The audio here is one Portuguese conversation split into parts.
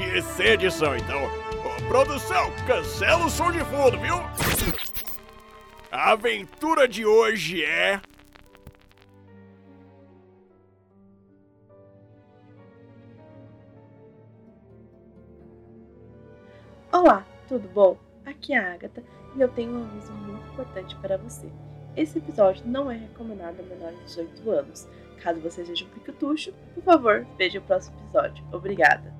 e sem edição, então. Ô, produção, cancela o som de fundo, viu? A aventura de hoje é... Olá, tudo bom? Aqui é a Agatha e eu tenho um aviso muito importante para você. Esse episódio não é recomendado a menores de 18 anos. Caso você seja um piquetucho, por favor, veja o próximo episódio. Obrigada.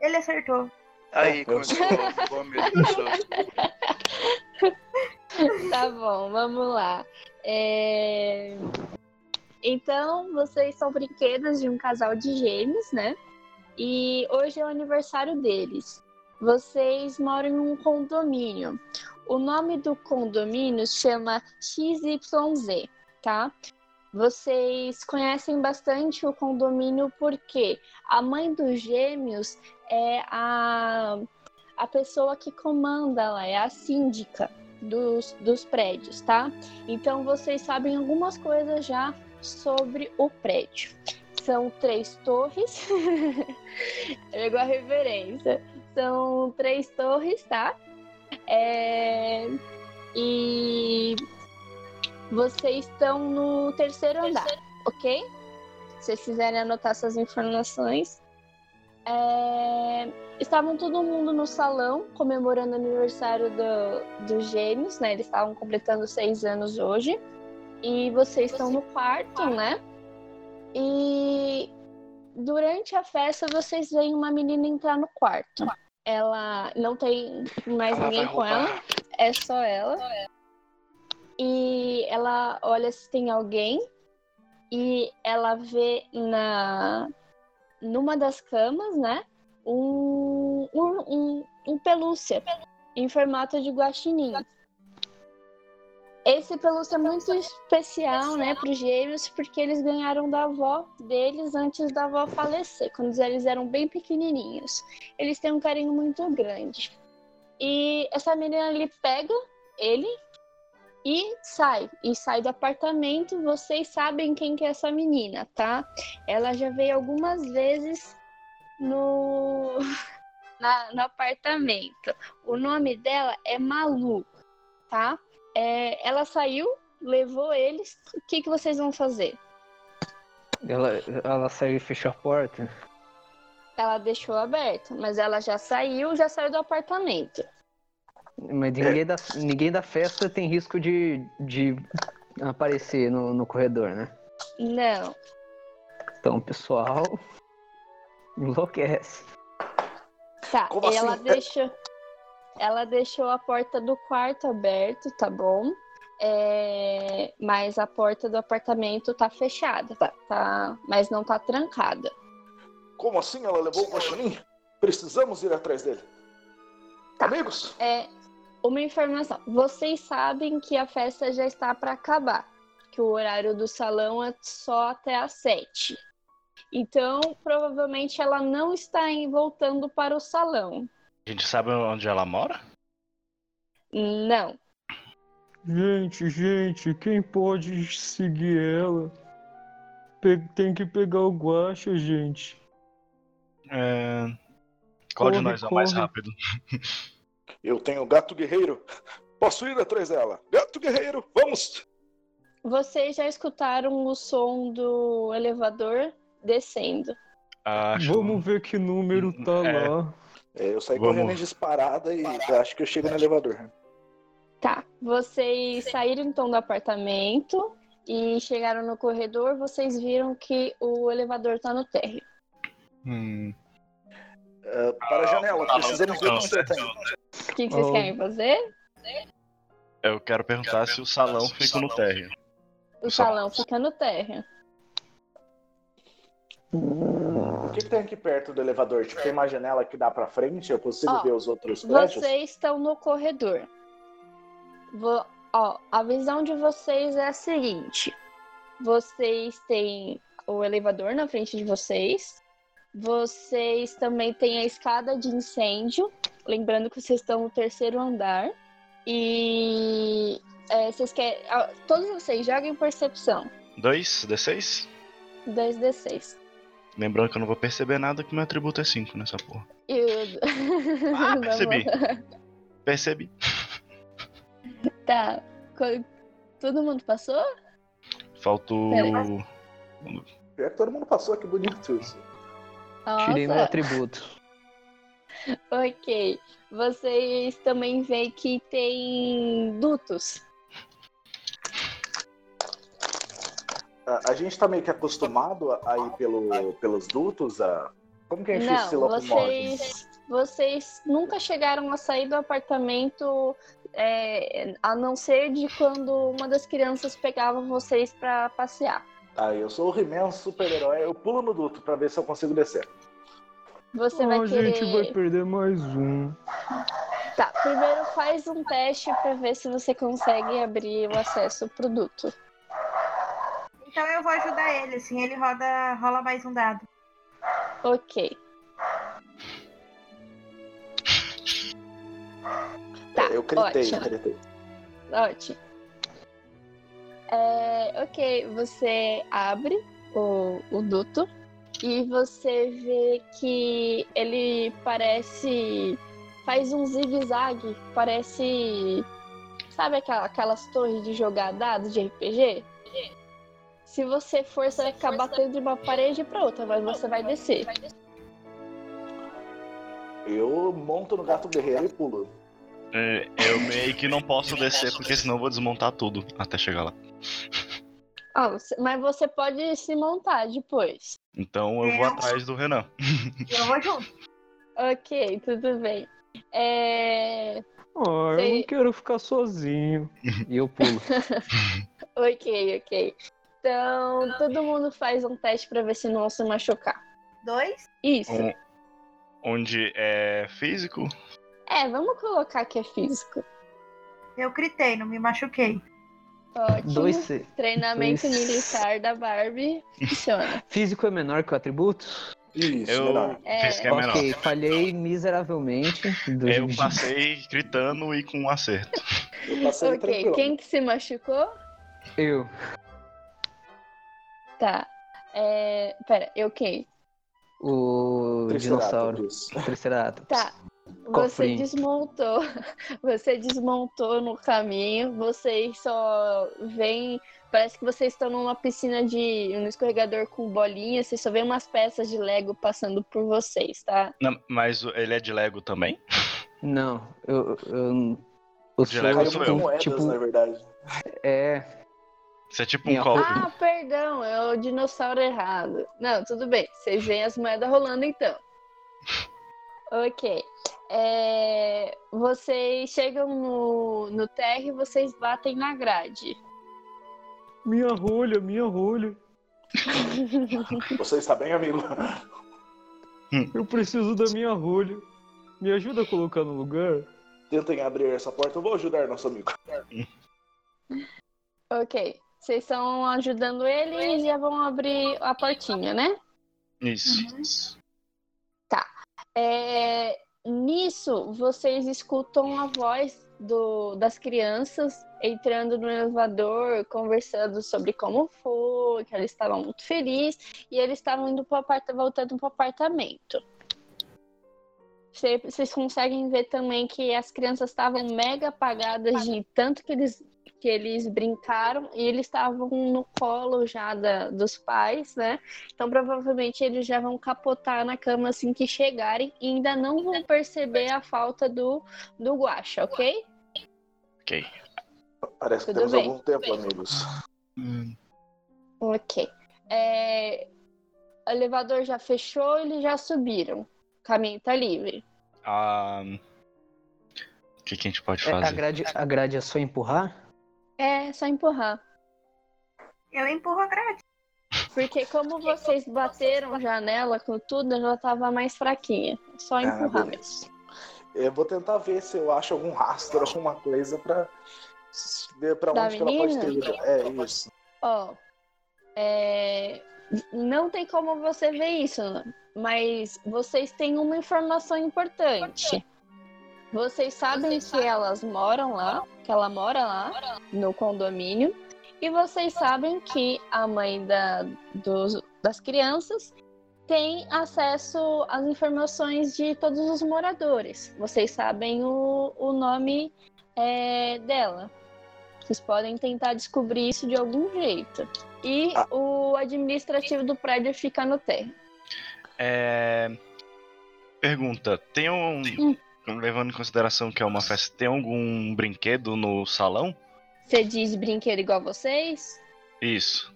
Ele acertou. Aí, começou o meu Deus. Tá bom, vamos lá. É, Então, vocês são brinquedos de um casal de gêmeos, né? E hoje é o aniversário deles. Vocês moram em um condomínio. O nome do condomínio chama XYZ, tá? Vocês conhecem bastante o condomínio porque a mãe dos gêmeos é a, a pessoa que comanda lá, é a síndica dos, dos prédios, tá? Então vocês sabem algumas coisas já sobre o prédio. São três torres. Pegou a referência. São três torres, tá? É, E vocês estão no terceiro andar, ok? Se vocês quiserem anotar essas informações. É, Estavam todo mundo no salão comemorando o aniversário do- dos gêmeos, né? Eles estavam completando seis anos hoje. E vocês estão no quarto, né? E durante a festa vocês veem uma menina entrar no quarto. Ela não tem mais Ela vai ninguém com ela, roubar. é só ela. E ela olha se tem alguém e ela vê na numa das camas, né? um, um, um, um pelúcia em formato de guaxinim. Esse pelúcia é muito especial, né, para os gêmeos, porque eles ganharam da avó deles antes da avó falecer, quando eles eram bem pequenininhos. Eles têm um carinho muito grande. E essa menina ele pega ele e sai, e sai do apartamento. Vocês sabem quem que é essa menina, tá? Ela já veio algumas vezes no, na- no apartamento. O nome dela é Malu, tá? É, ela saiu, levou eles. O que, que vocês vão fazer? Ela, ela saiu e fechou a porta. Ela deixou aberto, mas ela já saiu, já saiu do apartamento. Mas ninguém da, ninguém da festa tem risco de, de aparecer no, no corredor, né? Não. Então, pessoal, enlouquece. Tá, Como ela assim? deixou. Ela deixou a porta do quarto aberto, tá bom? É, mas a porta do apartamento tá fechada, tá, tá, mas não tá trancada. Como assim ela levou o guaxinim? Precisamos ir atrás dele. Tá. Amigos? É uma informação. Vocês sabem que a festa já está para acabar, que o horário do salão é só até às sete. Então, provavelmente ela não está em- voltando para o salão. A gente sabe onde ela mora? Não. Gente, gente, quem pode seguir ela? tem que pegar o guacha, gente. É... Qual de Corre, nós é o mais corre. rápido? Eu tenho o gato guerreiro. Posso ir atrás dela? Gato guerreiro, vamos! Vocês já escutaram o som do elevador descendo. Acho... um- ver que número tá. É. lá. É, eu saí Vamos. correndo em disparada e acho que eu chego no elevador. Tá. Vocês saíram então do apartamento e chegaram no corredor, vocês viram que o elevador tá no térreo. Hum. Ah, tá, para a janela, precisamos ver o que você tem. O que, que vocês Oh. querem fazer? Eu quero perguntar se o salão fica no térreo. O Só- salão fica no térreo. O que, que tem aqui perto do elevador? Tipo, tem uma janela que dá pra frente? Eu consigo Ó, ver os outros prédios? Vocês estão no corredor. Vo- ó, a visão de vocês é a seguinte: vocês têm o elevador na frente de vocês, vocês também têm a escada de incêndio, lembrando que vocês estão no terceiro andar, e é, vocês querem. ó, Todos vocês joguem percepção 2, D6. 2D6. Lembrando que eu não vou perceber nada que meu atributo é 5 nessa porra. E o- Ah, Vamos percebi. lá. Percebi. Tá. Co- Todo mundo passou? Faltou. Pior que É, todo mundo passou, que bonito isso. Tirei meu Nossa. atributo. Ok. Vocês também veem que tem dutos. A, a gente tá meio que acostumado a ir pelo, pelos dutos, a... Como que a gente se Não, locomove? vocês, vocês nunca chegaram a sair do apartamento, é, a não ser de quando uma das crianças pegava vocês pra passear. Ah, eu sou o He-Man, super-herói, eu pulo no duto pra ver se eu consigo descer. Você Ah, vai a querer. gente vai perder mais um. Tá, primeiro faz um teste pra ver se você consegue abrir o acesso pro duto. Então eu vou ajudar ele, assim, ele roda, rola mais um dado. Ok. Tá, eu critei, ótimo. eu critei. Ótimo. É, ok, você abre o, o duto e você vê que ele parece. faz um zigue-zague, parece. Sabe aquela- aquelas torres de jogar dados de RPG? Se você for, você vai ficar batendo de uma parede pra outra, mas você vai descer. Eu monto no gato guerreiro e pulo. É, Eu meio que não posso descer, porque senão eu vou desmontar tudo até chegar lá. Ah, você- mas você pode se montar depois. Então eu vou atrás do Renan. Eu vou junto. Ok, tudo bem. É, Ah, eu Sei. não quero ficar sozinho. E eu pulo. Ok, ok. Então, todo mundo faz um teste pra ver se não se machucar. Dois. Isso. Um- É. onde é físico? É, vamos colocar que é físico. Eu critei, não me machuquei. Ótimo. Dois C. Treinamento dois. militar da Barbie funciona. Físico é menor que o atributo? Isso, Eu- melhor. É, Físico é menor. ok, falhei miseravelmente. Do- Eu passei gritando e com um acerto. Eu passei ok, tranquilo. quem que se machucou? Eu. Tá. É, pera, eu quem? O dinossauro. Triceratops. Triceratops. Tá. Você Cofrinho. desmontou. Você desmontou no caminho. Vocês só vêm. Parece que vocês estão numa piscina de. um escorregador com bolinha. Vocês só vêem umas peças de Lego passando por vocês, tá? Não, mas o- ele é de Lego também? Não, eu. eu o De Lego Caiu sou muitas é eu. moedas, Tipo, na verdade. é. Isso é tipo Minha um copo. Ah, perdão, é o dinossauro errado. Não, tudo bem. Vocês veem as moedas rolando então. Ok. É, vocês chegam no, no térreo e vocês batem na grade. Minha rolha, minha rolha. Você está bem, amigo? Eu preciso da minha rolha. Me ajuda a colocar no lugar? Tentem abrir essa porta, eu vou ajudar nosso amigo. Ok. Vocês estão ajudando ele e já vão abrir a portinha, né? Isso. É, nisso, vocês escutam a voz do- das crianças entrando no elevador, conversando sobre como foi, que elas estavam muito felizes e eles estavam indo pro aparta- voltando para o apartamento. Cê- Vocês conseguem ver também que as crianças estavam mega apagadas de tanto que eles, que eles brincaram e eles estavam no colo já da- dos pais, né? Então provavelmente eles já vão capotar na cama assim que chegarem e ainda não vão perceber a falta do, do guacha, ok? Ok. Parece que Tudo temos bem, algum tempo, bem. amigos. Ok. É, O elevador já fechou, eles já subiram. O caminho tá livre. Ah, O que, que a gente pode É, a, fazer? grade, a grade é só empurrar? É só empurrar. Eu empurro a grade. Porque como vocês bateram já nela com tudo, ela tava mais fraquinha. Só empurrar mesmo. Eu vou tentar ver se eu acho algum rastro, alguma coisa pra, se- pra Da onde que ela pode ter menina? ido. É isso. Ó, é, não tem como você ver isso, mas vocês têm uma informação importante. Vocês sabem que elas moram lá, que ela mora lá no condomínio, e vocês sabem que a mãe da, dos- das crianças tem acesso às informações de todos os moradores. Vocês sabem o, o nome é, dela. Vocês podem tentar descobrir isso de algum jeito. E Ah. o administrativo do prédio fica no térreo. É... Pergunta, tem um. Levando em consideração que é uma festa, tem algum brinquedo no salão? Você diz brinquedo igual vocês? Isso.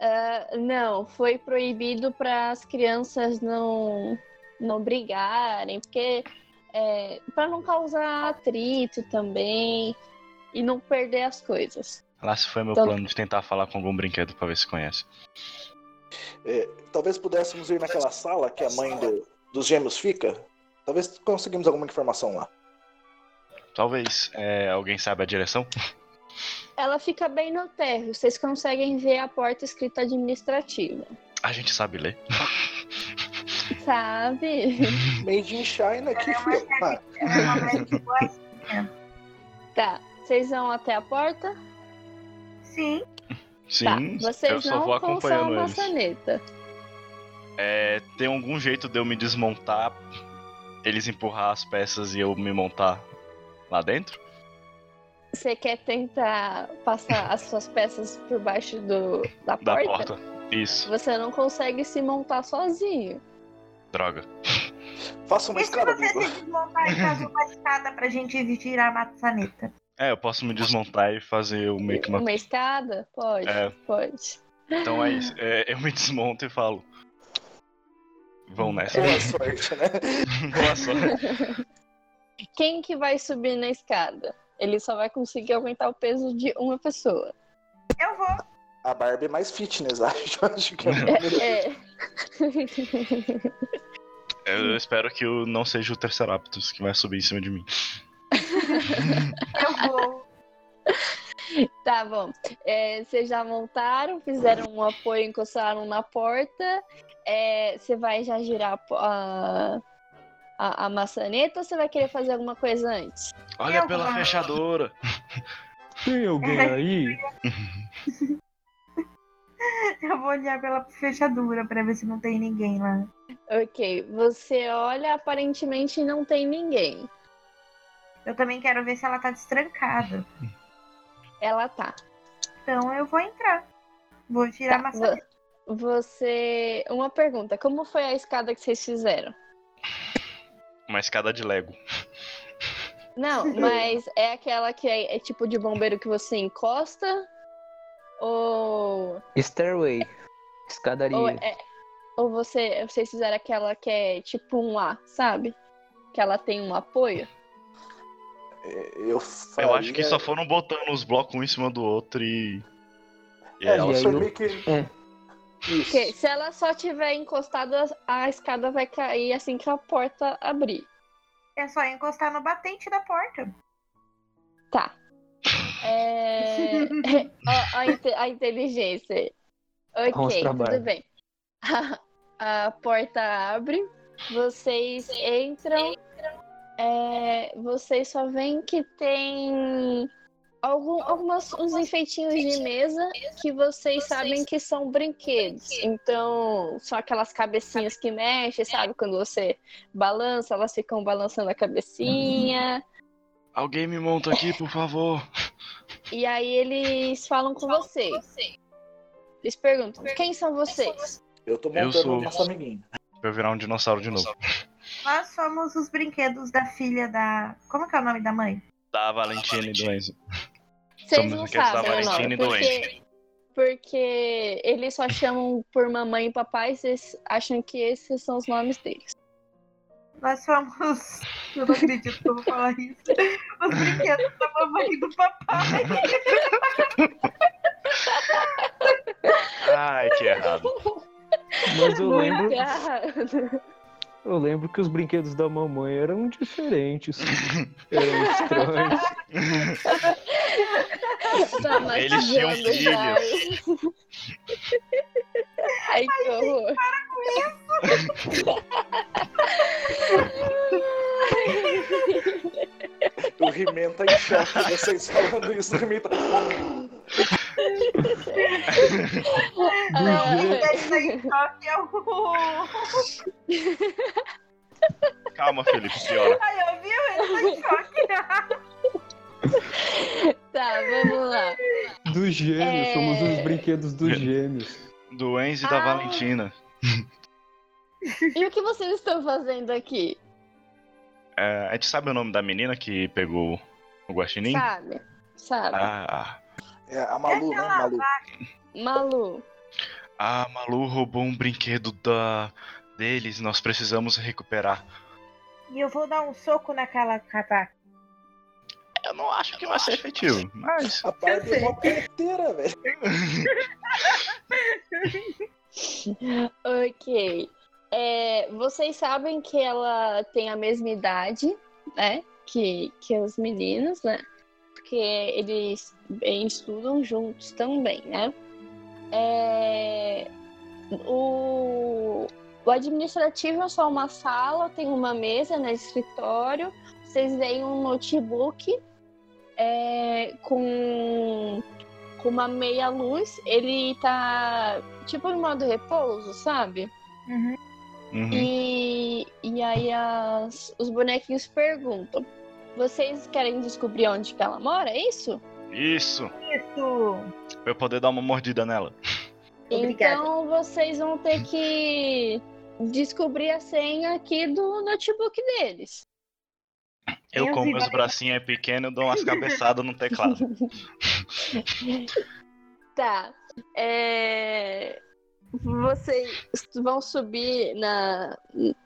Ah, não, foi proibido para as crianças não, não brigarem, porque é, para não causar atrito também e não perder as coisas. Lá se foi meu Então- plano de tentar falar com algum brinquedo pra ver se conhece. É, talvez pudéssemos ir naquela sala que a mãe do- dos gêmeos fica. Talvez conseguimos alguma informação lá. Talvez é, alguém saiba a direção. Ela fica bem no térreo, vocês conseguem ver a porta escrita administrativa. A gente sabe ler. Sabe? Made in China aqui, filho. Ah, Ela é uma grande voz. Tá, vocês vão até a porta? Sim. Tá, Sim, eu vocês só não vou pulsam a acompanhando eles. maçaneta. É, tem algum jeito de eu me desmontar, eles empurrar as peças e eu me montar lá dentro? Você quer tentar passar as suas peças por baixo do, da, Da porta? porta. Isso, Você não consegue se montar sozinho. droga. Faça uma E se escada, é você amigo. se desmontar e fazer uma escada pra gente tirar a maçaneta? É, eu posso me desmontar e fazer o meio que uma. Uma escada? Pode, É. pode. Então é isso. É, eu me desmonto e falo. Vão nessa. Boa sorte, né? Boa sorte. Quem que vai subir na escada? Ele só vai conseguir aumentar o peso de uma pessoa. Eu vou. A Barbie é mais fitness, acho. acho que é melhor. É. Eu espero que eu não seja o Terceraptus que vai subir em cima de mim. Eu vou. Tá bom. É, vocês já montaram, fizeram um apoio, encostaram na porta. É, você vai já girar a po- a, a, a maçaneta ou você vai querer fazer alguma coisa antes? Olha Eu pela vou. fechadura! Tem alguém aí? Eu vou olhar pela fechadura pra ver se não tem ninguém lá. Ok, você olha, aparentemente não tem ninguém. Eu também quero ver se ela tá destrancada. Ela tá. Então eu vou entrar. Vou tirar a Tá, maçaneta. vo- Você. Uma pergunta: como foi a escada que vocês fizeram? Uma escada de Lego. Não, mas é aquela que é, é tipo de bombeiro que você encosta? Ou. Stairway. Escadaria. Ou, é- ou você, vocês fizeram aquela que é tipo um A, sabe? Que ela tem um apoio. Eu, Eu acho que faria- só foram botando os blocos um em cima do outro e. E ela É, E aí isso é eu- meio que. Isso. Porque se ela só tiver encostada, a escada vai cair assim que a porta abrir. É só encostar no batente da porta. Tá. É... Ó, a, inte- a inteligência. aí. Vamos Ok, pra tudo Barbie. bem. A, porta abre, vocês entram. é, vocês só veem que tem algum, algumas uns enfeitinhos de mesa que vocês sabem que são brinquedos. Então, são aquelas cabecinhas que mexem, sabe? Quando você balança, elas ficam balançando a cabecinha. Alguém me monta aqui, por favor. E aí eles falam com vocês. Eles perguntam: quem são vocês? Eu tô Eu montando sou- o nosso amiguinho. Pra eu virar um dinossauro de novo. Nós somos os brinquedos da filha da. Como que é o nome da mãe? Da Valentina e do Enzo. Vocês Somos não brinquedos da sabem o Valentina nome. e do Porque, porque eles só chamam por mamãe e papai, vocês acham que esses são os nomes deles. Nós somos. Eu não acredito que eu vou falar isso. Os brinquedos da mamãe e do papai. Ai, que errado. Mas eu lembro, Obrigada. eu lembro que os brinquedos da mamãe eram diferentes. Eram estranhos. Tá mais Eles tinham anos já. Ai, que horror. O He-Man tá em choque vocês falando isso. O He-Man tá... Ah, Esse aí só que é o. Calma, Felipe, piora. Ai, eu vi ele tá em choque. tá, vamos lá. Dos gêmeos, É. somos os brinquedos dos gêmeos. Do Enzo e da Ah. Valentina. E o que vocês estão fazendo aqui? É, a gente sabe o nome da menina que pegou o guaxinim? Sabe? Sabe? Ah, É, a Malu, né? Malu. Malu, a Ah, Malu roubou um brinquedo da deles, nós precisamos recuperar. E eu vou dar um soco naquela cavaca. Eu não acho que vai ser efetivo, mas A Barbie é uma inteira, velho. ok. É, vocês sabem que ela tem a mesma idade, né? Que, que os meninos, né? Porque eles bem, estudam juntos também, né? É, o, o administrativo é só uma sala, tem uma mesa, né? Escritório. Vocês veem um notebook é, com, com uma meia luz. Ele tá tipo no modo repouso, sabe? uhum. E, e aí as- os bonequinhos perguntam: Vocês querem descobrir onde que ela mora? É isso? isso, Isso! pra eu poder dar uma mordida nela. Obrigada. Então vocês vão ter que descobrir a senha aqui do notebook deles. Eu, Enzo com e meus bracinhos é pequeno, eu dou umas cabeçadas no teclado. Tá. É, Vocês vão subir na,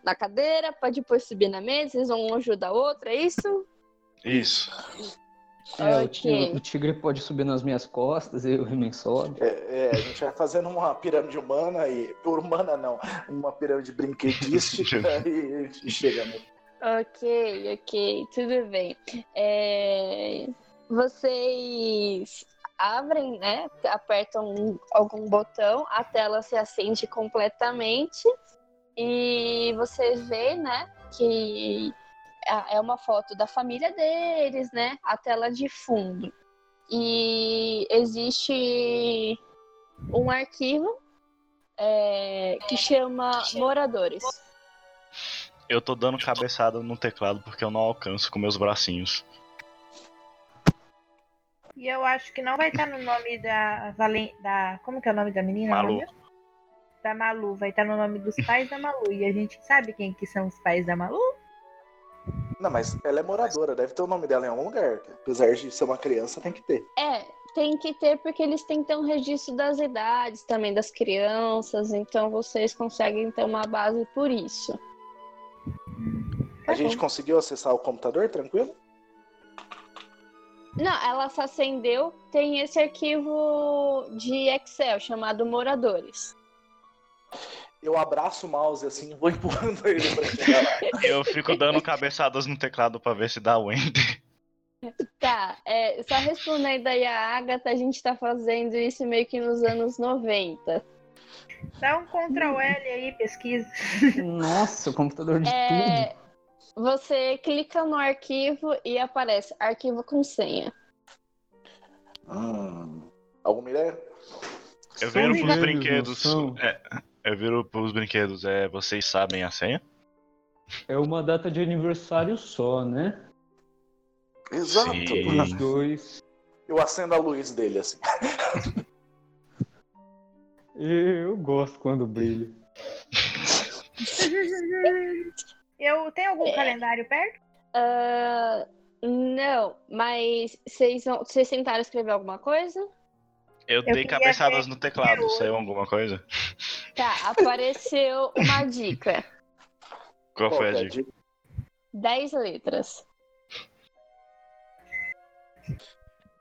na cadeira, para depois subir na mesa, vocês vão um ajudar o outro, é isso? Isso. É, o, Ok. tigre, o tigre pode subir nas minhas costas e o He-Man sobe. É, é, a gente vai fazendo uma pirâmide humana e. Por humana não, uma pirâmide brinquedística e, e chegamos. Ok, ok, tudo bem. É, vocês abrem, né? Apertam um, algum botão, a tela se acende completamente e você vê, né? Que a- é uma foto da família deles, né? A tela de fundo. E existe um arquivo é, que chama Moradores. Eu tô dando cabeçada no teclado porque eu não alcanço com meus bracinhos. E eu acho que não vai estar no nome da Valen... da Como que é o nome da menina? Malu. Da Malu. Vai estar no nome dos pais da Malu. E a gente sabe quem que são os pais da Malu? Não, mas ela é moradora, deve ter o nome dela em algum lugar. Apesar de ser uma criança, tem que ter. É, tem que ter porque eles têm que ter um registro das idades também das crianças, então vocês conseguem ter uma base por isso. A gente conseguiu acessar o computador, tranquilo? Não, ela se acendeu, tem esse arquivo de Excel chamado Moradores. Eu abraço o mouse assim, vou empurrando ele pra chegar lá. Eu fico dando cabeçadas no teclado pra ver se dá o enter. Tá, é, só respondendo aí a Agatha, a gente tá fazendo isso meio que nos anos 90. Dá um Ctrl L aí, pesquisa. Nossa, o computador de tudo. É, você clica no arquivo e aparece arquivo com senha. Hum. Alguma ideia? Eu viro São pros velhos, brinquedos. não são? É, eu viro pros brinquedos. É, vocês sabem a senha? É uma data de aniversário só, né? Exato. Sim. Os dois. Eu acendo a luz dele assim. Eu gosto quando brilha. Eu tenho algum calendário perto? Ah, não, mas vocês não- vocês tentaram escrever alguma coisa? Eu, dei queria cabeçadas ver no teclado. número Saiu alguma coisa? Tá, apareceu uma dica. Qual foi a que é a dica? dica? Dez letras.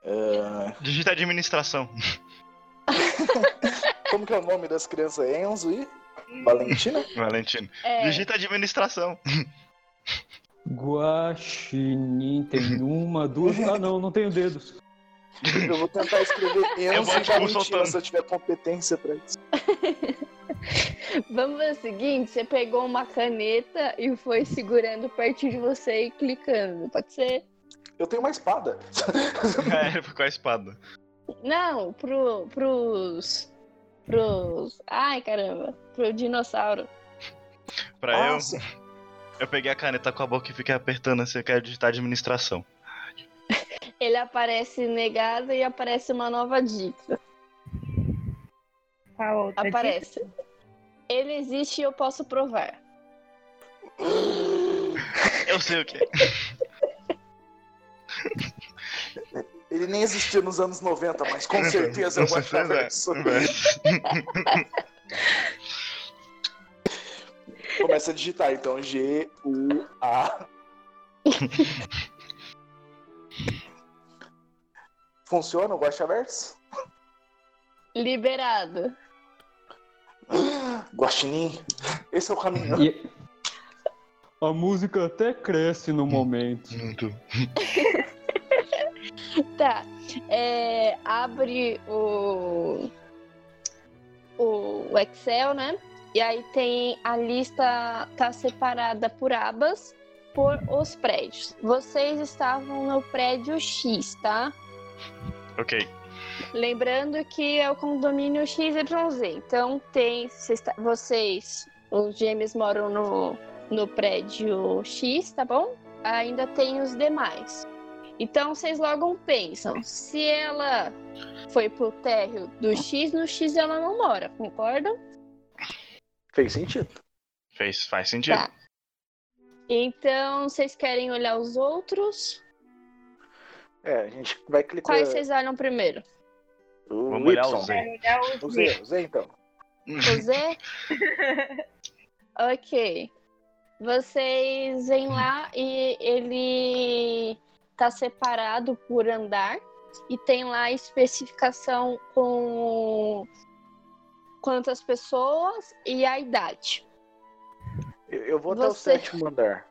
É, Digita administração. Como que é o nome das crianças? Enzo e Valentina? Valentino. É, Digita administração. Guaxinim tem uma, duas. Ah, não, não tenho dedos. Eu vou tentar escrever Enzo vou e te Valentina consultando. se eu tiver competência pra isso. Vamos fazer o seguinte: você pegou uma caneta e foi segurando perto de você e clicando. Pode ser? Eu tenho uma espada. É, ficou a espada. Não, pro, pros. Pros. Ai, caramba. Pro dinossauro. Pra É, eu, sim. eu peguei a caneta com a boca e fiquei apertando assim. Eu quero digitar administração. Ele aparece negado e aparece uma nova dica. Qual outra? Aparece. Ele existe e eu posso provar. Eu sei o que é. Ele nem existia nos anos 90, mas com certeza eu Com vou achar certeza. isso. é. Começa a digitar então. G, U, A. Funciona o Guaxaverso? Liberado. Guaxinim. Esse é o caminho. E A música até cresce no momento. Muito. Tá. É, abre o, o Excel, né? E aí tem a lista tá separada por abas por os prédios. Vocês estavam no prédio X, tá? Ok. Lembrando que é o condomínio XYZ. Então tem vocês, tá- vocês, os gêmeos moram no, no prédio X, tá bom? Ainda tem os demais. Então vocês logo pensam, se ela foi pro térreo do X, no X ela não mora, concordam? Fez sentido. Fez, faz sentido. Tá. Então vocês querem olhar os outros? É, a gente vai clicar. Quais vocês olham primeiro? O Vamos olhar Y. o Z. Olhar É os O meus. Z, o Z então. O Zé? ok. Vocês vêm lá e ele tá separado por andar e tem lá a especificação com quantas pessoas e a idade. Eu, eu vou até o Você. sétimo andar.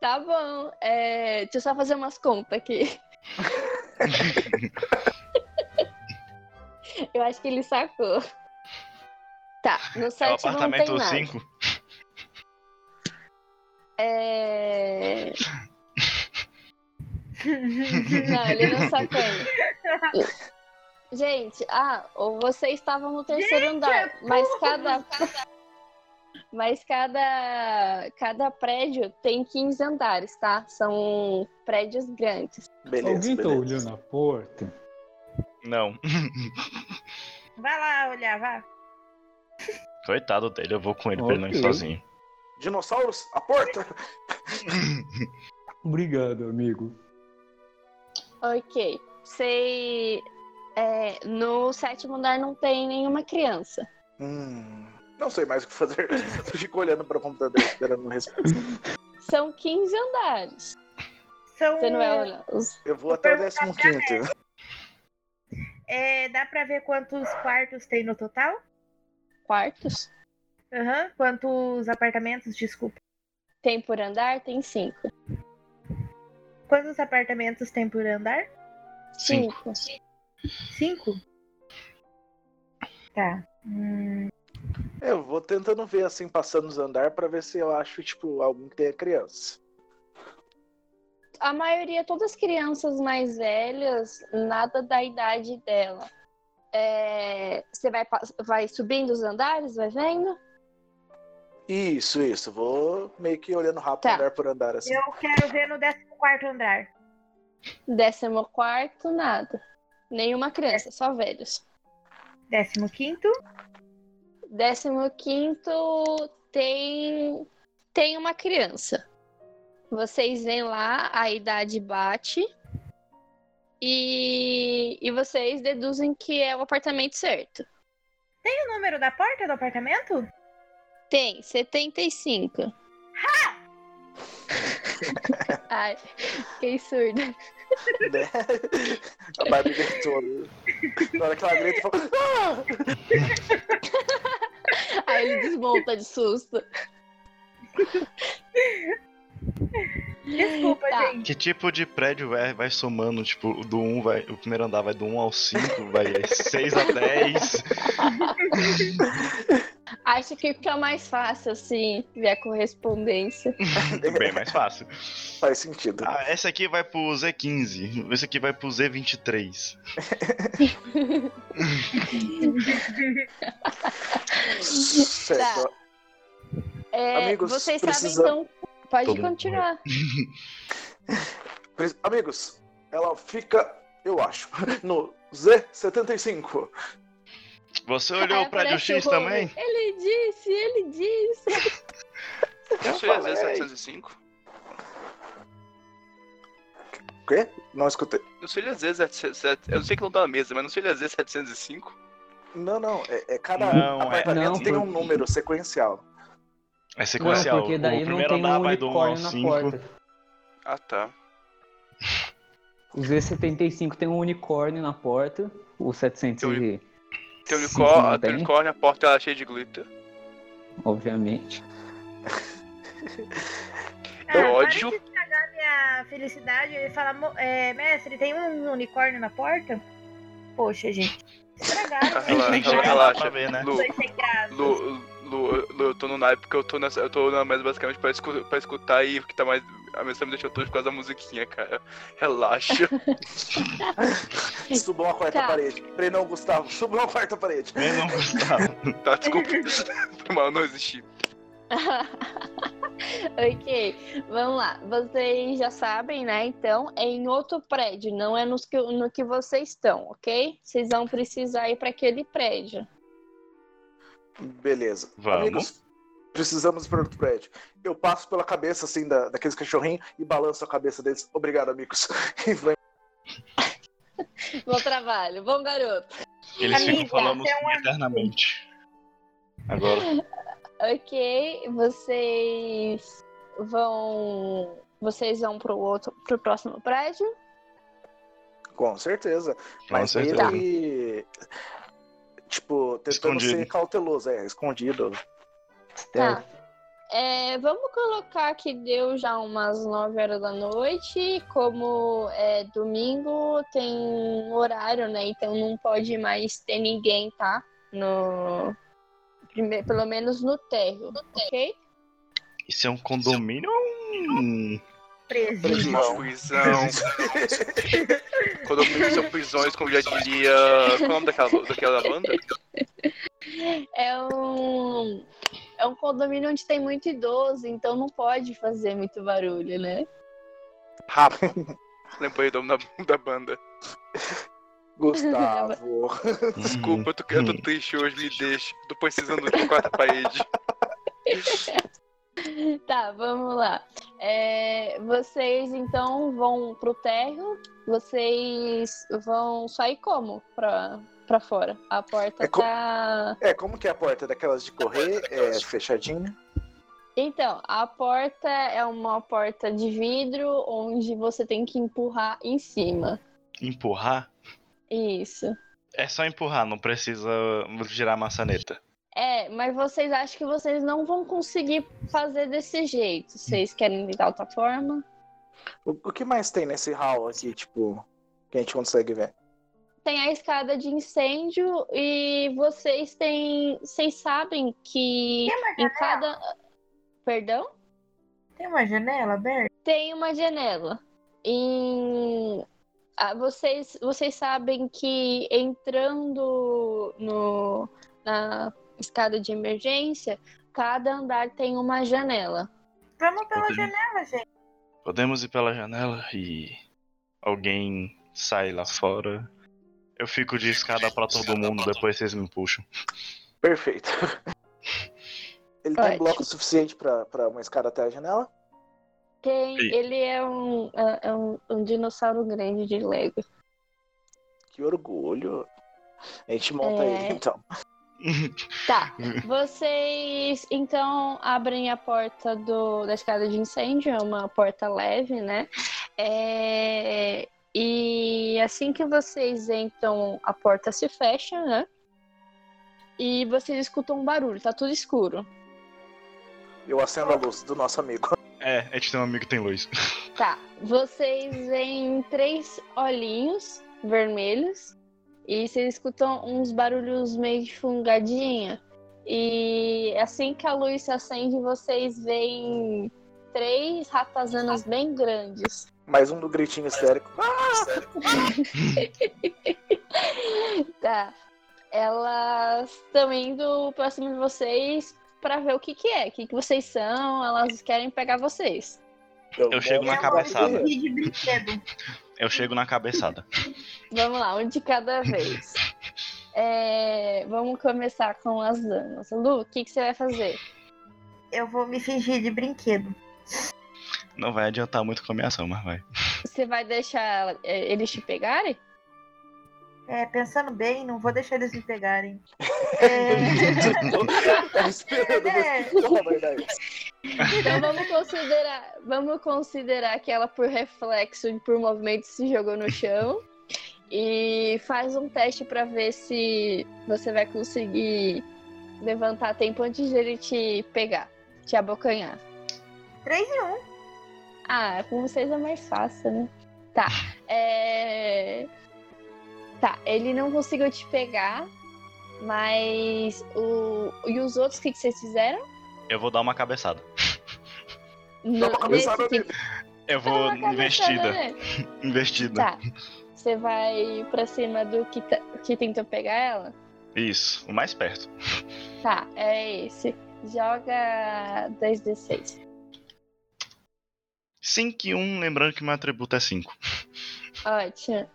Tá bom. É, deixa eu só fazer umas contas aqui. eu acho que ele sacou. Tá, no É o site não tem apartamento nada. 5. É... não, ele não sacou ainda. Gente, ah, ou vocês estavam no terceiro andar, mas cada, cada- mas cada cada prédio tem 15 andares, tá? São prédios grandes. Beleza. Alguém tá beleza. olhando a porta? Não. Vai lá olhar, vai. Coitado dele, eu vou com ele pra ele não ir Ok. sozinho. Dinossauros, a porta! Obrigado, amigo. Ok. Sei. é, no sétimo andar não tem nenhuma criança. Hum, não sei mais o que fazer. Eu fico olhando para o computador esperando uma resposta. São 15 andares. São, Você não vai olhar. os- Eu vou até o 15. é, dá pra ver quantos quartos tem no total? quartos? Aham. Quantos apartamentos, desculpa. Tem por andar? Tem cinco. Quantos apartamentos tem por andar? Cinco. Cinco? Tá. Hum, Eu vou tentando ver assim, passando os andares, para ver se eu acho, tipo, algum que tenha criança. a maioria, todas as crianças mais velhas, nada da idade dela. É, você vai, pa- vai subindo os andares, vai vendo? Isso, isso. Vou meio que olhando rápido, Tá. andar por andar, assim. Eu quero ver no 14 andar. Décimo quarto, nada. Nenhuma criança, só velhos. 15. Décimo quinto tem tem uma criança. Vocês vêm lá, a idade bate e, e vocês deduzem que é o apartamento certo. Tem o número da porta do apartamento? Tem 75. Ai, fiquei surda. Né? A Barbie gritou. né? Na hora que ela grita, fala, ah! Aí ele desmonta de susto. Desculpa, Tá. gente. Que tipo de prédio é? Vai somando, tipo, do 1 vai. O primeiro andar vai do 1 ao 5, vai 6 a 10. Acho que fica mais fácil assim ver a correspondência. Bem mais fácil. "Ah!" Faz sentido. Ah, essa aqui vai pro Z15, esse aqui vai pro Z23. Certo. Tá, É, Amigos, vocês precisa- sabem então. Pode Todo mundo continuar. Pre- Amigos, ela fica, eu acho, no Z75. Você olhou Aí o prédio aparece X É, o Rony. também? Ele disse, ele disse. Eu Isso aí é falei. Z705? O quê? Não escutei. Não seria Z707. Eu não sei que não tá na mesa, mas não seria Z705? Não, não. É, é cada Não, é- apartamento não, tem um porque- número sequencial. É Não, sequencial. porque daí o não primeiro tem andar um vai do 1 ao unicórnio na 5. porta. Ah, tá. O Z75 tem um unicórnio na porta. O 700 Eu- e... Tem um Sim, unicórnio, não tem um tem? unicórnio, a porta ela é cheia de glitter. obviamente. Eu para É ódio. de Ah, estragar minha felicidade e falar, "Mo- é, mestre, tem um unicórnio na porta? Poxa, gente. Estragaram. Ah, A gente tem que Relaxa, chegar lá relaxa. pra ver, né? Lu, Foi sem graça. Lu, Lu, Lu, eu tô no naipe porque eu tô nessa. Eu tô na mesa basicamente pra, escu pra escutar e que tá mais. A mesa me deixou todo por causa da musiquinha, cara. Relaxa. Subam a quarta Tá. parede. Prenão, Gustavo, subam a quarta parede. Eu não gostava. tá, desculpa. Foi mal, não existi. ok, vamos lá. Vocês já sabem, né? Então, é em outro prédio, não é nos que, no que vocês estão, ok? Vocês vão precisar ir para aquele prédio. Beleza. Vamos. Amigos, precisamos ir para outro prédio. Eu passo pela cabeça, assim, da, daqueles cachorrinhos e balanço a cabeça deles. Obrigado, amigos. E vou Bom trabalho, bom garoto. Eles ficam Amiga, falando tem um sim eternamente. Agora. Ok, vocês vão. Vocês vão pro outro, pro próximo prédio. Com certeza. Com Mas certeza. ele. Tipo, tentando Escondido. ser cauteloso, é, escondido. Tá. É, vamos colocar que deu já umas 9 horas da noite. Como é domingo, tem um horário, né? Então não pode mais ter ninguém, tá? No... prime- Pelo menos no térreo, ok? Isso é um condomínio ou um. Presídio. Não. Prisão. Condomínios são prisões, como já diria. Qual é o nome daquela, daquela banda? É um... é um condomínio onde tem muito idoso, então não pode fazer muito barulho, né? Rapa. Lembrei do nome da, da banda. Gustavo. Desculpa, eu tô, eu tô triste hoje, me deixa. Tô precisando de quarta parede. Tá, vamos lá. É, vocês então vão pro térreo, vocês vão sair como pra, pra fora? A porta É co- tá. É, como que é a porta daquelas de correr? É fechadinha? Então, a porta é uma porta de vidro onde você tem que empurrar em cima. Empurrar? Isso. É só empurrar, não precisa girar a maçaneta. É, mas vocês acham que vocês não vão conseguir fazer desse jeito. Vocês querem tentar outra forma? O, o que mais tem nesse hall aqui, tipo, que a gente consegue ver? tem a escada de incêndio e vocês têm. Vocês sabem que em cada. Perdão? Tem uma janela aberta? Tem uma janela. em. ah, Vocês, vocês sabem que entrando no, na escada de emergência, cada andar tem uma janela. Vamos pela Entendi. janela, gente. Podemos ir pela janela e alguém sai lá fora. Eu fico de escada pra todo mundo, depois vocês me puxam. Perfeito. Ele tem Ótimo. bloco suficiente pra, pra uma escada até a janela? Tem, Sim. ele é um, é é um, um dinossauro grande de Lego. Que orgulho. A gente monta É. ele então. Tá, vocês então abrem a porta do, da escada de incêndio, é uma porta leve, né? É, e assim que vocês entram, a porta se fecha, né? E vocês escutam um barulho, tá tudo escuro. Eu acendo a luz do nosso amigo. É, a gente tem um amigo que tem luz. Tá, vocês veem três olhinhos vermelhos e vocês escutam uns barulhos meio de fungadinha. E assim que a luz se acende, vocês veem três ratazanas bem grandes. Mais um do gritinho histérico. tá. Elas estão indo pra cima de vocês pra ver o que que é, o que que vocês são, elas querem pegar vocês. Eu chego na cabeçada. Eu chego na cabeçada. Vamos lá, um de cada vez. É, vamos começar com as damas. Lu, o que, que você vai fazer? Eu vou me fingir de brinquedo. Não vai adiantar muito com a minha ação, mas vai. Você vai deixar ela- é, eles te pegarem? É, pensando bem, não vou deixar eles me pegarem. Tava esperando É. você falar a verdade. Então vamos considerar, vamos considerar que ela por reflexo e por movimento se jogou no chão e faz um teste pra ver se você vai conseguir levantar a tempo antes dele te pegar, te abocanhar. 3 e 1. Ah, com vocês é mais fácil, né? Tá. É... Tá, ele não conseguiu te pegar, mas o. E os outros, o que, que vocês fizeram? Eu vou dar uma cabeçada. No- nesse que- Eu vou Dá uma investida. cabeçada Investida. né? Tá. Você vai pra cima do que, ta- que tentou pegar ela? Isso, o mais perto. Tá, é esse. Joga 2d6. 5 e 1, lembrando que meu atributo é 5. Ótimo.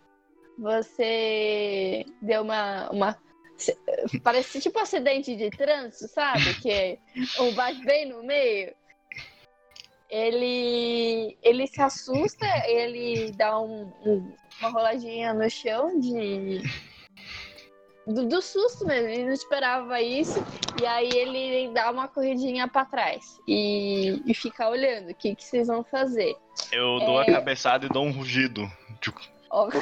Você deu uma. uma... cê- Parece tipo acidente de trânsito, sabe? Que um bate bem no meio. Ele, ele se assusta, ele dá um- um- uma roladinha no chão de. Do, do susto mesmo, ele não esperava isso. E aí ele dá uma corridinha pra trás e, e fica olhando o que, que vocês vão fazer. Eu dou a É. cabeçada e dou um rugido. Tipo, Óbvio.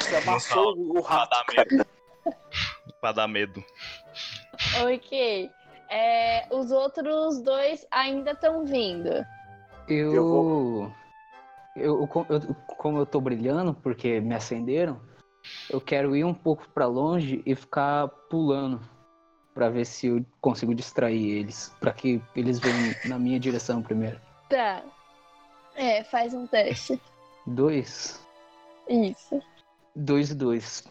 Você amassou o rato. Ah, cara. pra dar medo. Ok. É, os outros dois ainda estão vindo. Eu. eu, co- eu- como eu tô brilhando, porque me acenderam, eu quero ir um pouco pra longe e ficar pulando. Pra ver se eu consigo distrair eles. Pra que eles venham na minha direção primeiro. Tá. É, faz um teste. Dois. Isso. Dois e dois.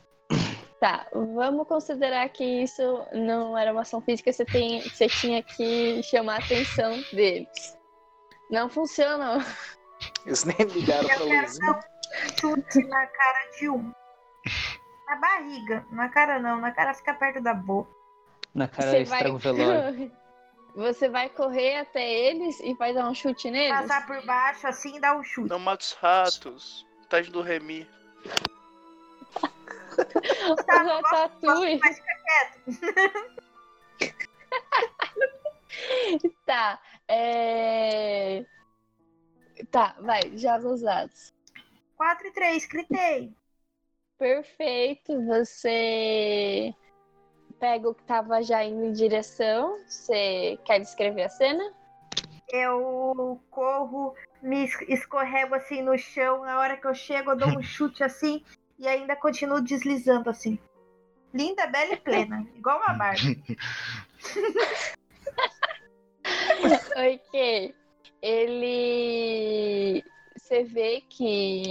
Tá, vamos considerar que isso não era uma ação física, você, tem, você tinha que chamar a atenção deles. Não funciona. Eles nem ligaram pra Eu quero luz. dar um chute na cara de um. Na barriga. Na cara não, na cara fica perto da boca. Na cara Você vai... estraga o velório. você vai correr até eles e vai dar um chute neles? Passar por baixo assim e dar um chute. Não mata os ratos. Tais do Remy. O Ratatouille. Mas fica quieto. Tá, é... Tá, vai, joga os dados. 4 e 3, critei. Perfeito, você pega o que tava já indo em direção. Você quer descrever a cena? Eu corro, me es- escorrego assim no chão. Na hora que eu chego, eu dou um chute assim e ainda continuo deslizando assim. Linda, bela e plena. Igual uma Barbie. ok. Ele. Você vê que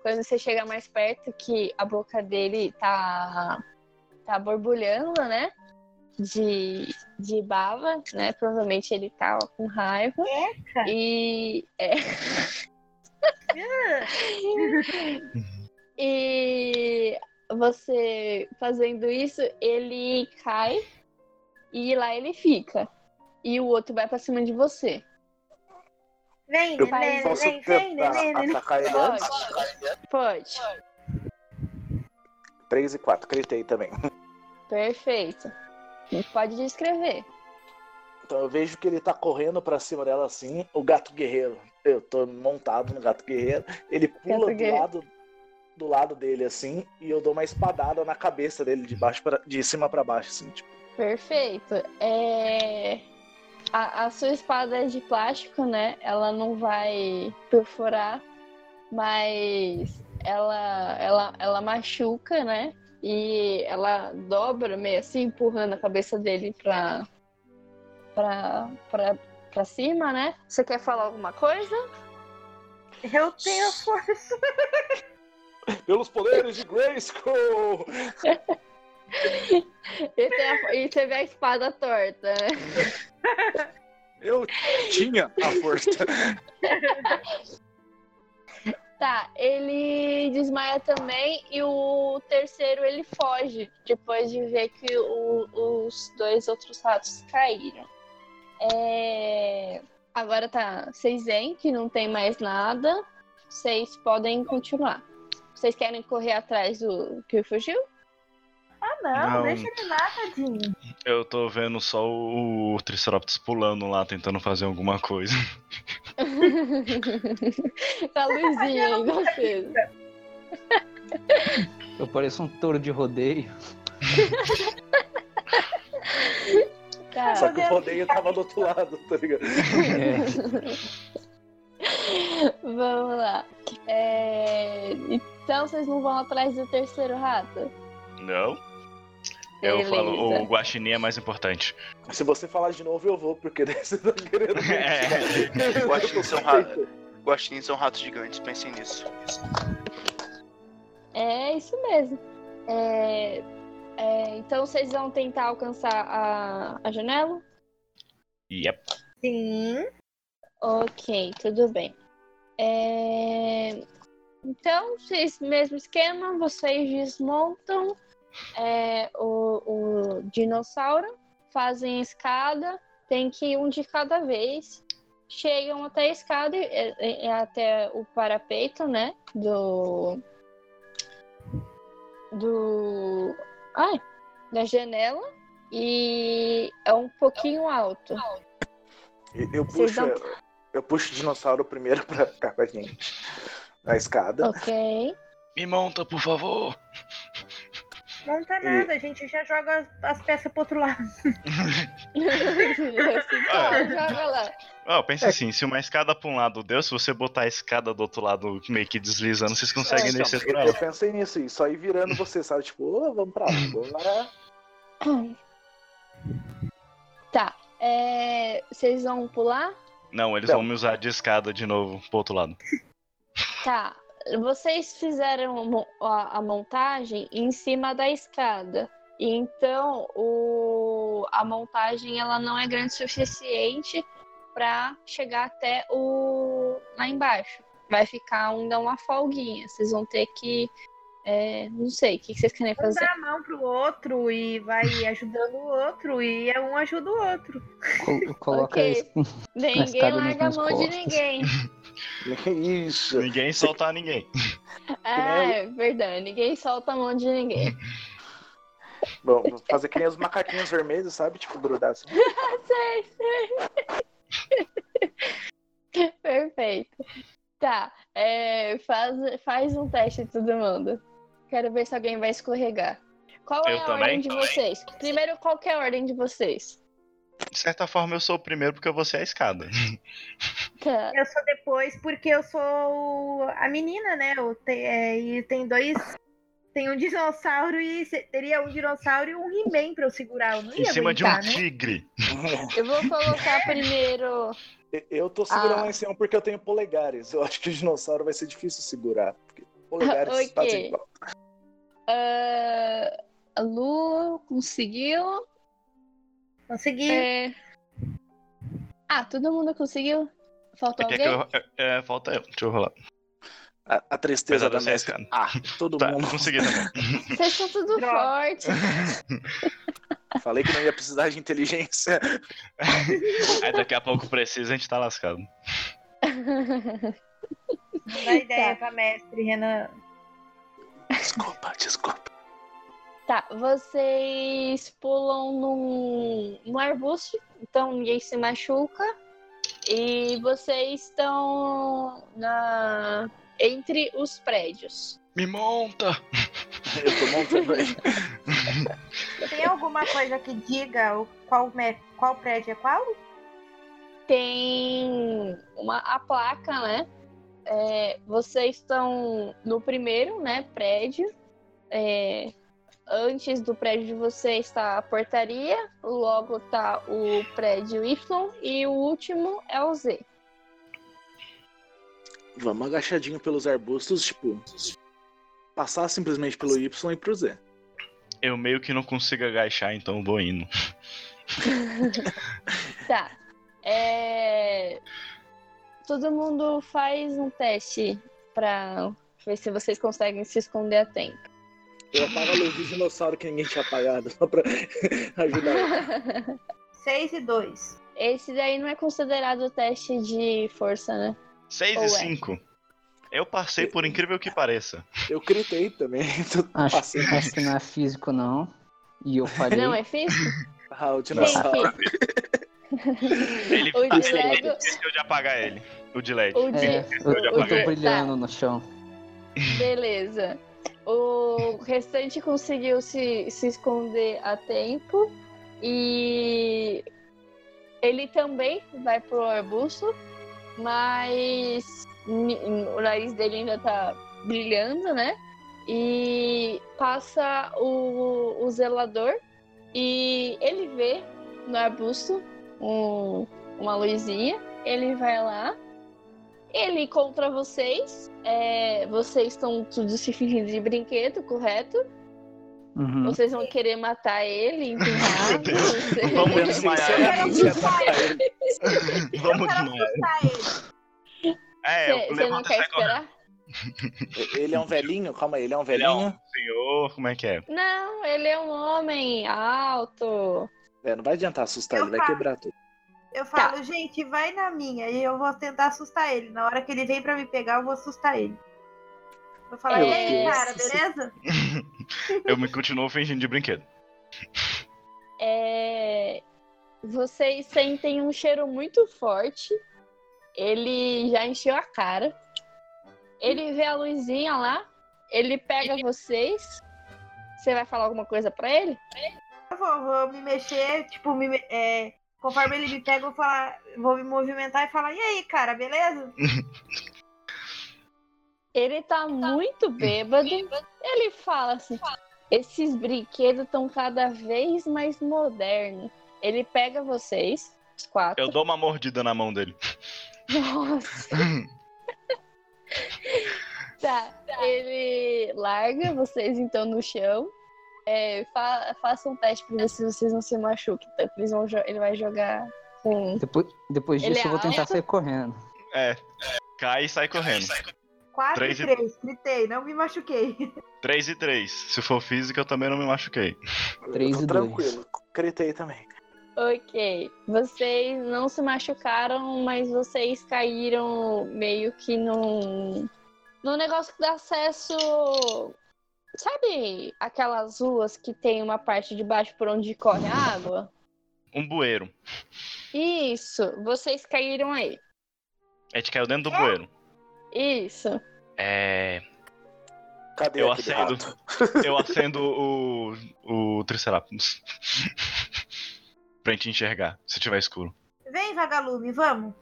Quando você chega mais perto, que a boca dele tá, tá borbulhando, né? De, de baba, né? Provavelmente ele tá com raiva. E. É. e você fazendo isso, ele cai e lá ele fica. E o outro vai pra cima de você. Vem, Eu vem, posso vem, vem, tentar vem, vem. tá atacar ele Pode. antes? Pode. 3 e 4, critei também. Perfeito. Pode descrever. Então eu vejo que ele tá correndo pra cima dela assim, o gato guerreiro. Eu tô montado no gato guerreiro. Ele pula do guerreiro. lado do lado dele assim e eu dou uma espadada na cabeça dele de baixo para de cima pra baixo assim, tipo. Perfeito. É... A, a sua espada é de plástico, né? Ela não vai perfurar, mas ela, ela, ela machuca, né? E ela dobra meio assim, empurrando a cabeça dele pra, pra, pra, pra cima, né? Você quer falar alguma coisa? Eu tenho a força. Pelos poderes de Grayskull! E, tem a- e teve a espada torta, né? Eu tinha a força. Tá, ele desmaia também e o terceiro ele foge, depois de ver que o- os dois outros ratos caíram. É, Agora tá seis em, que não tem mais nada. Vocês podem continuar. Vocês querem correr atrás do que fugiu? Ah, não, Não. deixa ele lá, tadinho. Eu tô vendo só o o Triceratops pulando lá, tentando fazer alguma coisa. tá luzinha aí, vocês. Eu pareço um touro de rodeio. Tá. Só que o rodeio tava do outro lado, tá ligado? É, Vamos lá. É, Então vocês não vão atrás do terceiro rato? Não. Eu Beleza. falo, o guaxinim é mais importante. Se você falar de novo, eu vou, porque daí você tá querendo. É. Eu acho que são ratos. Guaxinins são ratos gigantes, pensem nisso. É isso mesmo. É, é, Então vocês vão tentar alcançar a, a janela? Yep. Sim. Ok, tudo bem. É, Então, vocês, mesmo esquema, vocês desmontam é, o, o dinossauro, fazem a escada, tem que ir um de cada vez. Chegam até a escada, é, é, é até o parapeito, né? Do. Do. Ai, da janela. E é um pouquinho alto. Eu- Eu Vocês puxo, é, dão- eu puxo o dinossauro primeiro pra ficar com a gente. Na escada. Ok. Me monta, por favor. Monta tá nada, a gente já joga as- as peças pro outro lado. Então, joga lá. Ó, pensa assim, se uma escada pra um lado deu, se você botar a escada do outro lado meio que deslizando, vocês conseguem É, descer por Eu, ela. eu pensei nisso, isso aí virando você, sabe? Tipo, ô, vamos pra lá, bora. Tá. é, vocês vão pular? Não, eles Não. vão me usar de escada de novo pro outro lado. Tá. Vocês fizeram a mo- a, a montagem em cima da escada. Então, o, a montagem ela não é grande o suficiente para chegar até o lá embaixo. Vai ficar ainda uma folguinha. Vocês vão ter que. é, não sei, o que que vocês querem Um fazer? dá a mão pro outro e vai ajudando o outro, e um ajuda o outro. co- coloca Ok. isso. Ninguém escada não larga tem a mão de costas. ninguém. né? Isso. Ninguém soltar ninguém. Ah, é verdade. Ninguém solta a mão de ninguém. Bom, vou fazer que nem os macaquinhos vermelhos, sabe? Tipo, grudar assim. Sei, sei. Perfeito. Tá. é, faz, faz um teste todo mundo. Quero ver se alguém vai escorregar. Qual é Eu a também. ordem de vocês? Primeiro, qual que é a ordem de vocês? De certa forma, eu sou o primeiro porque você é a escada. Tá. Eu sou depois, porque eu sou a menina, né? Eu te- é, e tem dois. Tem um dinossauro e se- teria um dinossauro e um He-Man pra eu segurar. Eu não ia em cima de um aguentar, né? tigre. Eu vou colocar primeiro. Eu tô segurando Ah. lá em cima porque eu tenho polegares. Eu acho que o dinossauro vai ser difícil segurar. porque polegares Ok. fazem falta. Ah, a Lu conseguiu. Consegui. É... Ah, todo mundo conseguiu? Faltou Quer alguém? que eu- é, é, falta eu. Deixa eu rolar. A, a Apesar tristeza da de eu ser mestre. Ah, todo Tá, mundo. consegui também. Vocês são tudo forte. Falei que não ia precisar de inteligência. Aí daqui a pouco precisa, a gente tá lascado. Não dá ideia pra mestre, Renan. Desculpa, desculpa. Tá, vocês pulam num, num arbusto, então ninguém se machuca. E vocês estão na entre os prédios. Me monta! Eu tô montando aí. Tem alguma coisa que diga o qual, me- qual prédio é qual? Tem uma, a placa, né? É, vocês estão no primeiro né, prédio. É, antes do prédio de vocês está a portaria, logo tá o prédio Y e o último é o Z. Vamos agachadinho pelos arbustos, tipo. Passar simplesmente pelo Y e pro Z. Eu meio que não consigo agachar, então eu vou indo. Tá. É, Todo mundo faz um teste pra ver se vocês conseguem se esconder a tempo. Eu apago a luz do dinossauro que ninguém tinha apagado, só pra ajudar. 6 e 2. Esse daí não é considerado teste de força, né? 6 Ou é? e 5. Eu passei por incrível que pareça. Eu gritei também. então Acho, Passei. acho que não é físico, não. E eu falei. Não, é físico? Ah, o dinossauro. Gente, Ele, O de ele, ele Lego- esqueceu de apagar ele. O de LED. o de... É, eu, eu Olha, tô tá. brilhando no chão. Beleza. O restante conseguiu se, se esconder a tempo e ele também vai pro arbusto, mas ni- o nariz dele ainda tá brilhando, né? E passa o, o zelador e ele vê no arbusto um- uma luzinha. Ele vai lá, ele encontra vocês. É, vocês estão tudo se fingindo de brinquedo, correto? Uhum. Vocês vão querer matar ele, empurrar. Meu Deus. não sei. Vamos Eu, desmaiar. sinceramente, ia matar ele. Vamos desmaiar. Tá, ele. É, Você eu você não levanto e quer saio correndo. esperar? Ele é um velhinho? Calma aí, ele é um Ele é velhinho? um senhor, como é que é? Não, ele é um homem alto. É, não vai adiantar assustar, Eu ele vai faço. quebrar tudo. Eu falo, gente, vai na minha. E eu vou tentar assustar ele. Na hora que ele vem pra me pegar, eu vou assustar ele. Vou falar, Meu e aí, Deus. cara, beleza? Eu me continuo fingindo de brinquedo. É, Vocês sentem um cheiro muito forte. Ele já encheu a cara. Ele vê a luzinha lá. Ele pega vocês. Você vai falar alguma coisa pra ele? Eu vou, vou me mexer, tipo, me, me- é, conforme ele me pega, eu vou falar, vou me movimentar e falar, e aí, cara, beleza? Ele tá muito bêbado. Ele fala assim: esses brinquedos estão cada vez mais modernos. Ele pega vocês, os quatro. Eu dou uma mordida na mão dele. Nossa. tá, ele larga vocês então no chão. É, fa- faça um teste pra ver se vocês não se machuquem. tá? Eles vão jo- ele vai jogar com. Depois, depois Tá. Ele disso, eu vou é tentar alto? sair correndo. É. Cai e sai correndo. 4 e Três e- 3, gritei, não me machuquei. 3 e 3. Se for física, eu também não me machuquei. Três Eu tô e dois. tranquilo, gritei também. Ok. Vocês não se machucaram, mas vocês caíram meio que num. num negócio que dá acesso. Sabe aquelas ruas que tem uma parte de baixo por onde corre a água? Um bueiro. Isso, vocês caíram aí. A gente caiu dentro do bueiro. Isso. É. Cadê Eu aquele acendo. rato? Eu acendo o. o Triceratops. pra gente enxergar, se tiver escuro. Vem, vagalume, vamos.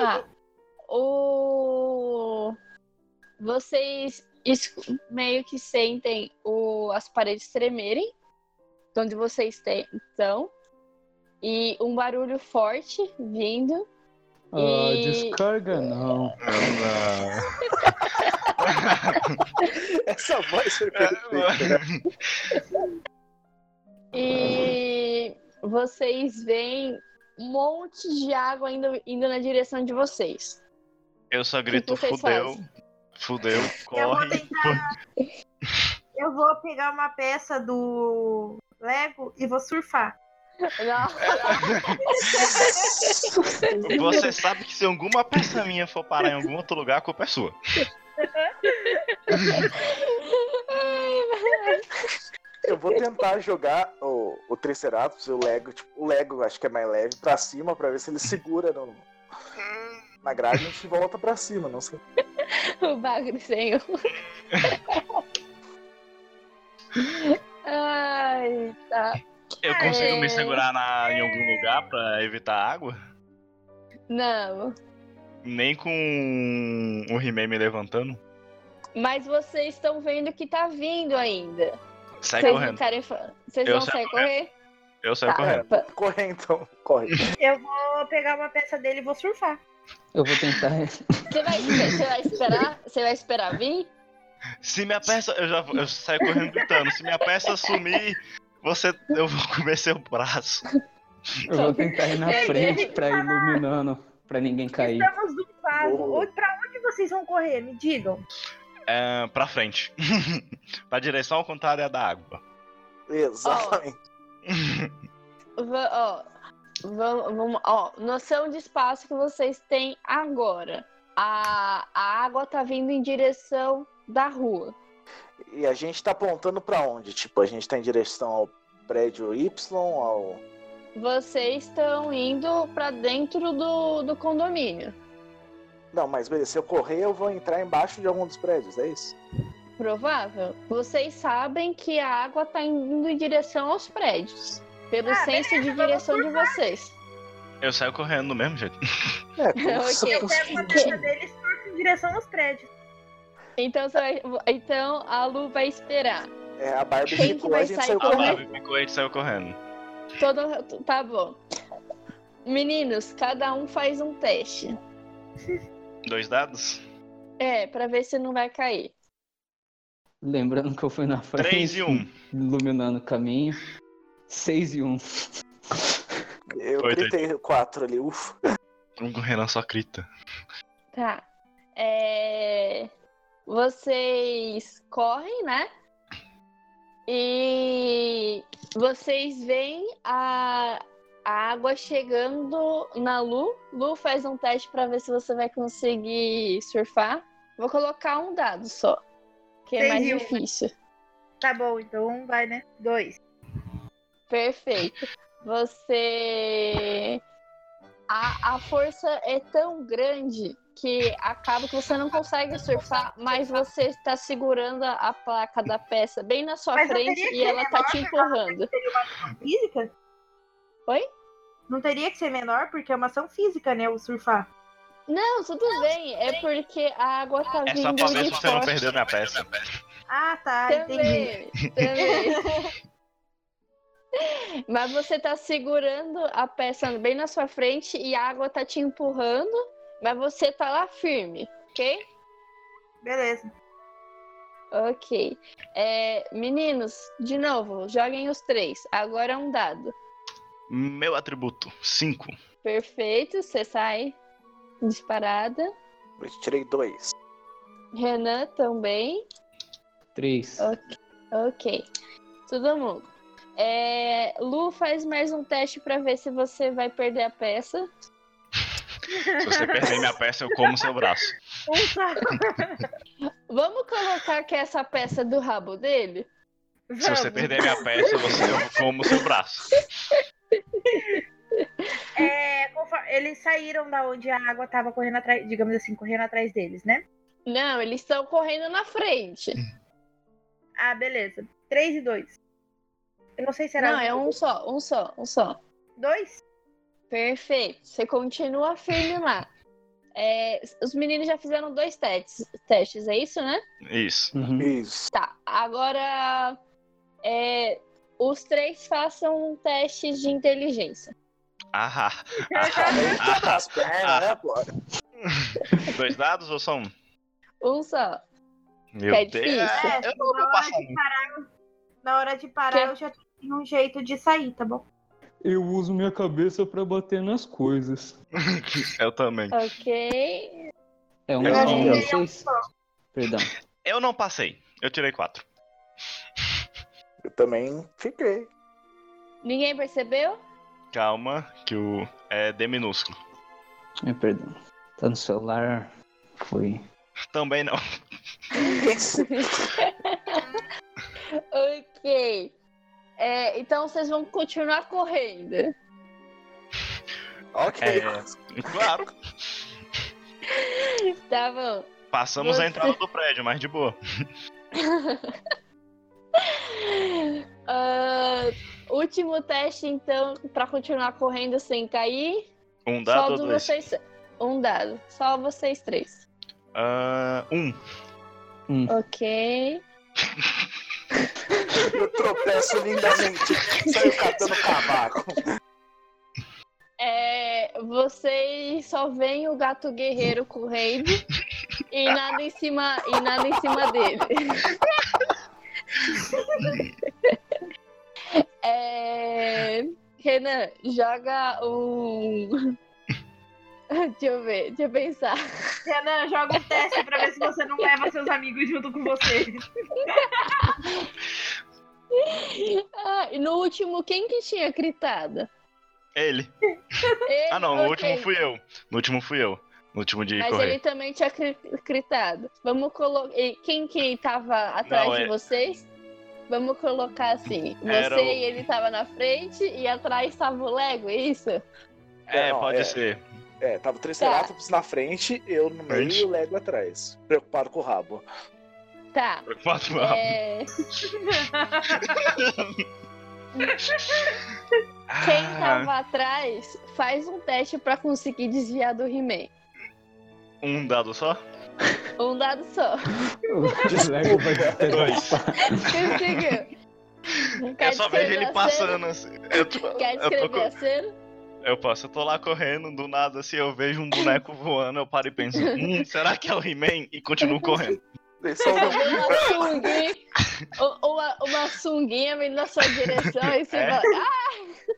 Ah, o... Vocês escu- meio que sentem o... as paredes tremerem, de onde vocês te- estão, e um barulho forte vindo. Ah, E- descarga não. Essa voz É, foi perfeita. né? E vocês veem um monte de água indo, indo na direção de vocês. Eu só grito, O que vocês fudeu, fazem? fudeu, Eu vou corre. tentar. Eu vou pegar uma peça do Lego e vou surfar. Você sabe que se alguma peça minha for parar em algum outro lugar, a culpa é sua. Eu vou tentar jogar o, o Triceratops e o Lego, tipo, o Lego acho que é mais leve, pra cima pra ver se ele segura no, na grade e a gente volta pra cima, não sei. o bagre sem o. Ai, tá. Eu consigo É. me segurar na- em algum lugar pra evitar água? Não. Nem com o He-Man me levantando? Mas vocês estão vendo que tá vindo ainda. Sai vocês não correndo. querem. fa- Vocês Eu vão saio sair correr? Eu saio Tá. correndo. Corre então, corre. Eu vou pegar uma peça dele e vou surfar. Eu vou tentar. Você vai, você vai esperar? Você vai esperar vir? Se minha peça. Eu já vou- eu saio correndo gritando. Se minha peça sumir, você. Eu vou comer seu braço. Eu vou tentar ir na frente pra tá ir iluminando, pra ninguém cair. Estamos do vaso. Pra onde vocês vão correr? Me digam. É, pra frente. pra direção ao contrário é da água. Exatamente. Va- ó, vam- vamo- ó, noção de espaço que vocês têm agora. A, a água tá vindo em direção da rua. E a gente tá apontando pra onde? Tipo, a gente tá em direção ao prédio Y, ao. Vocês estão indo pra dentro do, do condomínio. Não, mas beleza, se eu correr, eu vou entrar embaixo de algum dos prédios, é isso? Provável. Vocês sabem que a água tá indo em direção aos prédios. Pelo Ah, senso de direção de vocês. Eu saio correndo do mesmo jeito. É, como se um- Ok. eu Pego uma conseguisse. peça dele e surfo em direção aos prédios. Então, você vai- então a Lu vai esperar. É, a Barbie Quem que ficou, vai a gente sair saiu A correndo. Barbie ficou e saiu correndo. Todo... Tá bom. Meninos, cada um faz um teste. Dois dados? É, pra ver se não vai cair. Lembrando que eu fui na frente. Três e um. Iluminando o caminho. Seis e um. Eu Foi, gritei quatro ali, ufa. O Um Renan só grita. Tá. É... Vocês correm, né? E vocês veem a... a água chegando na Lu. Lu faz um teste pra ver se você vai conseguir surfar. Vou colocar um dado só, que é Seis mais e um. difícil. Tá bom, então um vai, né? Dois. Perfeito. Você. A, a força é tão grande que acaba que você não consegue surfar, mas você está segurando a- a placa da peça bem na sua Mas eu frente teria que e ela tá te empurrando. Física? Oi? Não teria que ser menor, porque é uma ação física, né? O surfar. Não, tudo bem. É porque a água tá É só vindo pra ver se de você não forte. perdeu minha peça. Ah, tá, entendi. Também, também. Mas você tá segurando a peça bem na sua frente e a água tá te empurrando, mas você tá lá firme, ok? Beleza. Ok. É, meninos, de novo, joguem os três. Agora é um dado. Meu atributo, cinco. Perfeito, você sai disparada. Eu tirei dois. Renan também. Três. Ok. Todo mundo. É, Lu faz mais um teste pra ver se você vai perder a peça. Se você perder minha peça, eu como seu braço. Um saco. Vamos colocar que é essa peça do rabo dele? Se você perder minha peça, você eu como seu braço. É, conforme- eles saíram da onde a água tava correndo atrás, digamos assim, correndo atrás deles, né? Não, eles estão correndo na frente. Ah, beleza. Três e dois. Eu não sei se era Não, é um só, um só, um só. dois. Perfeito. Você continua firme lá. É, os meninos já fizeram dois testes, testes, é isso, né? Isso. Uhum. Isso. Tá. Agora é, os três façam um teste de inteligência. Ah, ah, Aí tá Ah. nas pernas, né, pô? Dois dados ou só um? Um só. Meu É Deus. difícil. É, Eu não vou na hora passar de parar, na hora de parar Quer- eu já tenho um jeito de sair, tá bom? Eu uso minha cabeça pra bater nas coisas. Eu também. Ok. É um Eu a não- um de vocês? Perdão. Eu não passei. Eu tirei quatro. Eu também fiquei. Ninguém percebeu? Calma, que o é D minúsculo. É, perdão. Tá no celular. Foi. Também não. Ok. É, então vocês vão continuar correndo. Ok. É, claro, Tá bom. passamos Você- a entrada do prédio, mas de boa. Ah, último teste, então, pra continuar correndo sem cair. Um dado Só ou do dois? vocês. Um dado. Só vocês três. Ah, um. Ok. Eu tropeço lindamente. Saiu catando cavaco. É, vocês só veem o gato guerreiro correndo e nada em cima, e nada em cima dele. É, Renan, joga um. Deixa eu ver, deixa eu pensar. Renan, joga um teste pra ver se você não leva seus amigos junto com você. Ah, e no último, quem que tinha gritado? Ele. Ele, Ah, não, no ok. último fui eu. No último fui eu. No último de Mas correr. ele também tinha cri- gritado. Vamos colocar. Quem que tava atrás Não, de é- vocês? Vamos colocar assim. Você Era o- e ele tava na frente e atrás tava o Lego, é isso? É, Não, pode é. ser. É, tava o Triceratops na frente, eu no meio Frente. e o Lego atrás. Preocupado com o rabo. Tá. Preocupado com o rabo. é, Quem Ah. tava atrás faz um teste pra conseguir desviar do He-Man. Um dado só? Um dado só. O Lego vai te pedaçar. Conseguiu. eu É só vejo ele passando assim. Eu, tô- Quer eu, tô, descrever a co- cena? eu posso, eu tô lá correndo, do nada, assim, eu vejo um boneco voando, eu paro e penso, hum, será que é o He-Man? E continuo correndo. Ele só Você vê uma sunguinha, u- uma, uma sunguinha vindo na sua direção e você É. fala. Ah!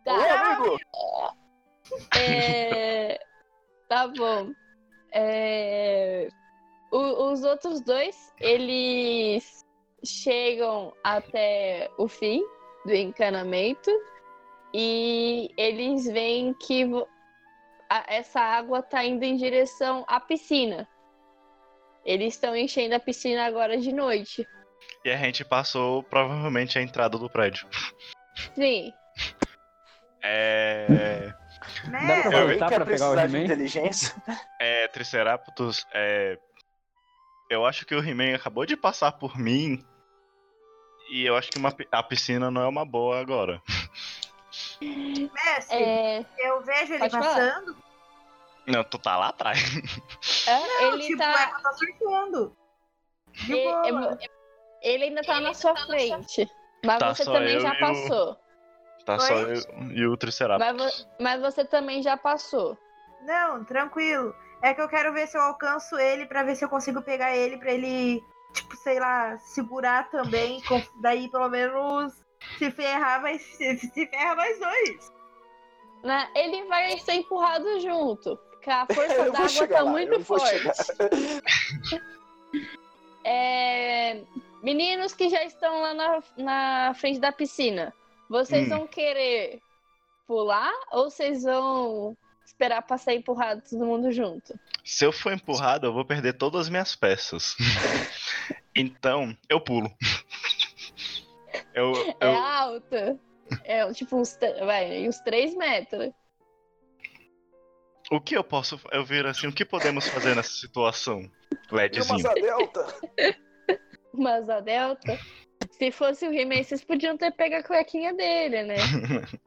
Ô, Tá, amigo! é, tá bom. É, o- os outros dois, eles chegam até o fim do encanamento e eles veem que vo- a- essa água tá indo em direção à piscina. Eles estão enchendo a piscina agora de noite. E a gente passou provavelmente a entrada do prédio. Sim. É. Dá pra Né? Eu vi voltar que pra ia pegar o precisar de He-Man? inteligência. É, Triceratops, é. Eu acho que o He-Man acabou de passar por mim. E eu acho que uma pi- a piscina não é uma boa agora. Mestre, É, eu vejo ele Pode falar. passando. Não, tu tá lá atrás. é, Não, ele tipo, tá. o Lego tá surfando. De Ele, boa. é ele ainda tá na sua frente. Mas Tá você só também eu já e o- passou. Tá só Oi? eu e o Triceratops. Mas, vo- mas você também já passou. Não, tranquilo. É que eu quero ver se eu alcanço ele pra ver se eu consigo pegar ele pra ele, tipo, sei lá, segurar também. com- Daí pelo menos se ferrar, vai se, se ferra nós dois. né? Ele vai ser empurrado junto. Porque a força Eu vou d'água chegar tá lá, muito eu vou forte. chegar. É, Meninos que já estão lá na, na frente da piscina, vocês Hum. vão querer pular ou vocês vão esperar pra ser empurrado todo mundo junto? Se eu for empurrado, eu vou perder todas as minhas peças. então, eu pulo. Eu, É eu, alta. É tipo uns, tre- vai, uns 3 metros. o que eu posso. Eu viro assim, o que podemos fazer nessa situação? É. E uma Ledzinho. asa delta? Mas a Delta, se fosse o He-Man, vocês podiam ter pego a cuequinha dele, né?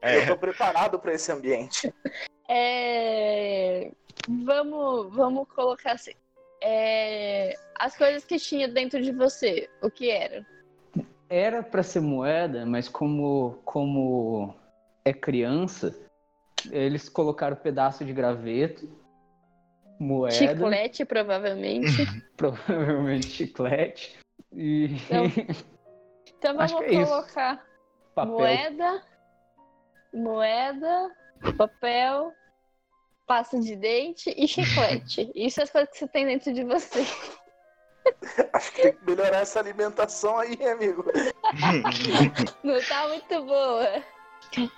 Eu É, tô preparado pra esse ambiente. É, Vamos, vamos colocar assim. É, As coisas que tinha dentro de você, o que era? Era pra ser moeda, mas como, como é criança, eles colocaram pedaço de graveto, moeda, Chiclete, provavelmente. provavelmente chiclete e Então, Então vamos Acho que é isso. colocar papel. é moeda, moeda, papel, pasta de dente e chiclete. Isso é as coisas que você tem dentro de você. Acho que tem que melhorar essa alimentação aí, amigo. Não tá muito boa.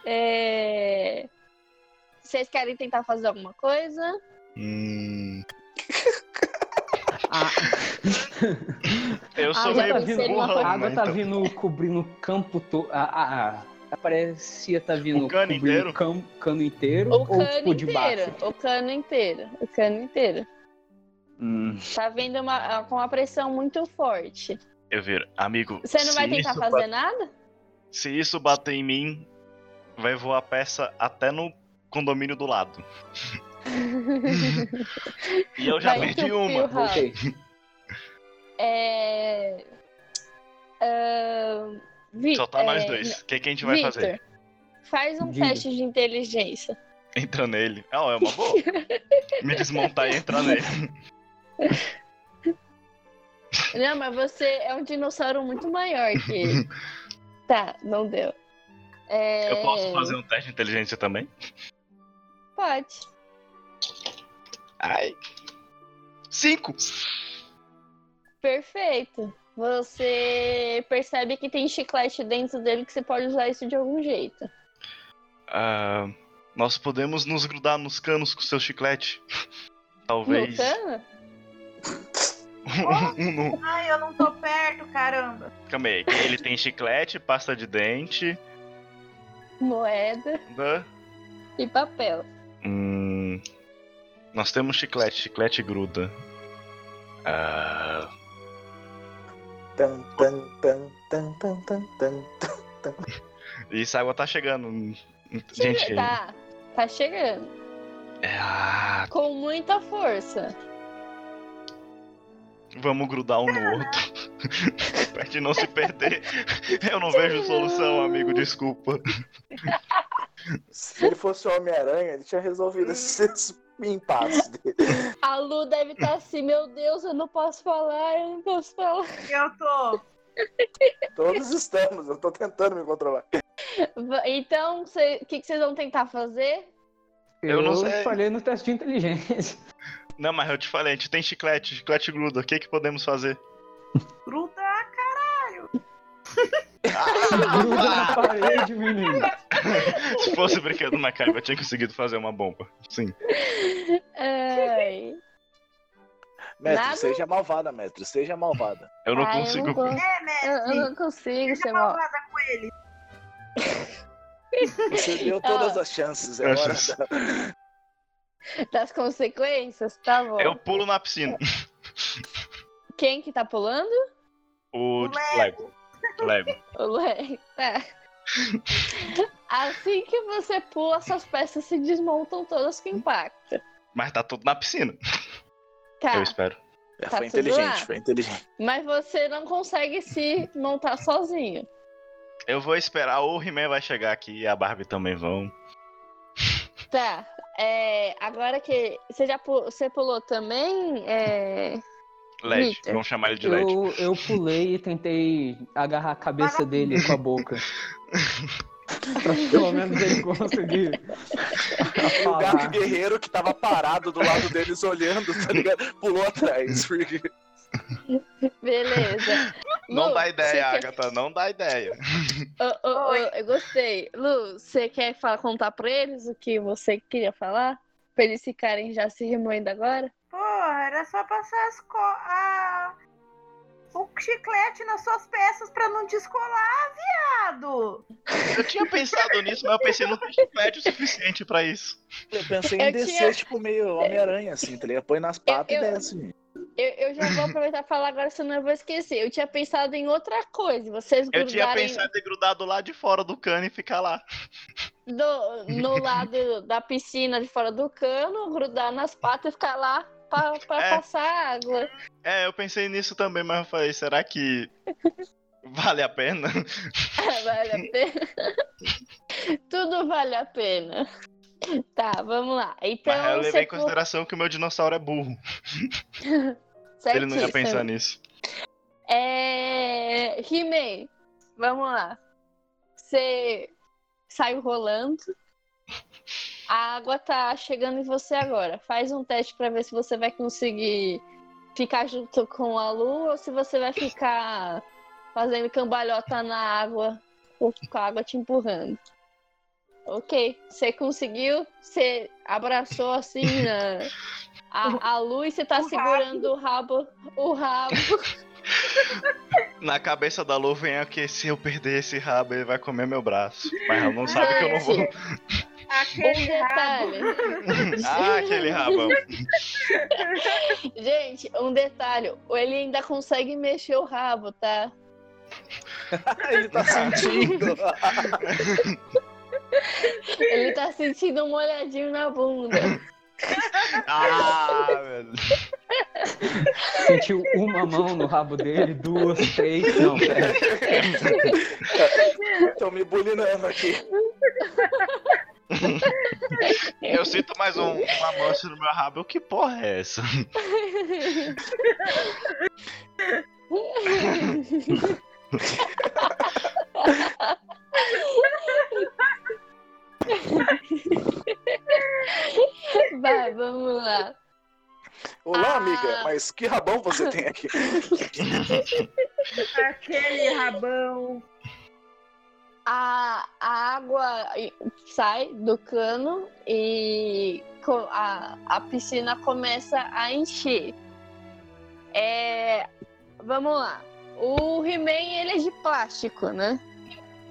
É, Vocês querem tentar fazer alguma coisa? Hum, A eu a Ah, sou água meio tá vindo, uma burrão, a água né, tá então. vindo cobrindo o campo todo. A, a, a- parecia tá vindo O cano cobrindo inteiro? o cam- cano inteiro O ou cano tipo de inteiro. baixo. O cano inteiro. O cano inteiro. Hum, Tá vindo uma- com uma pressão muito forte. Eu viro, amigo. Você não se vai tentar isso fazer nada? ba- Se isso bater em mim, vai voar peça até no condomínio do lado. E eu já Vai perdi entupir uma. o ralo. voltei. É. ahn, Vi- Só tá nós é, dois. O que, que a gente vai Victor, fazer? Faz um Diga. teste de inteligência. Entra nele. Ah, é uma boa. Me desmontar e entrar nele. Não, mas você é um dinossauro muito maior que ele. tá, não deu. É, Eu posso fazer um teste de inteligência também? Pode. Ai. Cinco. Perfeito. Você percebe que tem chiclete dentro dele que você pode usar isso de algum jeito. Ah, nós podemos nos grudar nos canos com seu chiclete. Talvez. Vulcano? um no- Ai, eu não tô perto, caramba. Calma aí, que ele tem chiclete, pasta de dente. né? Moeda da- e papel. Hum, nós temos chiclete, chiclete gruda. Ah, Tan, tan, tan, tan, tan, tan, tan. e essa água tá chegando. hum, Chega- Gente, Tá, tá chegando. é, ah, Com muita força. vamos grudar um no outro. pra gente não se perder. Eu não vejo solução, amigo, desculpa. Se ele fosse o Homem-Aranha, ele tinha Hum. resolvido esse, esse impasse dele. A Lu deve estar assim, meu Deus, eu não posso falar, eu não posso falar. Eu tô. Todos estamos, eu tô tentando me controlar. Va- Então, o que, que vocês vão tentar fazer? Eu não sei. falhei no teste de inteligência. Não, mas eu te falei, a gente tem chiclete, chiclete gruda. O que que podemos fazer? Gruda Gruda na parede, menino. Se fosse brinquedo macaco, eu tinha conseguido fazer uma bomba. Sim. Ai, Mestre, Nada. seja malvada, mestre, seja malvada. Eu não ai, consigo. Ah, Eu não, gosto- É, mestre. eu- eu não consigo ser mal. malvada com ele. Você deu todas as chances, é hora Chances. da... Das consequências, tá bom. Eu pulo na piscina. Quem que tá pulando? O Lego. Lego. O Lé. Tá. Assim que você pula, suas peças se desmontam todas com impacto. Mas tá tudo na piscina. Tá. Eu espero. É, Tá foi tudo inteligente, lá. foi inteligente. Mas você não consegue se montar sozinho. Eu vou esperar ou o He-Man vai chegar aqui e a Barbie também vão. Tá. é, agora que. Você já pu- você pulou também? É, LED, Victor. vamos chamar ele de LED. Eu, eu pulei e tentei agarrar a cabeça dele com a boca. pra pelo menos ele conseguir O Um gato apagar. guerreiro que tava parado do lado deles olhando, tá ligado? Pulou atrás. Porque... Beleza. Não Lu, dá você ideia, quer- Agatha, não dá ideia. Ô, ô, ô, Oi. eu gostei. Lu, você quer falar, contar pra eles o que você queria falar? Pra eles ficarem já se remoendo agora? Porra, era só passar as co a... o chiclete nas suas peças pra não descolar, viado. Eu tinha pensado nisso, mas eu pensei não tem chiclete o suficiente pra isso. Eu pensei Eu em descer, tinha- tipo, meio Homem-Aranha, assim, tá ligado? Põe nas patas Eu- e eu- desce. Eu, eu já vou aproveitar e falar agora, senão eu vou esquecer. Eu tinha pensado em outra coisa. Vocês Eu tinha grudarem pensado em grudar do lado de fora do cano e ficar lá. do- no lado da piscina de fora do cano, grudar nas patas e ficar lá pra, pra É. passar água. É, eu pensei nisso também, mas eu falei, será que vale a pena? vale a pena. Tudo vale a pena. Tá, vamos lá. Então, Mas eu levei você em consideração que o meu dinossauro é burro. Certíssimo. Ele não ia pensar nisso. É. He-Man, vamos lá. Você saiu rolando. A água tá chegando em você agora. Faz um teste pra ver se você vai conseguir ficar junto com a lua ou se você vai ficar fazendo cambalhota na água ou com a água te empurrando. Ok, você conseguiu, você abraçou assim na- a, a luz, você tá O rabo. segurando o rabo, o rabo Na cabeça da Lu vem o que se eu perder esse rabo, ele vai comer meu braço. Mas ela não sabe que eu não vou. Aquele Um rabo. detalhe. Ah, aquele rabo. Gente, um detalhe. Ele ainda consegue mexer o rabo, tá? Ele tá sentindo. Ele tá sentindo um molhadinho na bunda. Ah, velho. Sentiu uma mão no rabo dele, duas, três. Não, pera. Estão me bulinando aqui. Eu sinto mais um, uma mancha no meu rabo. Que porra é essa? Vai, vamos lá. Olá, Ah. amiga, mas que rabão você tem aqui? Aquele rabão. A, a água i- sai do cano e co- a, a piscina começa a encher. É, vamos lá. O He-Man, ele é de plástico, né?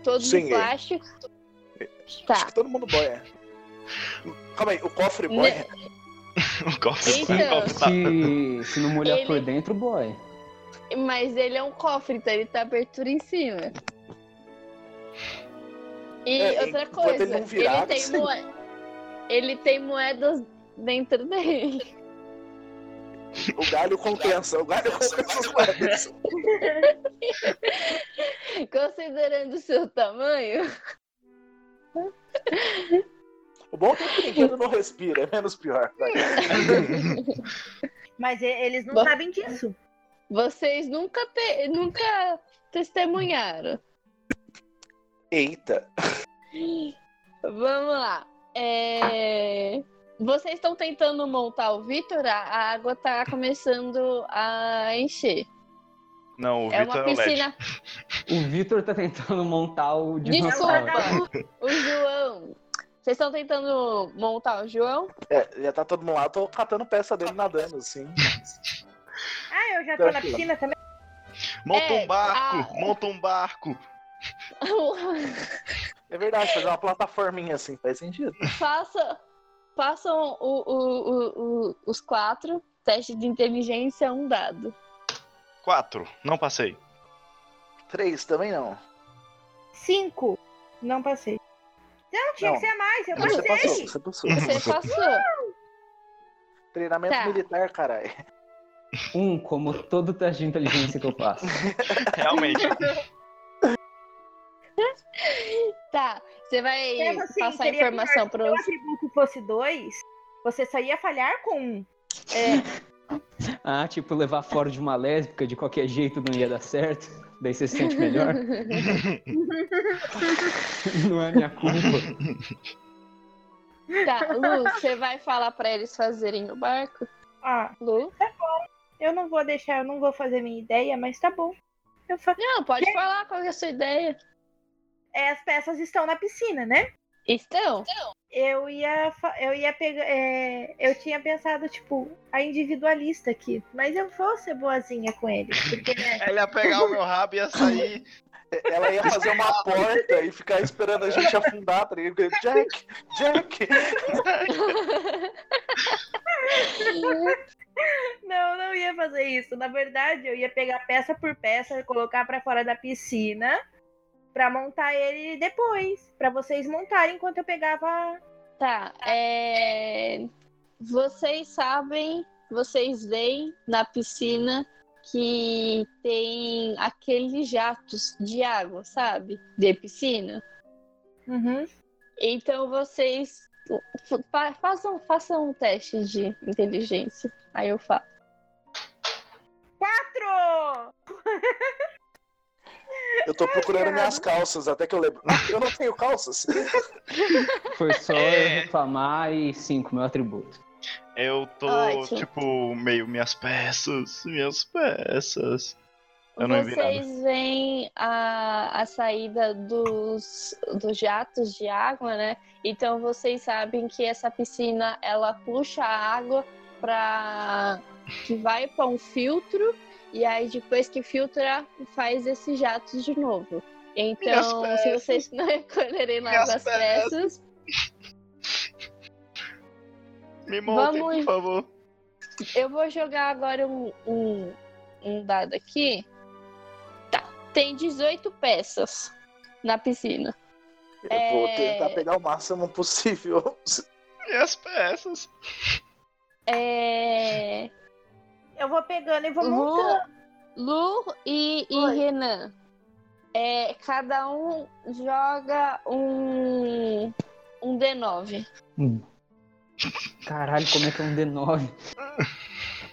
Todo Sim, de é. plástico. Tá. Acho que todo mundo boia. Calma aí, o cofre boia? Né? O Um copo, Então. o copo tá. Se, se não molhar Ele- por dentro, boy. Mas ele é um cofre, então ele tá abertura em cima. E É, outra enquanto ele coisa, não virar, ele, tem sim. moe- ele tem moedas dentro dele. O galho compensa, o galho compensa as moedas. Considerando o seu tamanho, O bom é que o brinquedo não respira, é menos pior. vai. Mas e- eles não Bom. sabem disso. vocês nunca, te- nunca testemunharam. Eita, Vamos lá. É, Vocês estão tentando montar o Vitor, a a água tá começando a encher. Não, o é Vitor uma é o LED. piscina O Vitor tá tentando montar o tá dinossauro. Desculpa, o João. Vocês estão tentando montar o João? é, já tá todo mundo lá, eu tô catando peça dele nadando, assim. Ah, eu já tô na Tranquilo. piscina também. Monta É, um barco! ah. Monta um barco! É verdade, fazer uma plataforminha assim, faz sentido. Faça, façam o- o- o- o- os quatro testes de inteligência um dado. Quatro. Não passei. Três também não. Cinco. Não passei. Não, tinha Não. que ser mais, eu Você passou, passei. você passou. Você passou. Treinamento Tá. militar, caralho. Um, como todo teste de inteligência que eu faço. Realmente. Tá. Você vai Então, assim, passar a seria melhor informação pro. Se o atributo fosse dois, você só ia falhar com um. É, Ah, tipo, levar fora de uma lésbica de qualquer jeito não ia dar certo. Daí você se sente melhor. não é minha culpa. Tá, Lu, você vai falar pra eles fazerem o barco? ah, Lu? eu não vou deixar, eu não vou fazer minha ideia, mas tá bom. Eu fa... Não, pode falar qual que é a sua ideia. É, as peças estão na piscina, né? Estão? Eu ia, fa- eu ia pegar. é, eu tinha pensado, tipo, a individualista aqui. Mas eu vou ser boazinha com ele. Porque, né? Ela ia pegar o meu rabo e ia sair. Ela ia fazer uma porta e ficar esperando a gente afundar, tá ligado? Jack, Jack! Então. Não, eu não ia fazer isso. Na verdade, eu ia pegar peça por peça, colocar pra fora da piscina, pra montar ele depois, Pra vocês montarem enquanto eu pegava. Tá, é... vocês sabem, vocês veem na piscina que tem aqueles jatos de água, sabe? De piscina. Uhum. Então vocês F- fa- Façam, façam um teste de inteligência. Aí eu falo. Quatro! Eu tô procurando minhas calças, até que eu lembro. Ah, eu não tenho calças. Foi só eu reclamar e 5, meu atributo. Eu tô, Ótimo. tipo, meio minhas peças, minhas peças. Eu não envi nada. Vocês veem a, a saída dos, dos jatos de água, né? Então vocês sabem que essa piscina ela puxa a água para que vai para um filtro e aí depois que filtra faz esses jatos de novo. Então, Minhas se vocês não recolherem Minhas mais as peças. peças, Me montem, Vamos- por favor. eu vou jogar agora um, um, um dado aqui. Tá, tem 18 peças na piscina. Eu É. vou tentar pegar o máximo possível. Minhas peças. É... Eu vou pegando e vou Lu, montando. Lu e, e Oi. Renan. É, cada um joga um, um D9. Caralho, como é que é um D9?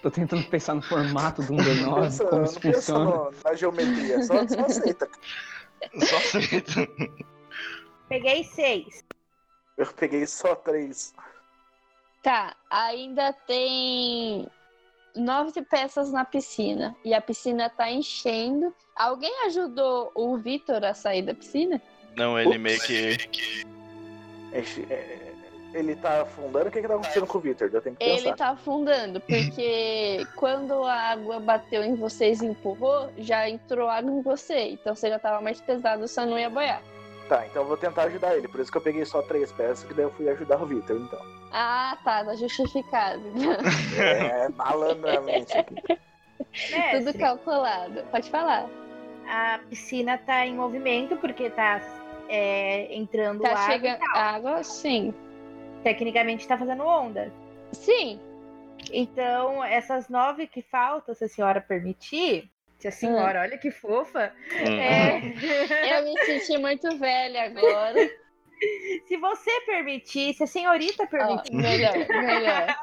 Tô tentando pensar no formato de um D9, Pensa- como isso não pensa funciona. no- na geometria, só, só aceita. Só aceito. Peguei seis. Eu peguei só três. Tá, ainda tem nove peças na piscina. E a piscina tá enchendo. Alguém ajudou o Vitor a sair da piscina? Não, ele meio que. Enche- é- Ele tá afundando, o que que tá acontecendo com o Victor? Eu tenho que Ele pensar. tá afundando, porque quando a água bateu em vocês e empurrou, já entrou água em você. Então você já tava mais pesado, você não ia boiar. Tá, então eu vou tentar ajudar ele. Por isso que eu peguei só três peças, que daí eu fui ajudar o Victor, então. Ah, tá, tá justificado. É, malandramente aqui. Mestre, Tudo calculado. Pode falar. a piscina tá em movimento porque tá é, entrando Tá água. chegando água? Sim. Tecnicamente tá fazendo onda. Sim. Então, essas nove que faltam, se a senhora permitir. Se a senhora, olha que fofa. hum. É, Eu me senti muito velha agora. se você permitir, se a senhorita Ó, permitir. melhor, melhor.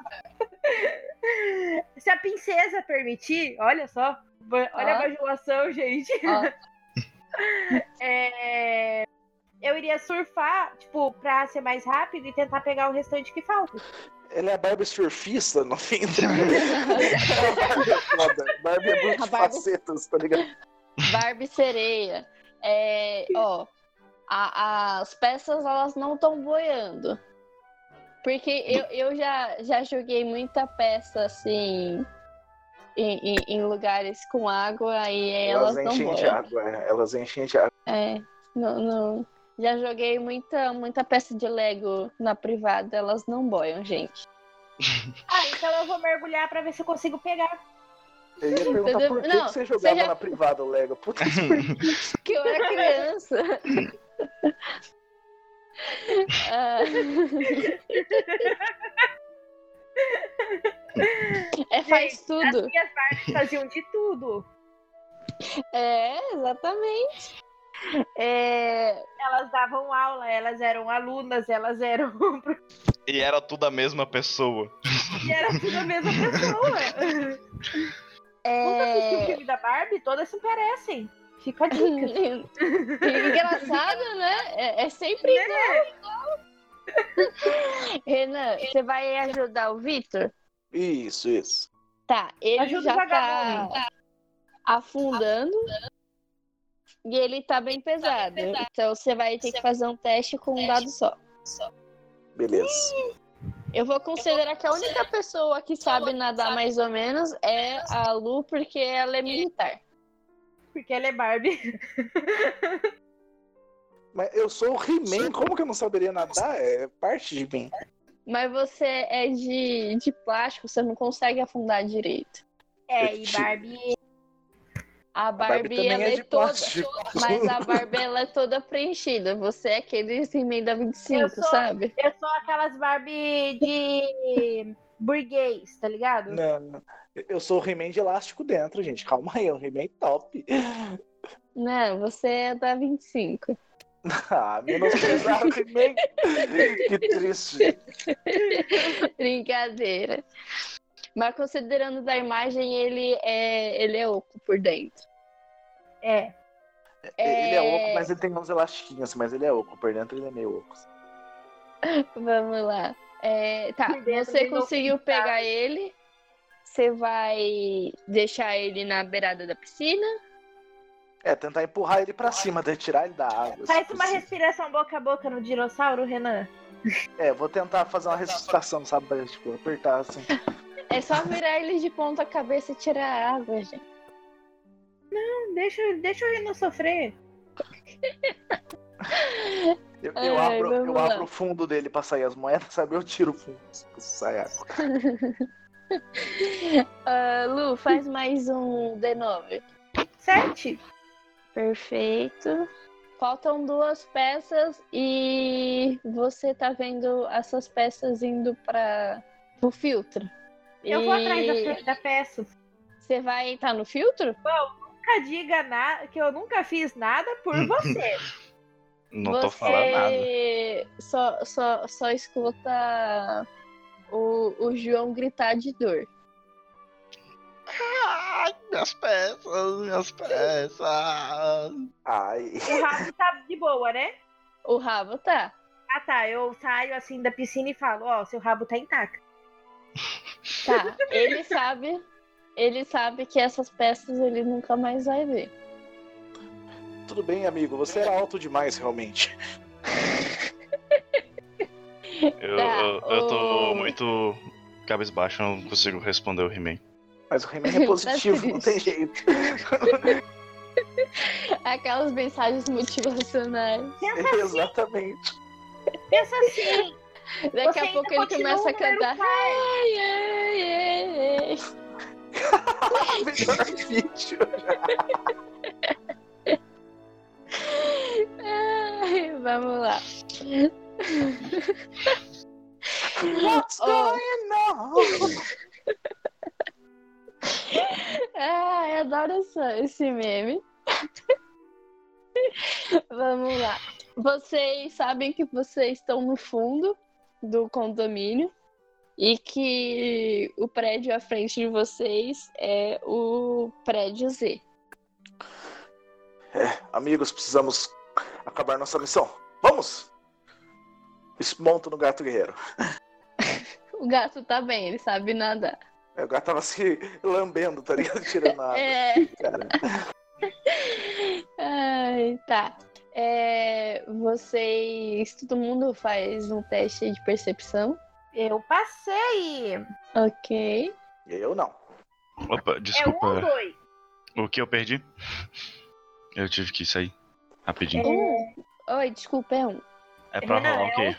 Se a princesa permitir, olha só. ba- Olha Ó. a bajulação, gente. Ó, É, Eu iria surfar, tipo, pra ser mais rápido e tentar pegar o restante que falta. Ele é Barbie surfista, no fim. Barbie é foda. Barbie é A muito Barbie- facetas, tá ligado? Barbie sereia. É, ó, a- as peças elas não estão boiando. Porque eu, eu já, já joguei muita peça assim. Em, em- em lugares com água e elas, não enchem de boiam. água, é. elas enchem de água. É, não, não. Já joguei muita, muita peça de Lego na privada, elas não boiam, gente. Ah, então eu vou mergulhar pra ver se eu consigo pegar. Eu ia perguntar por que, Não, que você jogava já- na privada o Lego. Puta que Que eu era criança. Ah. É, faz As tudo. minhas Barbies faziam de tudo. É, exatamente. É, Elas davam aula, elas eram alunas, elas eram. E era tudo a mesma pessoa. e era tudo a mesma pessoa. Nunca assisti o é... filme da Barbie, todas se parecem. Fica a dica. Engraçado, né? É, é sempre igual. Né? igual. Renan, você vai ajudar o Vitor? Isso, isso. Tá, ele Ajuda o já vagabundo. tá afundando. E ele tá bem pesado. Então você vai ter que fazer um teste com um dado só. Beleza. Eu vou considerar que a única pessoa que sabe nadar mais ou menos é a Lu, porque ela é militar. Porque ela é Barbie. Mas eu sou o He-Man, como que eu não saberia nadar? É parte de mim. Mas você é de, de plástico, você não consegue afundar direito. É, e Barbie. A A Barbie, ela é, toda. Mas a barba ela é toda preenchida. Você é aquele emenda 25, Eu sou- sabe? Eu sou aquelas Barbie de burguês, tá ligado? Não, não. eu sou o He-Man de elástico dentro, gente. Calma aí, é um He-Man top. Não, você é da 25. Ah, menosprezar o He-Man. Que triste. Brincadeira. Mas considerando da imagem, ele é, ele é oco por dentro. É. Ele é oco, mas ele tem uns elastiquinhos, mas ele é oco. Por dentro ele é meio oco. Vamos lá. É, tá, Por dentro você ele não conseguiu fica. pegar ele. Você vai deixar ele na beirada da piscina. É, tentar empurrar ele pra cima, até tirar ele da água. assim, se Faz uma possível. respiração boca a boca no dinossauro, Renan. É, vou tentar fazer uma ressuscitação, sabe? Pra, tipo, apertar assim. É só virar ele de ponta cabeça e tirar a água, gente. Deixa, deixa o Renan sofrer. Eu, eu Ai, abro, vamos eu lá. abro o fundo dele pra sair as moedas, sabe? Eu tiro o fundo pra sair água. Ah, Lu, faz mais um D9. Sete. Perfeito. Faltam duas peças e você tá vendo essas peças indo para o filtro. Eu vou E atrás da, fe- da peça. Você vai entrar no filtro? Nunca diga nada, que eu nunca fiz nada por Hum. você. Não você tô falando nada. Só, só, só escuta o, o João gritar de dor. Ai, minhas peças, minhas peças. Ai. o rabo tá de boa, né? O rabo tá. Ah tá, eu saio assim da piscina e falo, ó, seu rabo tá intacto. Tá. Ele sabe. Ele sabe que essas peças ele nunca mais vai ver. Tudo bem, amigo. Você era alto demais, realmente. Eu, Tá, eu, eu tô ô. muito cabisbaixo, eu não consigo responder o He-Man. Mas o remédio é positivo, não tem jeito. Aquelas mensagens motivacionais. Pensa assim, É, Exatamente. pensa assim. Daqui Você a pouco ele ainda continua começa a o número cantar. Ai, ai, ai, ai. Melhor vídeo. Ai, Vamos lá. What's Oh. going on? Ai, adoro essa- esse meme. Vamos lá. Vocês sabem que vocês estão no fundo do condomínio e que o prédio à frente de vocês é o prédio Z. Amigos, precisamos acabar nossa missão. Vamos! Desmonta no gato guerreiro. O gato tá bem, ele sabe nadar. É, O gato tava se lambendo, tá ligado? Tirando a água. É. Cara. Ai, tá. É, vocês. Todo mundo faz um teste de percepção. Eu passei. É Ok. Eu não. Opa, É um ou desculpa. dois? O que eu perdi? Eu tive que sair É. rapidinho. Um. Oi, desculpa, é um. É, pra Renan, rolar o é quê?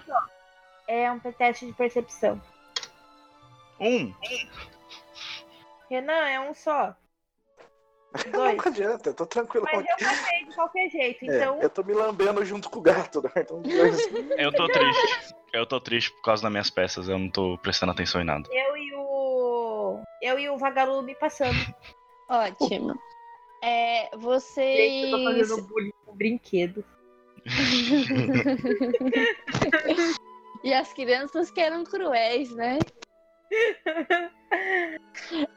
É um teste de percepção. Um! Renan, é um só. Dois. Não adianta, eu tô tranquilo. Mas eu passei de qualquer jeito, É, então. eu tô me lambendo junto com o gato, né? Então, dois. Eu tô triste. Eu tô triste por causa das minhas peças, eu não tô prestando atenção em nada. Eu e o. Eu e o vagalume passando. Ótimo. É, Gente, eu tô vocês. um fazendo bullying com brinquedo. E as crianças que eram cruéis, né?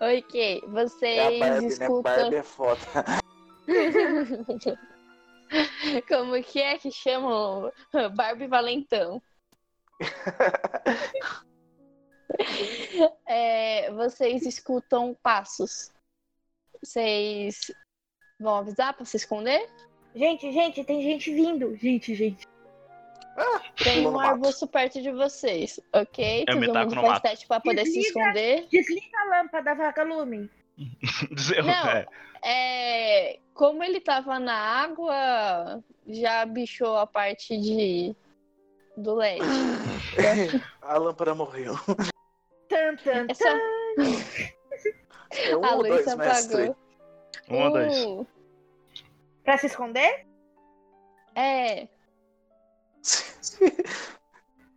ok, vocês é a Barbie, né? escutam. Barbie é foda. Como que é que chamam? Barbie Valentão. É, vocês escutam passos. Vocês vão avisar pra se esconder? Gente, gente, tem gente vindo. Gente, gente. Tem Pulou um no mato. arbusto perto de vocês, ok? Eu me Todo taco mundo no faz mato. teste pra poder se Desliga. esconder. Desliga a lâmpada, vagalume. Dizer- Não. é, É, como ele tava na água, já bichou a parte de do LED. A lâmpada morreu. Tan, tan, É só- É um a ou luz dois, se mestre? apagou. um ou dois. Uh, Pra se esconder? é,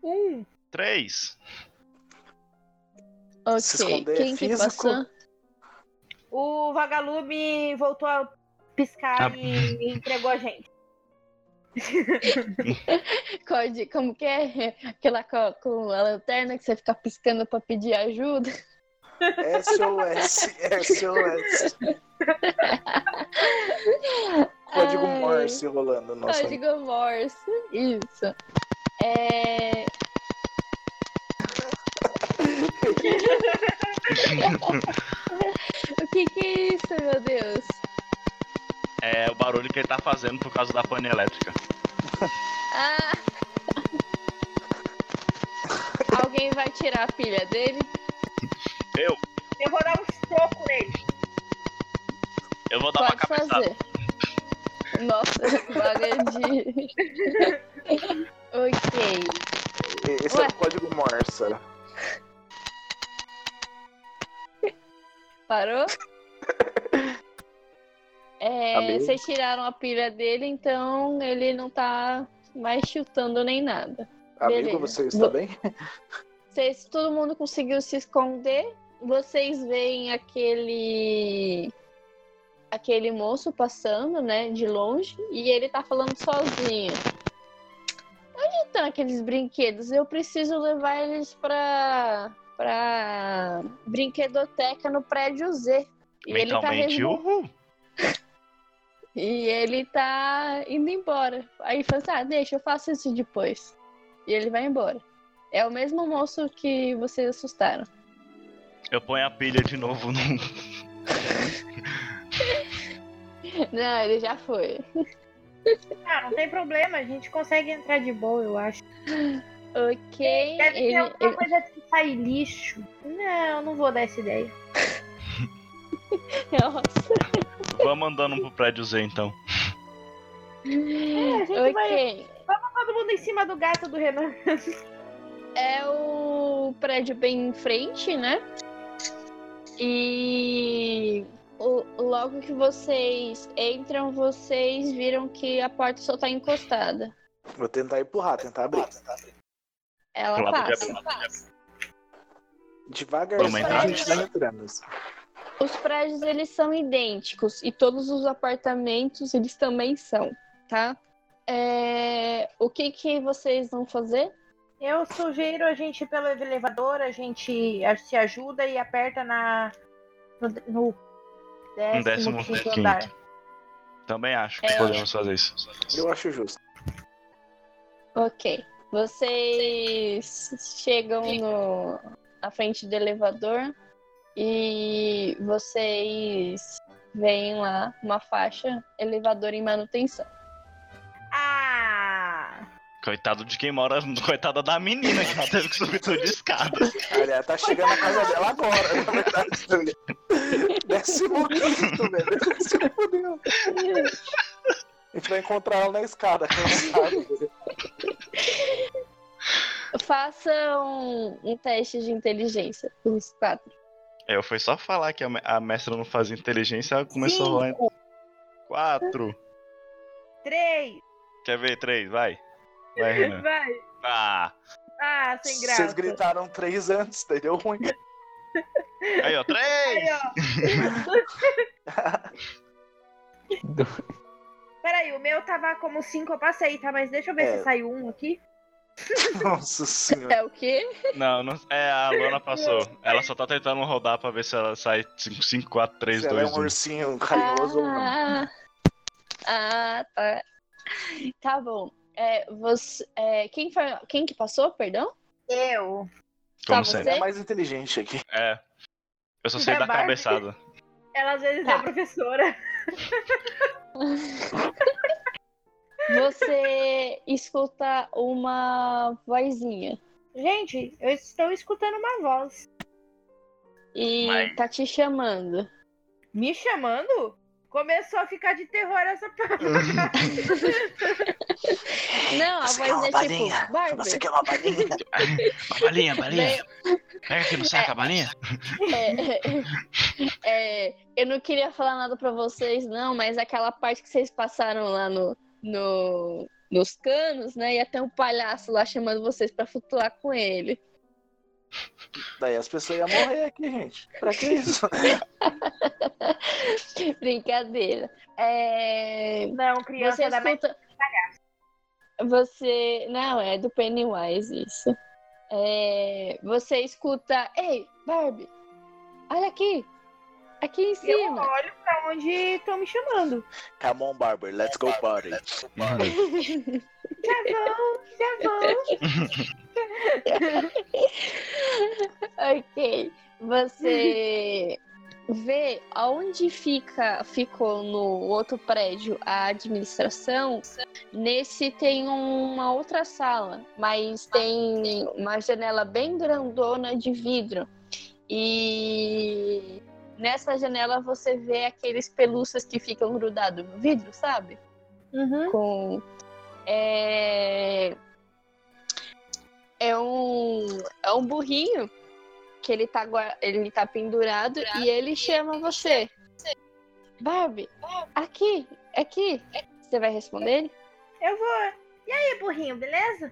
Um. Três. ok. Se esconder é Quem que físico? passou? O vagalume voltou a piscar Ah. e entregou a gente. Code, como que é? Aquela co- com a lanterna que você fica piscando pra pedir ajuda. SOS, SOS. Código Ai, Morse rolando. Nossa, Código Morse. Isso. É, O que que é isso, meu Deus? É o barulho que ele tá fazendo por causa da pane elétrica. Ah! Alguém vai tirar a pilha dele? Eu, Eu vou dar um soco nele. eu vou dar uma Pode Tá cabeçada. fazer. Nossa, vaga de. ok. esse é Ué. o código Morse. Parou? É, Amei. vocês tiraram a pilha dele, então ele não tá mais chutando nem nada. Beleza. Amigo, você está Vou- bem? Vocês, todo mundo conseguiu se esconder. Vocês veem aquele aquele moço passando, né, de longe, e ele tá falando sozinho. Onde estão aqueles brinquedos? Eu preciso levar eles pra para brinquedoteca no prédio Z. E ele tá Mentalmente, resmungando. uhul. E ele tá indo embora. Aí fala assim, ah, deixa, eu faço isso depois. E ele vai embora. É o mesmo moço que vocês assustaram. Eu ponho a pilha de novo no. Não, ele já foi. Ah, não tem problema, a gente consegue entrar de boa, eu acho. Ok. Deve ele- ter alguma ele- coisa de sair lixo. Não, não vou dar essa ideia. Nossa. Vamos andando pro prédio Z então. É, a gente ok. Todo mundo em cima do gato do Renan. É o prédio bem em frente, né? E o- logo que vocês entram, vocês viram que a porta só tá encostada. Vou tentar empurrar, tentar abrir. Ela Pro lado de passa. Vamos Devagarzinho entrar? a gente vai entrando. assim. Os prédios eles são idênticos e todos os apartamentos eles também são, tá? É, O que que vocês vão fazer? Eu sugiro a gente ir pelo elevador, a gente a- se ajuda e aperta na no, no décimo, décimo quinto quinto. andar. Também acho que podemos fazer isso. Eu acho justo. Ok, vocês chegam no na frente do elevador e vocês veem lá uma faixa elevador em manutenção. Ah! Coitado de quem mora. Coitada da menina que ela teve que subir tudo de escada. Olha, tá chegando a casa dela agora, na verdade. um tá ligado? Décimo quinto, velho. Se fudeu. A gente vai encontrar ela na escada, cansado. velho. Façam um teste de inteligência, os quatro. É, Eu foi só falar que a, me- a mestra não fazia inteligência, ela começou a rolar. Cinco, Quatro. três, Quer ver? Três, vai. Vai, Renan. vai! Ah! Ah, sem graça. Vocês gritaram três antes, daí deu ruim. Aí, ó, Aí, três! ó. Do- Peraí, o meu tava como cinco, eu passei, tá? Mas deixa eu ver É. se sai um aqui. Nossa senhora. É o quê? Não, não, é, a Lona passou. Ela só tá tentando rodar pra ver se ela sai 5, 5 4, 3, Se ela é 2, um 1. ursinho carinhoso ou não. Ah, ah, tá. Tá bom. É, você, é, quem, foi, quem que passou, perdão? Eu. Como tá, você- sempre. Ela é mais inteligente aqui. É. Eu só sei É dar Barbie. cabeçada. Ela às vezes Tá. é professora. Você escuta uma vozinha Gente, eu estou escutando uma voz. e Mas- tá te chamando. Me chamando? Começou a ficar de terror essa Uhum. parte. Não, a Você quer voz uma é balinha? tipo, Barbie. Você quer uma balinha? A balinha, a balinha. Daí- Pega aqui no saco, a balinha. É, é, eu não queria falar nada pra vocês, não, mas aquela parte que vocês passaram lá no, no- nos canos, né? Ia ter um palhaço lá chamando vocês pra flutuar com ele. Daí as pessoas iam morrer aqui, gente. Pra que isso? Brincadeira. É, Não, criança você da escuta, Você. Não, é do Pennywise isso. É, Você escuta. Ei, Barbie! Olha aqui! Aqui em Eu cima! olho pra onde estão me chamando. Come on, Barber, let's go party. Mano, Já vão, já vão. ok. Você vê aonde fica, ficou no outro prédio a administração. Nesse tem uma outra sala, mas tem uma janela bem grandona de vidro. E nessa janela você vê aqueles pelúcias que ficam grudados no vidro, sabe? Uhum. com é é um é um burrinho que ele tá gua- ele tá pendurado e ele chama você Barbie aqui aqui você vai responder ele Eu vou. E aí, burrinho, beleza?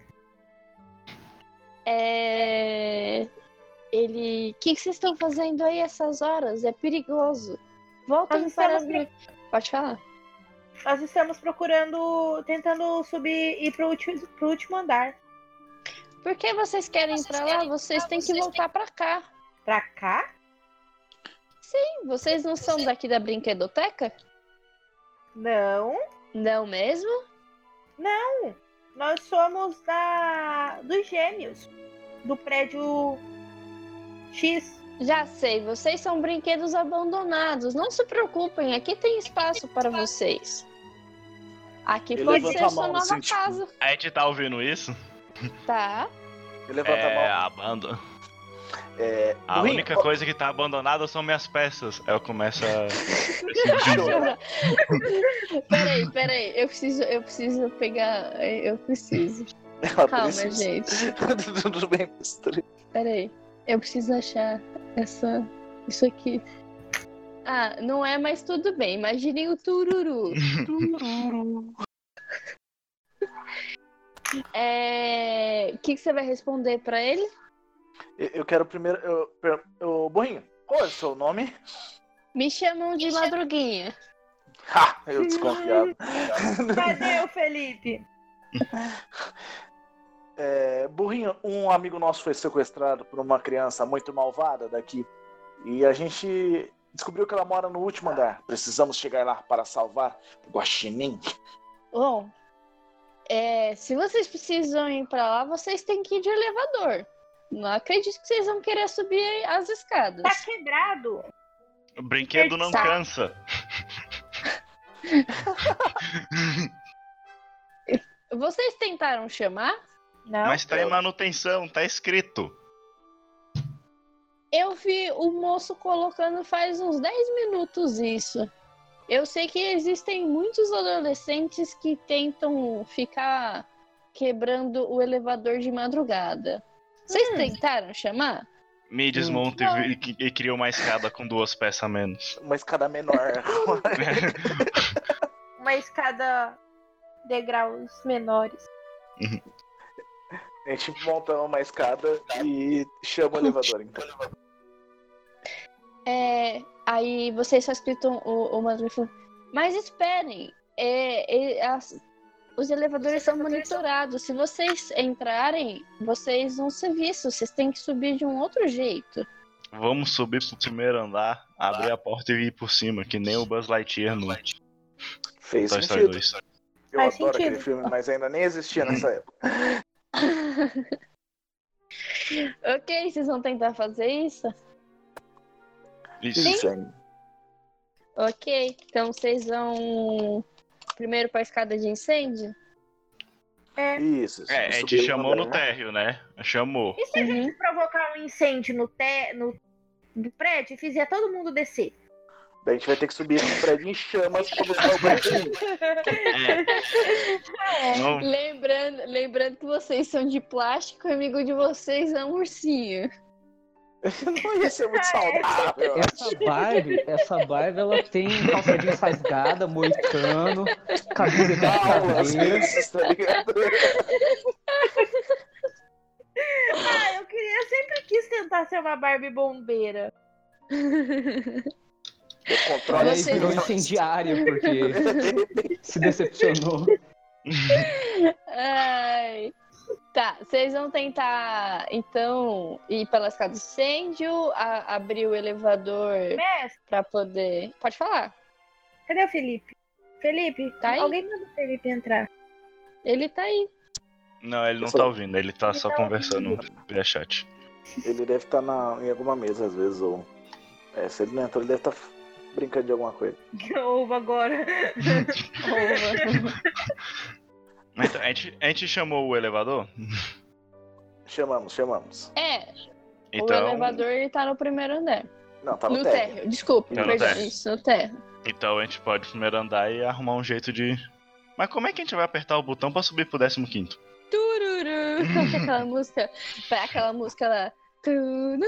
é ele o que que vocês estão fazendo aí essas horas é perigoso voltem Nós para estamos as- pode falar Nós estamos procurando, tentando subir e ir pro último, pro último andar. por que vocês querem ir pra lá vocês têm que voltar pra cá Pra cá? Sim, vocês não são daqui da brinquedoteca Não. não mesmo Nós somos da dos gêmeos. Do prédio X. Já sei, vocês são brinquedos abandonados. Não se preocupem, aqui tem espaço para vocês. Aqui Ele pode levanta ser a sua mão, nova assim, tipo- casa, a Ed tá ouvindo isso? tá? E levanta É, a mão. a banda. É, A Burrinho, única ó, coisa que tá abandonada são minhas peças. Aí eu começo a. peraí, peraí, eu preciso, eu preciso pegar, eu preciso. ela Calma, precisa- gente. Tudo bem, precisa- Peraí, eu preciso achar essa, isso aqui. Ah, não é, mas tudo bem. Imaginem o tururu. É, O que, que você vai responder para ele? Eu eu quero primeiro. Eu, per- eu, Burrinho, qual é o seu nome? Me chamam de madruguinha. Ha! Eu desconfiado. Cadê o Felipe? É, burrinho, um amigo nosso foi sequestrado por uma criança muito malvada daqui. E a gente descobriu que ela mora no último andar. Precisamos chegar lá para salvar o Guaxinim. Bom, é, se vocês precisam ir pra lá, vocês têm que ir de elevador. Não acredito que vocês vão querer subir as escadas. Tá quebrado. O brinquedo não Tá. cansa. Vocês tentaram chamar? Não. Mas tá em manutenção, tá escrito. Eu vi o moço colocando faz uns 10 minutos isso. Eu sei que existem muitos adolescentes que tentam ficar quebrando o elevador de madrugada. Vocês Hum. tentaram chamar? Me desmonta Não. e, vi- e cria uma escada com duas peças a menos. Uma escada menor. Uma escada degraus menores. a gente monta uma escada e chama o elevador. Então. É, aí vocês só escritam o, o Madruga falou, mas esperem, é, é, as- os elevadores são monitorados. Se vocês entrarem, vocês vão ser vistos. Vocês têm que subir de um outro jeito. Vamos subir pro primeiro andar, abrir a porta e ir por cima, que nem o Buzz Lightyear no Toy Fez Story sentido. 2. Eu Faz adoro sentido. aquele filme, mas ainda nem existia nessa época. ok, vocês vão tentar fazer isso? Isso. Sim. Sim. Ok, então vocês vão primeiro para a escada de incêndio? Isso. isso. É, Ed Subiu chamou no andar, né? térreo, né? Chamou. E se a Uhum. gente provocar um incêndio no, te... no... no prédio e fizer todo mundo descer? Daí a gente vai ter que subir no prédio em chamas pra buscar o Guaxinim. É. Não, É, Lembrando, lembrando que vocês são de plástico, o amigo de vocês é um ursinho. Não ia ser muito saudável. Essa Barbie, essa Barbie, ela tem calçadinha rasgada, moicano, camisa de Calma, às caveira. vezes, tá ligado? Ah, eu queria, eu sempre quis tentar ser uma Barbie bombeira. Eu controlo Olha aí, esse É, Vocês- virou incendiário, porque se decepcionou. Ai. Tá, vocês vão tentar, então, ir pela escada do incêndio, a- abrir o elevador Mestre, pra poder. Pode falar. cadê o Felipe? Felipe, Tá aí? alguém manda o Felipe entrar. Ele tá aí. Não, ele não Só- tá ouvindo, ele tá Ele só tá conversando via chat. Ele deve estar na, em alguma mesa, às vezes, ou. É, se ele não entrou, ele deve estar brincando de alguma coisa. Ouva agora. Então, a, gente, a gente chamou o elevador? Chamamos, chamamos. É, o Então, elevador ele tá no primeiro andar. Não, tá no, no térreo. térreo, desculpa, Tá no perdão. térreo. Isso, no térreo. então a gente pode primeiro andar e arrumar um jeito de. Mas como é que a gente vai apertar o botão pra subir pro 15? Tururu, toca aquela música. Vai aquela música lá. Tunanana.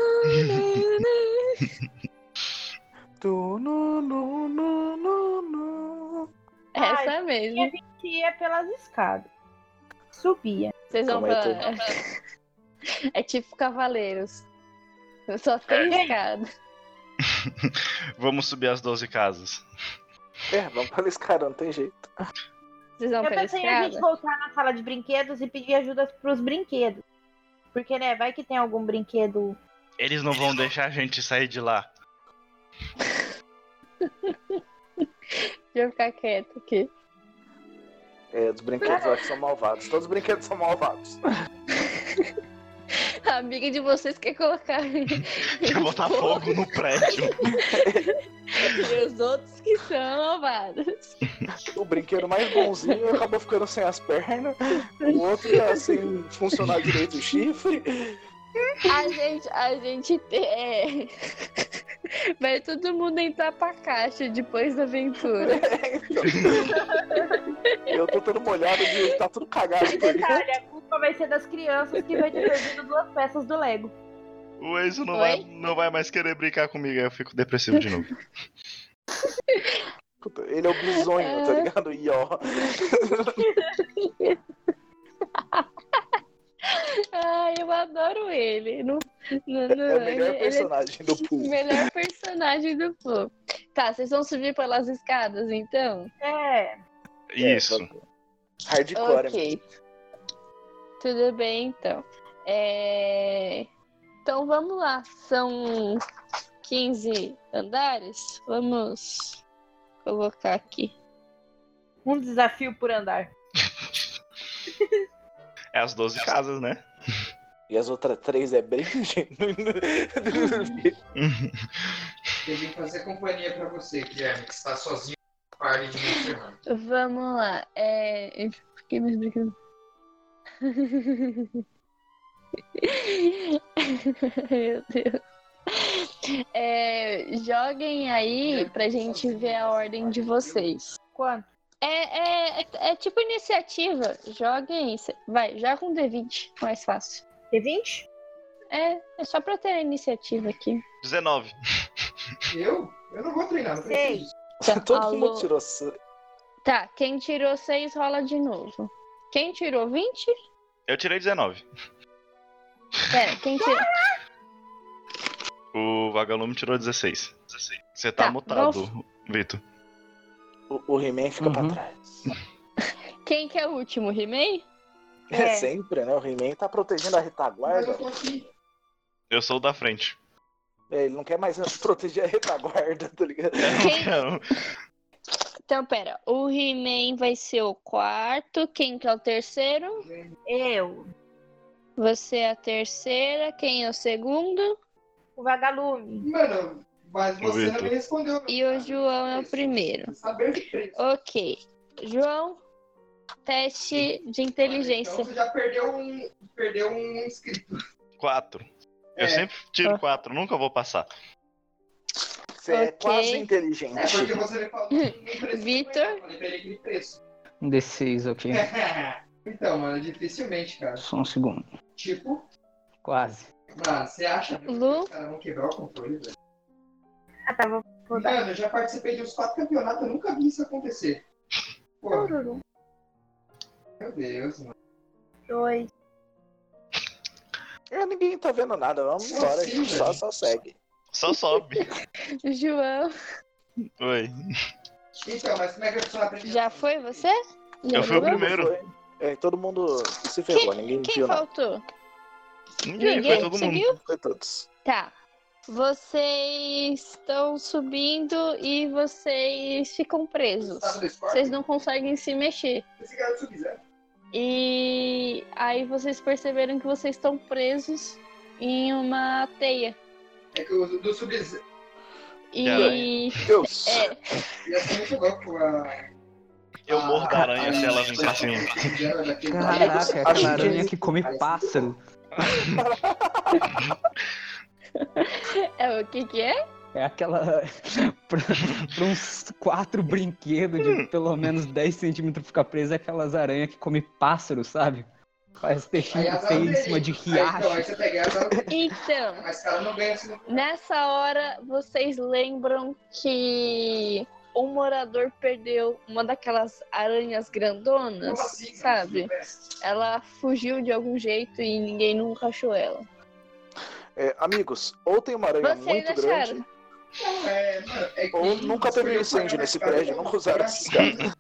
Tu, nu, nu, nu, nu, nu. Essa E a mesmo. gente ia pelas escadas. Subia. Vocês vão Calma aí, pra... É tipo Cavaleiros. Só tem escada. Vamos subir as 12 casas. É, vamos pela escada, não tem jeito. Vocês vão Eu pela pensei em a gente escada. voltar na sala de brinquedos e pedir ajuda pros brinquedos. Porque, né, vai que tem algum brinquedo. Eles não vão deixar a gente sair de lá. Deixa eu ficar quieto aqui. É, os brinquedos eu acho que são malvados. Todos os brinquedos são malvados. A amiga de vocês quer colocar. Quer botar fogo no prédio. E os outros que são malvados. O brinquedo mais bonzinho acabou ficando sem as pernas. O outro tá sem funcionar direito o chifre. A gente, a gente te- é. Vai todo mundo entrar pra caixa depois da aventura. Eu tô todo molhado de. tá tudo cagado por dentro. Detalhe, a culpa vai ser das crianças que vai ter perdido duas peças do Lego. O Enzo não Oi? vai, não vai mais querer brincar comigo, aí eu fico depressivo de novo. Puta, Ele é o bisonho, tá ligado? E ó. Ai, eu adoro ele. Não, não, não, É o melhor ele- ele é personagem do pool. melhor personagem do povo. Tá, vocês vão subir pelas escadas então? É. Isso. Hardcore. ok. Tudo bem então. É, Então vamos lá. São 15 andares. Vamos colocar aqui. Um desafio por andar. É as 12 casas, né? E as outras três é bem. Eu vim fazer companhia pra você, Guilherme, que está sozinho. Pare de me enfermar. Vamos lá. É... eu Fiquei mais brincando. Meu Deus. É, joguem aí pra gente ver a ordem de vocês. Quanto? É, é, é- é tipo iniciativa. Joguem. cê- Vai, joga um D20, mais fácil. D20? É, é só pra ter a iniciativa aqui. 19. Eu? Eu não vou treinar, não Sei. preciso. Tá, Todo alô. mundo tirou. c- Tá, quem tirou 6 rola de novo. Quem tirou 20? Eu tirei 19. Pera, quem tirou. O vagalume tirou 16. 16. Você tá, Tá, mutado, Vitor. O, o He-Man fica pra Uhum. trás. Quem que é o último? He-Man? É. É. sempre, né? O He-Man tá protegendo a Mas retaguarda. eu tô aqui. Eu sou o da frente. É, ele não quer mais proteger a retaguarda, tá ligado? Quem- Não, Então, pera, o He-Man vai ser o quarto. Quem que é o terceiro? Eu. Você é a terceira. Quem é o segundo? O vagalume. Mano, mas Ô, você não Vitor. me respondeu. meu E o cara. João é o primeiro. Saber de preço. Ok. João, teste de inteligência. Então você já perdeu um, perdeu um inscrito. 4. Eu É. sempre tiro 4, nunca vou passar. Você é Ok. quase É porque inteligente. você me falou um preço. Vitor? que eu ganhava, Eu falei pra ele aquele preço. Um D6, ok. então, mano, dificilmente, cara. Só um segundo. Tipo, Quase. mano, você acha que Lu? os caras vão quebrar o controle, velho? Ah, tá, vou vou dar. Mano, eu já participei de uns quatro campeonatos, eu nunca vi isso acontecer. Pô, Tururu. meu Deus, mano. Dois. É, ninguém tá vendo nada, vamos embora, Sim, gente. Só, velho. só segue. Só sobe. João, Oi. Então, mas como é que eu funciona a premiação? já foi você? Não, Eu fui o não. primeiro. É, todo mundo se ferrou, ninguém Quem viu nada. faltou? Ninguém, foi todo Você mundo. viu? Foi todos. Tá. Vocês estão subindo e vocês ficam presos. Vocês não conseguem se mexer. E aí vocês perceberam que vocês estão presos em uma teia. É que o do sub E Deus. ia ser é muito louco a. Ah, Eu morro da aranha se ela vir pra cima. Caraca, é Acho que aquela aranha ele- que come pássaro. é o que que é? É aquela. pra, pra uns quatro brinquedos Hum. de pelo menos 10 centímetros ficar preso, é aquelas aranhas que come pássaro, sabe? Faz Aí peixinho as feio em abelhas. cima de Aí, então, aí riacho. você pega as abelhas, Então, mas ela não ganha assim. nessa hora vocês lembram que um morador perdeu uma daquelas aranhas grandonas, assim, sabe? Ela fugiu de algum jeito e ninguém nunca achou ela. É, amigos, ou tem uma aranha Vocês muito acharam? grande, É, ou nunca teve um incêndio nesse prédio, nunca usaram esses assim, caras.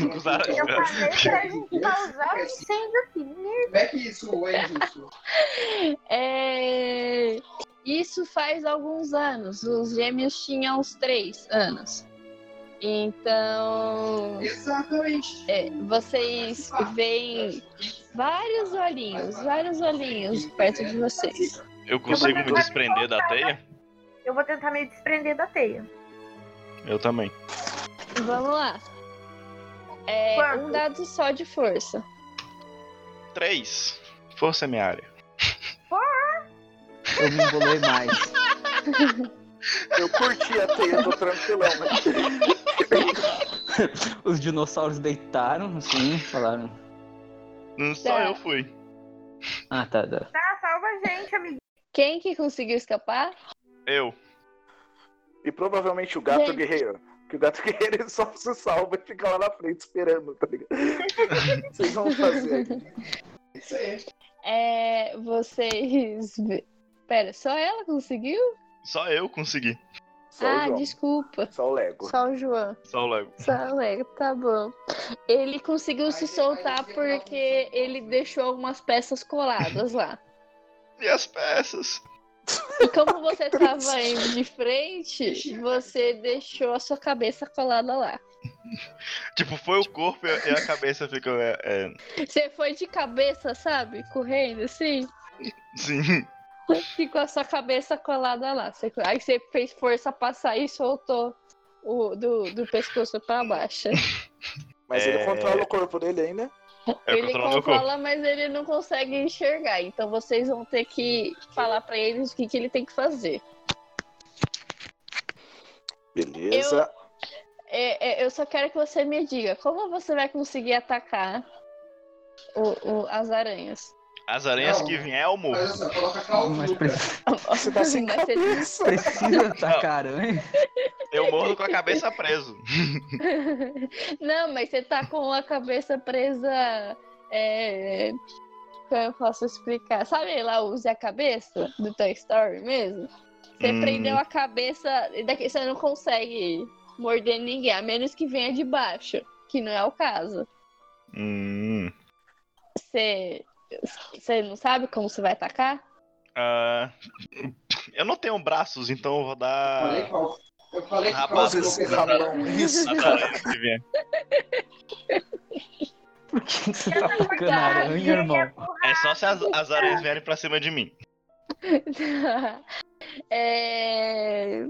Nunca usaram Eu essa. falei pra gente pausar o incêndio aqui. Meu Como é que isso é isso? É, Isso faz alguns anos. Os gêmeos tinham uns três anos. Então, Exatamente. é, vocês veem vários olhinhos, vários olhinhos perto de vocês. Eu consigo me desprender da teia? Eu vou tentar me desprender da teia. Eu também. Vamos lá. É Quanto? um dado só de força. Três. Força é minha área. Eu me embolei mais. Eu curti a teia, tô tranquilão, né? mas Os dinossauros deitaram, assim, falaram. Hum, Só Tá. eu fui. Ah, tá, tá. Tá, salva a gente, amiguinho. Quem que conseguiu escapar? Eu. E provavelmente o gato Gente. guerreiro. Porque o gato guerreiro ele só se salva e fica lá na frente esperando, tá ligado? Vocês vão fazer. Isso aí. É, vocês. ve- Pera, só ela conseguiu? Só eu consegui. Só o ah, João. desculpa. Só o Lego. Só o João. Só o Lego. Salego, tá bom. Ele conseguiu se soltar porque ele deixou algumas peças coladas lá. E as peças? E como você tava indo de frente, você deixou a sua cabeça colada lá. Tipo, foi o corpo e a- e a cabeça ficou. É, é, Você foi de cabeça, sabe? Correndo assim. sim. Ficou a sua cabeça colada lá. Você- Aí você fez força pra sair e soltou o, do, do pescoço pra baixo. Mas ele É. controla o corpo dele ainda. Eu ele controlo meu corpo. controla, mas ele não consegue enxergar. Então vocês vão ter que falar pra ele o que, que ele tem que fazer. Beleza. É, é, eu só quero que você me diga como você vai conseguir atacar o- o- as aranhas. As aranhas Não. que vier eu morro. Olha só, coloca Mas calma. pre- Você tá sem Mas você- cabeça. precisa atacar aranha? Eu morro com a cabeça preso. tá Não, mas você tá com a cabeça presa. é, Como eu posso explicar? Sabe lá, use a cabeça do Toy Story mesmo? Você Hum. prendeu a cabeça e daqui você não consegue morder ninguém, a menos que venha de baixo, que não é o caso. Hum. Você, você não sabe como você vai atacar? Ah, eu não tenho braços, então eu vou Falei dar. qual. Eu falei que Rapaz, calça esse pesada. rabão. Isso, As cara. aranhas que vier. Por que que você tá atacando a aranha, irmão? É só se as, as aranhas vierem pra cima de mim. É,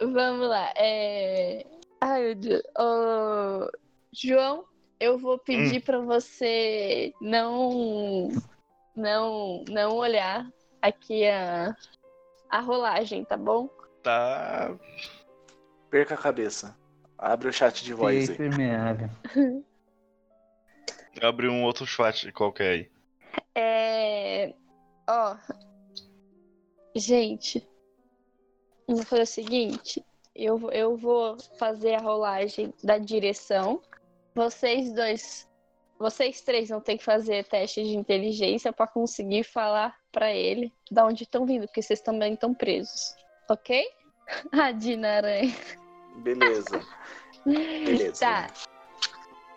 Vamos lá. é, Ai, meu Deus. Ô, João, eu vou pedir pra você não, não, não olhar aqui a, a rolagem, tá bom? Tá. Perca a cabeça. Abre o chat de voz Teia aí. impermeável. Eu abri um outro chat qualquer aí. É, Ó, gente, eu vou fazer o seguinte: eu, vou- eu vou fazer a rolagem da direção. Vocês dois, vocês três vão ter que fazer teste de inteligência pra conseguir falar pra ele da onde estão vindo, porque vocês também estão presos, ok? A Dina Aranha. Beleza. Beleza. Tá.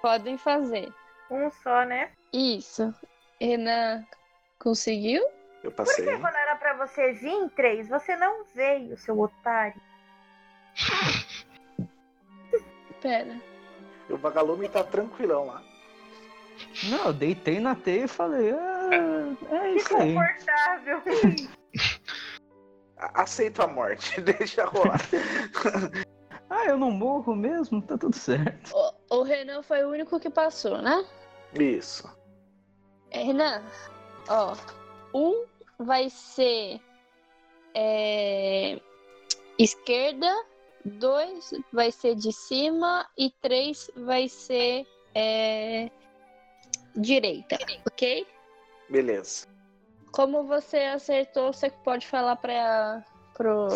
Podem fazer. Um só, né? Isso. Renan, conseguiu? Eu Por passei. que quando era pra você vir em três, você não veio, seu otário? Pera. E o vagalume tá tranquilão lá. Não, eu deitei na teia e falei, ah, é Que isso aí. confortável. A- Aceito a morte, deixa rolar. Ah, eu não morro mesmo? Tá tudo certo. O, o Renan foi o único que passou, né? Isso. É, Renan, ó. Um vai ser. é, esquerda, dois vai ser de cima e três vai ser. é, direita, ok? Beleza. Como você acertou, você pode falar pra, pro,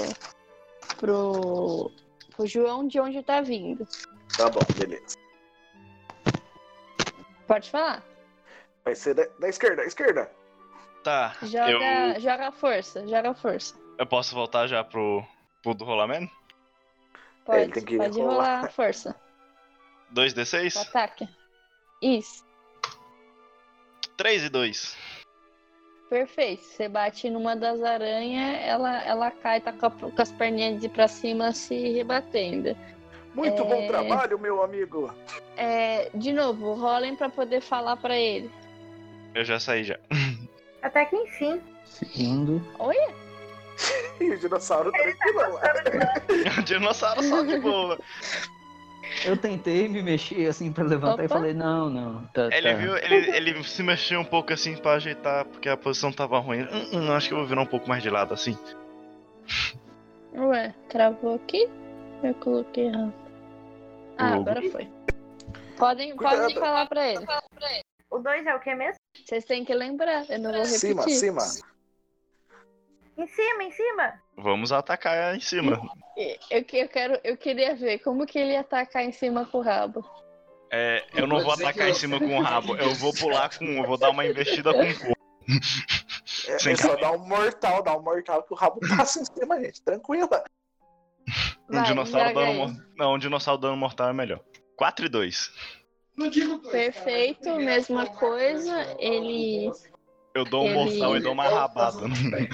pro, pro João de onde tá vindo. Tá bom, beleza. Pode falar. Vai ser da, da esquerda, da esquerda. Tá. Joga, Eu, joga a força, joga a força. eu posso voltar já pro, pro do rolamento? Pode, ele tem que pode rolar. rolar a força. 2d6? O ataque. Isso, 3 e 2. perfeito. Você bate numa das aranhas, ela, ela cai, tá com, a- com as perninhas de pra cima se rebatendo. Muito É, bom trabalho, meu amigo. É, de novo, rolem pra poder falar pra ele. Eu já saí já. Até que enfim. Seguindo. Olha! E o dinossauro tá tranquilão lá. O dinossauro só de boa. Eu tentei me mexer assim pra levantar e Opa. falei, não, não. Tá, Ele tá. viu, ele, ele se mexeu um pouco assim pra ajeitar, porque a posição tava ruim. Hum, hum, acho que eu vou virar um pouco mais de lado assim. Ué, travou aqui? Eu coloquei errado. Ah, Logo. agora foi. Podem, Cuidado. podem falar pra ele. O dois é o que mesmo? Vocês têm que lembrar, eu não vou repetir. Cima, cima. Em cima, em cima. Vamos atacar em cima. E- Eu, que- eu, quero, eu queria ver como que ele ia atacar em cima com o rabo. É, eu não vou Pode ser atacar em que eu- cima com o rabo, eu vou pular com. Eu vou dar uma investida com o corpo. É, Sem é só cabelo. dar um mortal, dar um mortal que o rabo passa em cima, gente. Tranquila. Um dinossauro joga dando aí. mor- Não, um dinossauro dando mortal é melhor. 4 e 2. Perfeito, mesma coisa. Ele Eu dou um Ele- mortal e dou uma rabada. né?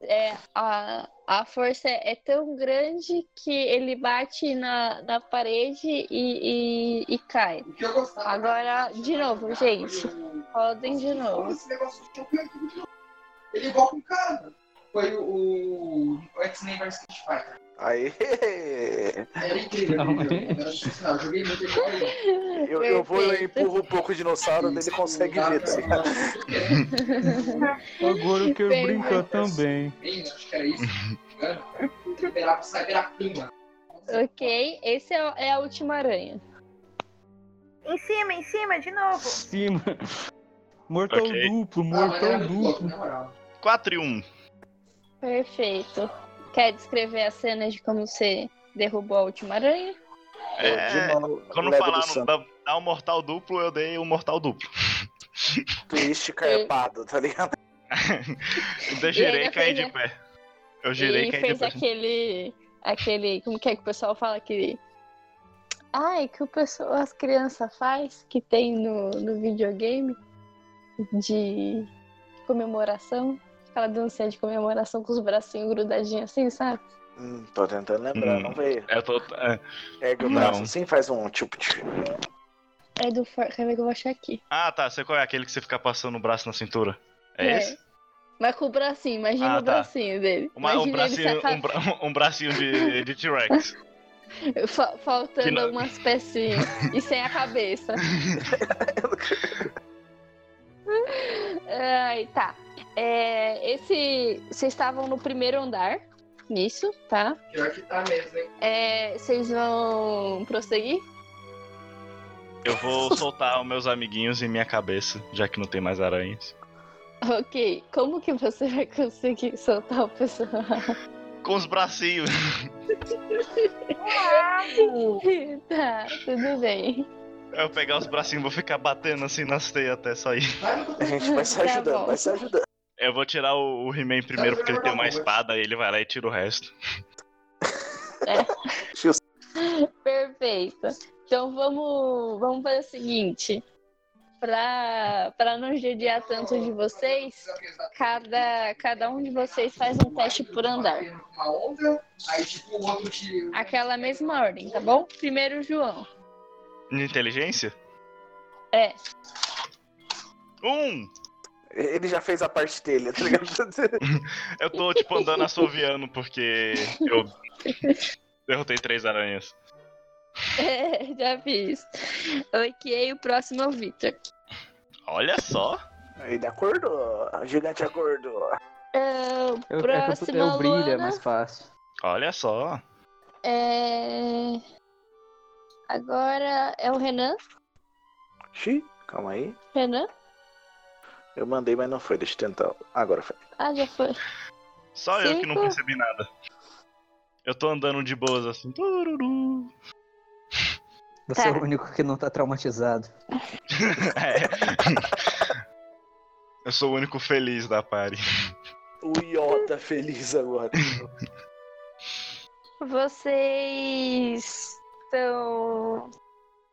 é a, a força é tão grande que ele bate na, na parede e, e, e cai. Agora, de novo, gente. Rodem de novo. Esse negócio de chocolate, Ele é igual com o cara. Foi o, o, o X-Men vs Street Fighter. Aí. Era É incrível, Calma incrível. Era sensacional. Eu joguei muito ele. Eu, eu vou e empurro um pouco o dinossauro, daí ele consegue ver, tá ligado? Agora eu quero Bem, brincar mas- também. Bem, acho que era isso. né? se não me engano. Liberar, sai, virar prima. Ok, esse é, o- é a última aranha. Em cima, em cima, de novo. Cima. Mortal Ok. duplo, Ah, mortal mas era muito louco, duplo. na moral. 4 e 1. Perfeito. Quer descrever a cena de como você derrubou a última aranha? É, quando leve falaram do santo. dá, dá um mortal duplo, eu dei um mortal duplo. Twist carpado, tá ligado? Eu girei e ainda caí fez, de né? pé. Eu girei e e caí de fez pé. aquele. aquele. Como que é que o pessoal fala que. Ai, que o pessoal, as crianças faz que tem no, no videogame de comemoração. Aquela dancinha de comemoração com os bracinhos grudadinhos assim, sabe? Hum, tô tentando lembrar, Hum. não veio. Eu tô. é. Ergue o Não. braço assim, faz um tipo de. É do For... Quer ver que eu vou achar aqui? Ah, tá. Sei qual é aquele que você fica passando o braço na cintura. É, esse? Mas com o bracinho, imagina Ah, o tá. bracinho dele. Uma- um, Imagina bracinho, ele saca- um, bra- um bracinho de, de T-Rex. Fa- Que faltando não- algumas pecinhas e sem a cabeça. Ai, tá. É, esse. Vocês estavam no primeiro andar, nisso, tá? Pior que tá mesmo, hein? É, vocês vão prosseguir? Eu vou soltar os meus amiguinhos em minha cabeça, já que não tem mais aranhas. Ok. Como que você vai conseguir soltar o pessoal? Com os bracinhos. tá, tudo bem. Eu vou pegar os bracinhos e vou ficar batendo assim nas teias até sair. A gente vai se Tá ajudando, bom. vai se ajudando. Eu vou tirar o, o He-Man primeiro, porque ele tem uma espada, e ele vai lá e tira o resto. Perfeito. Então vamos, vamos fazer o seguinte. Para não judiar tanto de vocês, tá cada, cada um de vocês faz um teste por andar. Uma onda, aí tipo o outro que. Aquela mesma ordem, tá bom? Primeiro o João. De inteligência? É. Um! Ele já fez a parte dele, tá ligado? Eu tô, tipo, andando assoviando porque eu derrotei três aranhas. É, já fiz. Ok, o próximo é o Victor. Olha só. Ele acordou. O gigante acordou. É, o Eu, é que eu, próximo eu é o brilho, é Luana. mais fácil. Olha só. É... Agora é o Renan. Xi, calma aí. Renan? Eu mandei, mas não foi. Deixa eu tentar. Agora foi. Ah, já foi. Só eu que não Cinco. percebi nada. Eu tô andando de boas assim. tururu. Você é Tá. o único que não tá traumatizado. É. Eu sou o único feliz da party. O Iota feliz agora. Tá. Vocês estão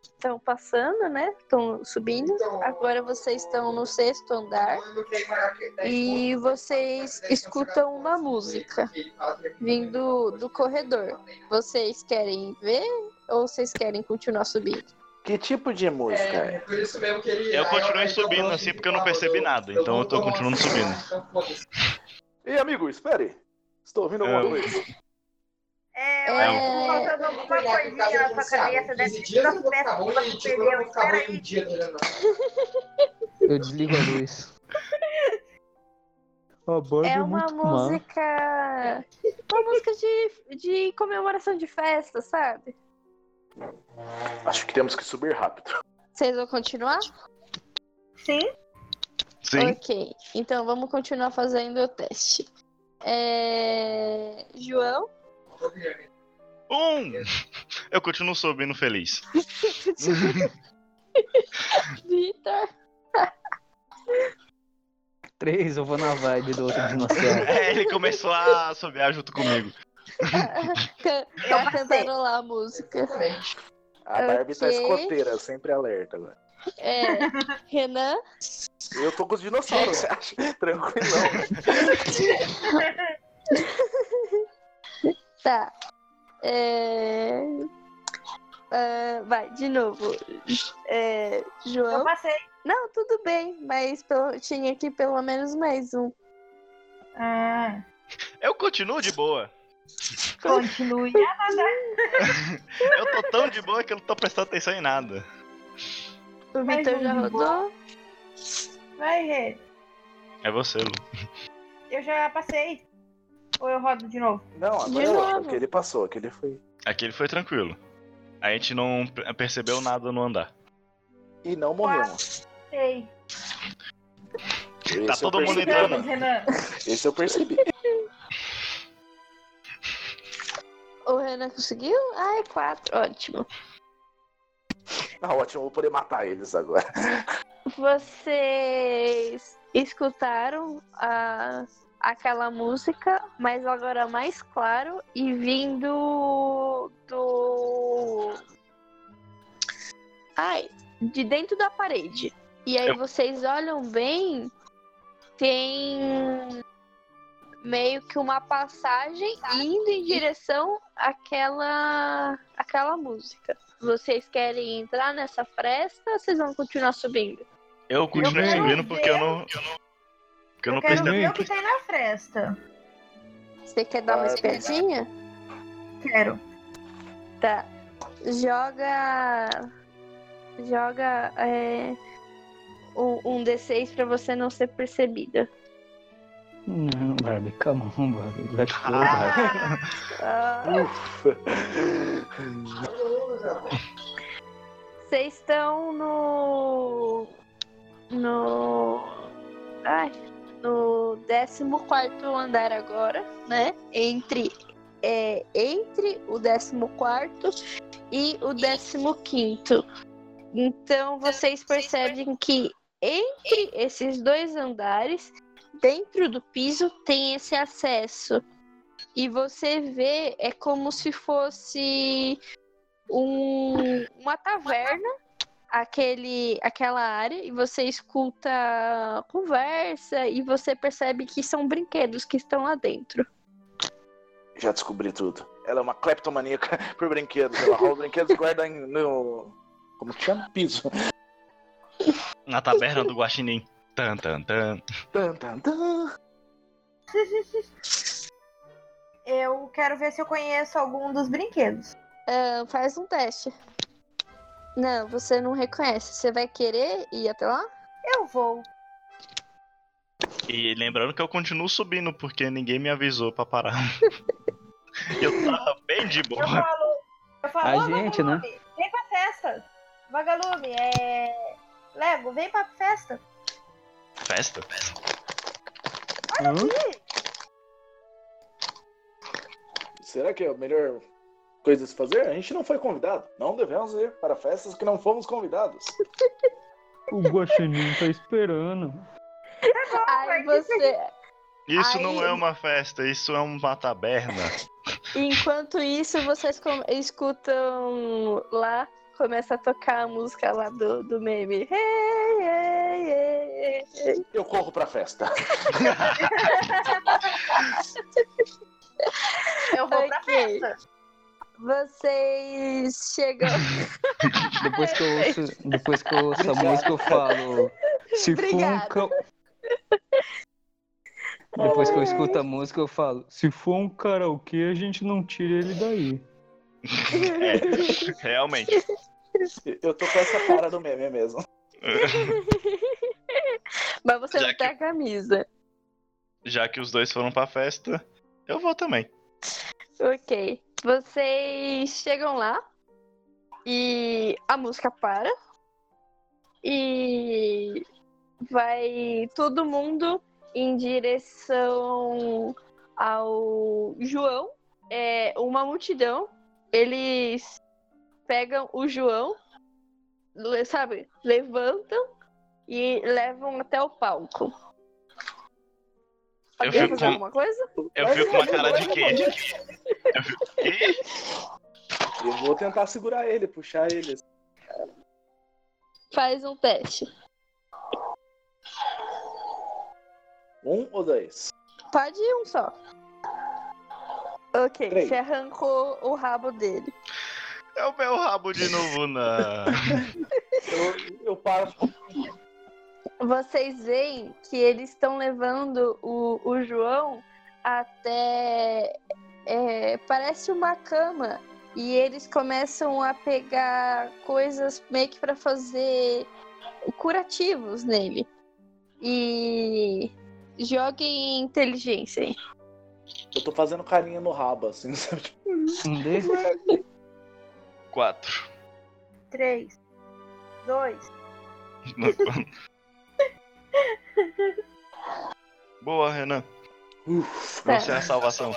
estão passando, né? Estão subindo. então, Agora vocês estão no sexto andar é e vocês escutam uma música vindo do corredor. Vocês querem ver ou vocês querem continuar subindo? que tipo de música é? Por isso mesmo que ele. Eu aí, continuei aí, subindo assim porque eu não percebi nada, então eu tô continuando subindo. Então, foda-se. Ei, amigo, espere. Estou ouvindo alguma Eu- coisa. É, eu É. acho que então, faltando alguma tá coisinha na sua cabeça deve 15 ser dias eu tanto vou ficar peça ruim que e você tipo, eu perdeu. vou ficar Espera ruim um aí. dia, né? não. Eu desligo a luz. A banda É é uma muito má. música. Uma música de, de comemoração de festa, sabe? Acho que temos que subir rápido. Vocês vão continuar? Sim, Sim. Ok, então vamos continuar fazendo o teste. É, João, Um! Eu continuo subindo feliz. Vitor, Três, eu vou na vibe do outro dinossauro. É, ele começou a assobiar junto comigo. can- tá cantando lá a música. A Barbie tá Ok. escoteira, sempre alerta agora. É, Renan, Eu tô com os dinossauros, você acha? Tranquilão. tá. É, ah, vai, de novo. É, eu João. passei. Não, tudo bem, mas pelo- tinha aqui pelo menos mais um. Ah, Eu continuo de boa. continue. Eu tô tão de boa que eu não tô prestando atenção em nada. O Mais Vitor um já de rodou. Vai, Rê. É você, Lu. Eu já passei. Ou eu rodo de novo? Não, De agora eu acho novo. que ele passou, aquele foi. Aquele foi tranquilo. A gente não per- percebeu nada no andar. E não morreu. Sei. Esse eu Tá todo mundo percebi. entrando. Chegamos, Renan. Esse eu percebi. O Renan conseguiu? Ah, é quatro. Ótimo. Ah, ótimo, eu vou poder matar eles agora. Vocês escutaram a, aquela música, mas agora mais claro e vindo do. Ai, de dentro da parede. E aí Eu- vocês olham bem, tem meio que uma passagem indo em direção àquela, àquela música. Vocês querem entrar nessa fresta ou vocês vão continuar subindo? Eu continuei quero subindo porque eu ver. não. eu não- Porque eu não Eu quero prestei ver o que tem na fresta. Você quer dar uma Ah, espiadinha? Quero. Tá. Joga. Joga é, um, um D6 pra você não ser percebida. Hum, Não, Barbie, calma, Barbie. Vai pro Barbie. Ah, Ah, Vocês estão no. No. Ai. No 14 andar agora, né? Entre. É, entre o 14 e o 15. Então vocês percebem que entre esses dois andares, dentro do piso, tem esse acesso. E você vê, é como se fosse um- uma taverna, aquele, aquela área, e você escuta conversa e você percebe que são brinquedos que estão lá dentro. Já descobri tudo. Ela é uma cleptomaníaca por brinquedos. Ela rouba brinquedos e guarda em- no. Como que chama? Piso. tá Na taberna do Guaxinim. Tan, tan, tan. Tan, tan, tan. Eu quero ver se eu conheço algum dos brinquedos. Ah, faz um teste. Não, você não reconhece. Você vai querer ir até lá? Eu vou. E lembrando que eu continuo subindo, porque ninguém me avisou pra parar. eu tava bem de Eu boa. falo. Eu falo, A "Ô, gente, né? Vagalume, Vem pra festa. Vagalume, é. Lego, vem pra festa. Festa? Olha aqui. Será que é a melhor coisa a se fazer? A gente não foi convidado. Não devemos ir para festas que não fomos convidados. O Guaxinim tá esperando. Aí você. Isso Aí- não é uma festa, isso é uma taberna. Enquanto isso, vocês com- escutam lá, começa a tocar a música lá do, do meme. Hey, hey, hey, hey. Eu corro pra festa. Eu vou pra Ok. festa. Vocês chegam. Depois que eu ouço, depois que eu ouço a Obrigada. música, eu falo. Se for um Obrigada. cão. Depois que eu escuto a música, eu falo. Se for um karaokê, a gente não tira ele daí. É, realmente. Eu tô com essa cara do meme mesmo. Mas você Já não tem a camisa. Já que os dois foram pra festa, eu vou também. Ok. Vocês chegam lá e a música para. E vai todo mundo em direção ao João. É uma multidão. Eles pegam o João, le- sabe? Levantam e levam até o palco. Eu Quer fico com, fazer alguma coisa? eu fico com uma cara de quê? Eu vou tentar segurar ele, puxar ele. assim. Faz um teste. Um ou dois? Pode ir um só. Ok, Três. você arrancou o rabo dele. É o meu rabo de novo na. Eu, eu paro. Vocês veem que eles estão levando o, o João até. é, parece uma cama. E eles começam a pegar coisas meio que pra fazer curativos nele. E. Joguem inteligência aí. Eu tô fazendo carinha no rabo, assim, sabe? Tipo, Um desses? Quatro. Três. Dois. Boa, Renan. Tá. Você é a salvação.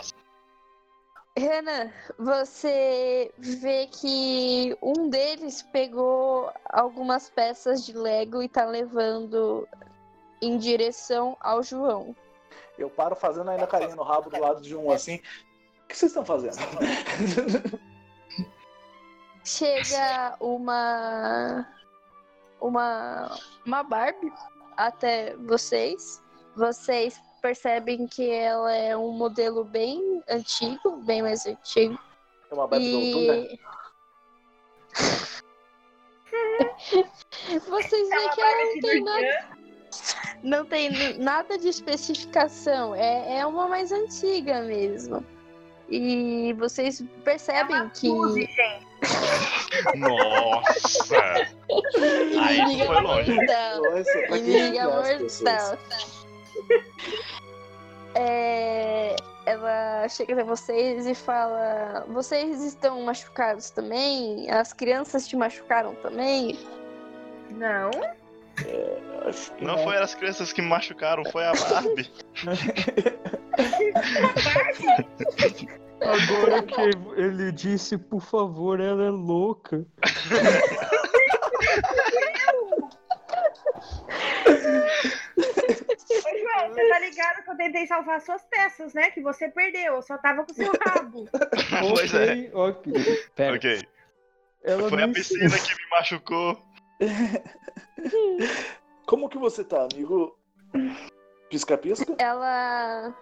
Renan, você vê que um deles pegou algumas peças de Lego e tá levando em direção ao João. Eu paro fazendo ainda carinha no rabo do lado de um, assim. O que vocês estão fazendo? Chega uma uma uma Barbie até vocês. Vocês percebem que ela é um modelo bem antigo, bem mais antigo. É uma Barbie doutora? Vocês veem que ela não tem nada. Não tem n- nada de especificação. É, é uma mais antiga mesmo. E vocês É percebem que. Suzy, gente. Nossa! Aí Inimiga Ah, foi longe. mortal. Nossa, pra que Inimiga julgar as mortal. É, ela chega até vocês e fala: Vocês estão machucados também? As crianças te machucaram também? Não. Não foram as crianças que me machucaram, foi a Barbie. Agora que ele disse, por favor, ela é louca. Ô, João, você tá ligado que eu tentei salvar suas peças, né? Que você perdeu. Eu só tava com seu rabo. pois é. Ok. Ok. Ela Foi a me piscina que me machucou. Como que você tá, amigo? Pisca-pisca? Ela.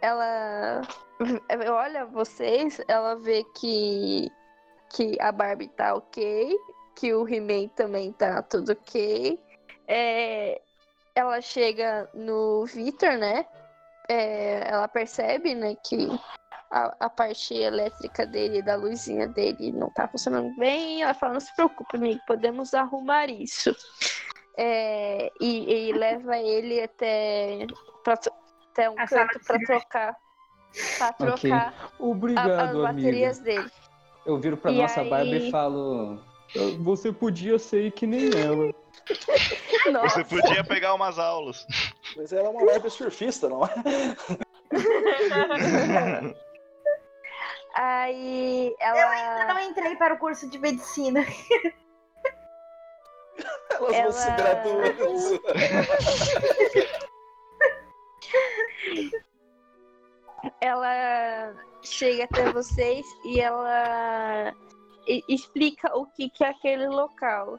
Ela. v- Olha vocês, ela vê que. Que a Barbie tá ok. Que o He-Man também tá tudo ok. É, ela chega no Victor, né? É, ela percebe, né, que a, a parte elétrica dele, da luzinha dele, não tá funcionando bem. Ela fala: Não se preocupe, amigo, podemos arrumar isso. É, e, e leva ele até, pra to- até um A sala canto de pra cirurgia. trocar. Pra Ok. trocar a- as Obrigado, amiga. baterias dele. Eu viro pra E nossa aí? Barbie e falo. Você podia ser que nem ela. Você Nossa, podia pegar umas aulas. Mas ela é uma Barbie surfista, não é? aí Então Eu ela. ainda não entrei para o curso de medicina. Elas vão se Ela- graduando. ela chega até vocês e ela e- explica o que, que é aquele local.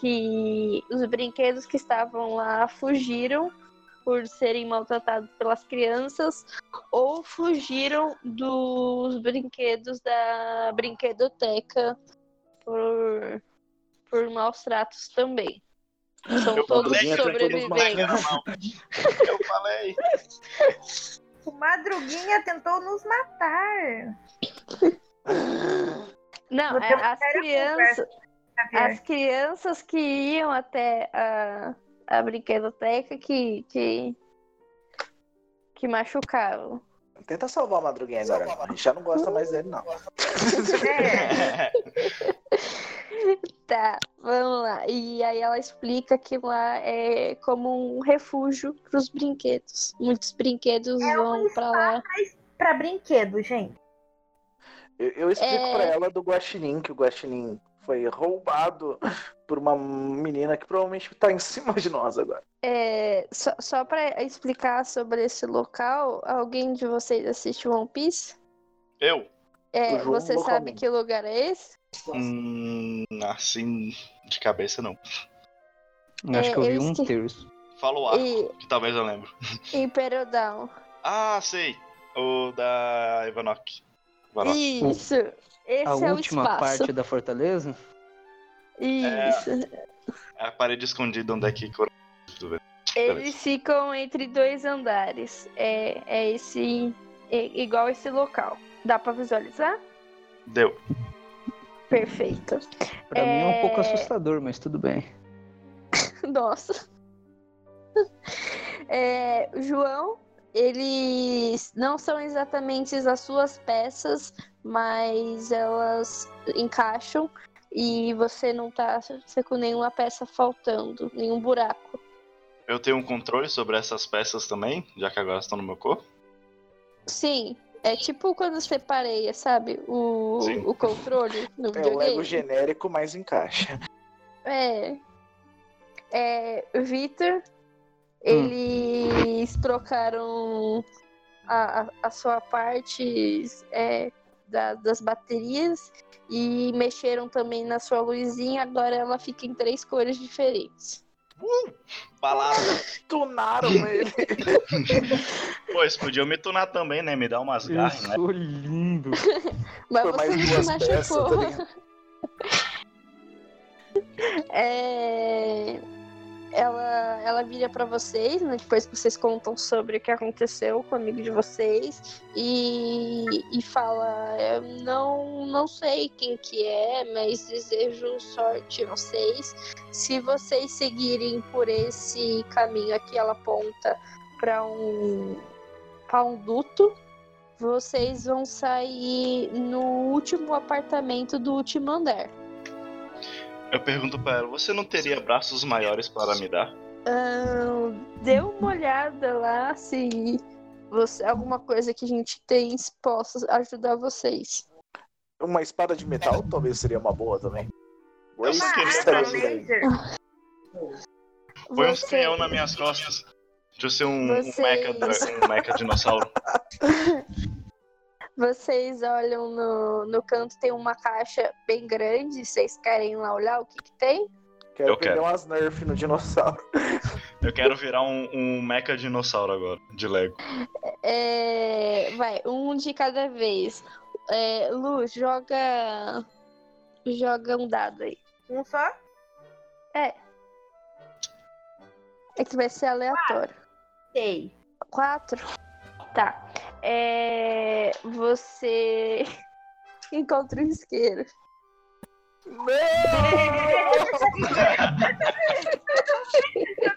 Que os brinquedos que estavam lá fugiram por serem maltratados pelas crianças ou fugiram dos brinquedos da brinquedoteca por, por maus tratos também. São Eu todos poderia ter é todos sobreviventes. Eu falei. O Madruguinha tentou nos matar. Não, Vou ter é- uma as séria crianças. Xavier. As crianças que iam até a, a brinquedoteca que, que, que machucavam. Tenta salvar o Madruguinha agora. A gente já não gosta mais dele, não. É, Tá, vamos lá. E aí ela explica que lá é como um refúgio para os brinquedos. Muitos brinquedos É um vão para lá. pra brinquedo, gente. Eu, eu explico É. pra ela do Guaxinim, que o Guaxinim foi roubado por uma menina que provavelmente tá em cima de nós agora. É, só só para explicar sobre esse local, alguém de vocês assiste One Piece? Eu? É, Eu você sabe loucamente. que lugar é esse? Hum, assim, de cabeça não. Eu acho É, que eu vi eu um esque- terço. Fala o arco, E- que talvez eu lembre. Em Perodal. Ah, sei. O da Ivanok. Ivanok. Isso. A Esse é o última espaço. parte da fortaleza? Isso. É a parede escondida onde é que cura- Eles ficam entre dois andares. É, é esse. é igual esse local. Dá pra visualizar? Deu. Perfeito. Pra mim é um pouco É. assustador, mas tudo bem. Nossa. É, o João, eles não são exatamente as suas peças, mas elas encaixam e você não tá com nenhuma peça faltando, nenhum buraco. Eu tenho um controle sobre essas peças também, já que agora estão no meu corpo. Sim, é tipo quando você pareia, sabe? O, Sim. o controle no É o Lego videogame. genérico, mas encaixa. É. É, o Victor, eles trocaram a, a, a sua parte é, da- das baterias e mexeram também na sua luzinha. Agora ela fica em três cores diferentes. Palavra. Tunaram ele. Pô, eles podiam me tunar também, né? Me dar umas Eu garras, né? sou lindo. Mas Foi você mais não se duas peças, tá machucou. ligado? É, Ela, ela vira pra vocês, né? Depois que vocês contam sobre o que aconteceu com o amigo de vocês e, e fala: "Eu não, não sei quem que é, mas desejo sorte a vocês. Se vocês seguirem por esse caminho aqui, ela aponta pra um, pra um duto. Vocês vão sair no último apartamento do último andar. Eu pergunto pra ela, você não teria braços maiores para me dar? Ahn, Então, dê uma olhada lá se você, alguma coisa que a gente tem possa ajudar vocês. Uma espada de metal talvez seria uma boa também. Eu não Uma queria arma fazer. laser. Põe um uns Você- canhão nas minhas costas. Deixa eu ser um, um Vocês- mecha dra- um mecha dinossauro. Vocês olham no, no canto, tem uma caixa bem grande. Vocês querem lá olhar o que, que tem? Quero Eu pegar quero. umas nerf no dinossauro. Eu quero virar um, um mecha dinossauro agora, de Lego. É, vai, um de cada vez. É, Lu, joga. Joga um dado aí. Um só? É. É que vai ser aleatório. Sei. Quatro? Tá. É, você encontra um isqueiro.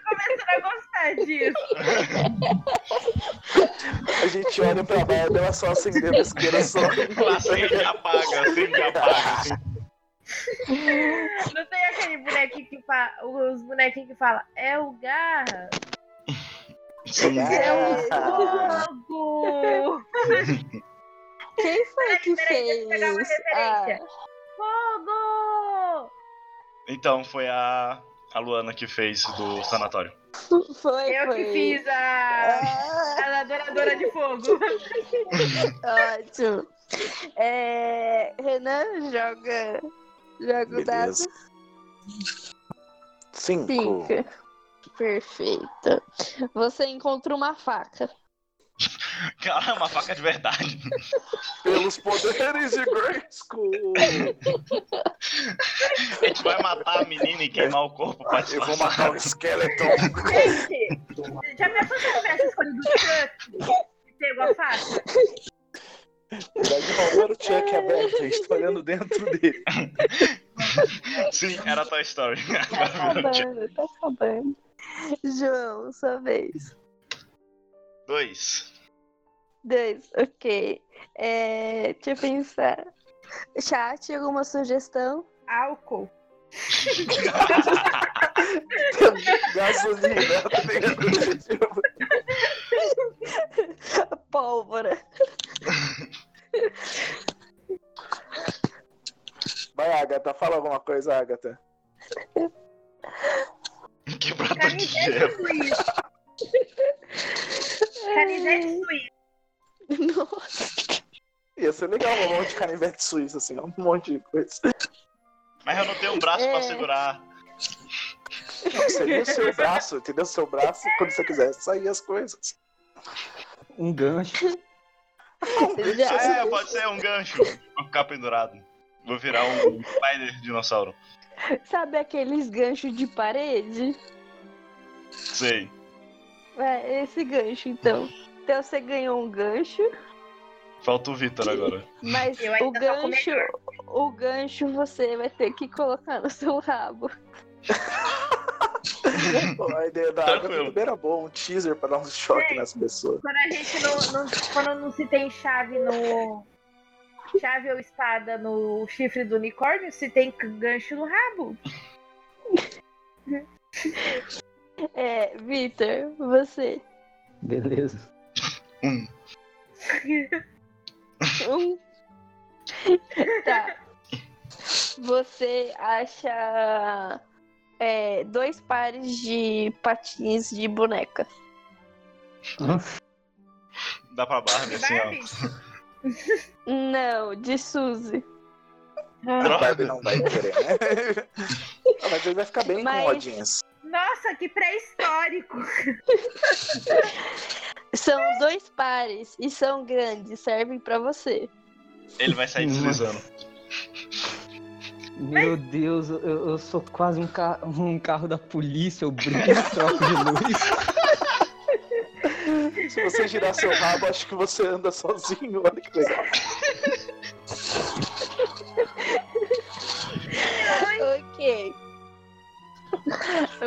começando a gostar disso. A gente olha pra baixo, ela só acendendo a isqueira só. Acende e apaga, acende e apaga. assim. Não tem aquele bonequinho que fala. Os bonequinhos que fala é o garra. Sim. É Ah, o fogo! Quem foi que Peraí, deixa eu pegar uma fez? referência. Fogo! Então, foi a, a Luana que fez do sanatório. Ah, foi, Eu foi. que fiz tá? a. A adoradora de fogo. Ah, Ótimo. É, Renan, joga. Joga o dado. Beleza. Cinco. tá. Cinco. Perfeito. Você encontra uma faca. Cara, é uma faca de verdade. Pelos poderes de Grayskull. A gente vai matar a menina e queimar o corpo pra Eu vou matar o esqueleto. Gente, já pensou se eu tivesse escolhido o Chuck e pego a faca? Daí o Chuck aberto, a gente tá olhando dentro dele. Sim, era a Toy Story. Tá acabando, tá acabando. João, sua vez. Dois. Dois, ok. É, deixa eu pensar. Chat, alguma sugestão? Álcool. Gasolina. né? Pólvora. Vai, Agatha, fala alguma coisa, Agatha. é Canivete suíço. Canivete suíço. Ia ser legal um monte de canivete suíço, assim, um monte de coisa. Mas eu não tenho um braço pra É. segurar. Seria o seu braço, entendeu? O seu braço, quando você quiser, sair as coisas. Um gancho. É, pode ser um gancho. Vou ficar pendurado. Vou virar um Spider dinossauro. Sabe aqueles ganchos de parede? Sei. É, esse gancho, então. Então você ganhou um gancho, Falta o Vitor agora. mas Eu o ainda tô com gancho, melhor. o gancho você vai ter que colocar no seu rabo. Pô, a ideia da Agatha Tranquilo. também era boa, um teaser pra dar um choque nas pessoas. Quando a gente não, não- quando não se tem chave no. Chave ou espada no chifre do unicórnio, se tem gancho no rabo. É, Vitor, você. Beleza. Um. Um. tá. Você acha é, dois pares de patins de boneca. Dá pra Barbie assim, Barbie? ó. Não, de Suzy. A Barbie Droga. não vai querer, né? Ah, Mas ele vai ficar bem Mas- com rodinhas. Nossa, que pré-histórico! São dois pares e são grandes, servem pra você. Ele vai sair deslizando. Meu Deus, eu, eu sou quase um, ca- um carro da polícia, eu brinco e troco de luz. Se você girar seu rabo, acho que você anda sozinho. Olha que coisa. Ok.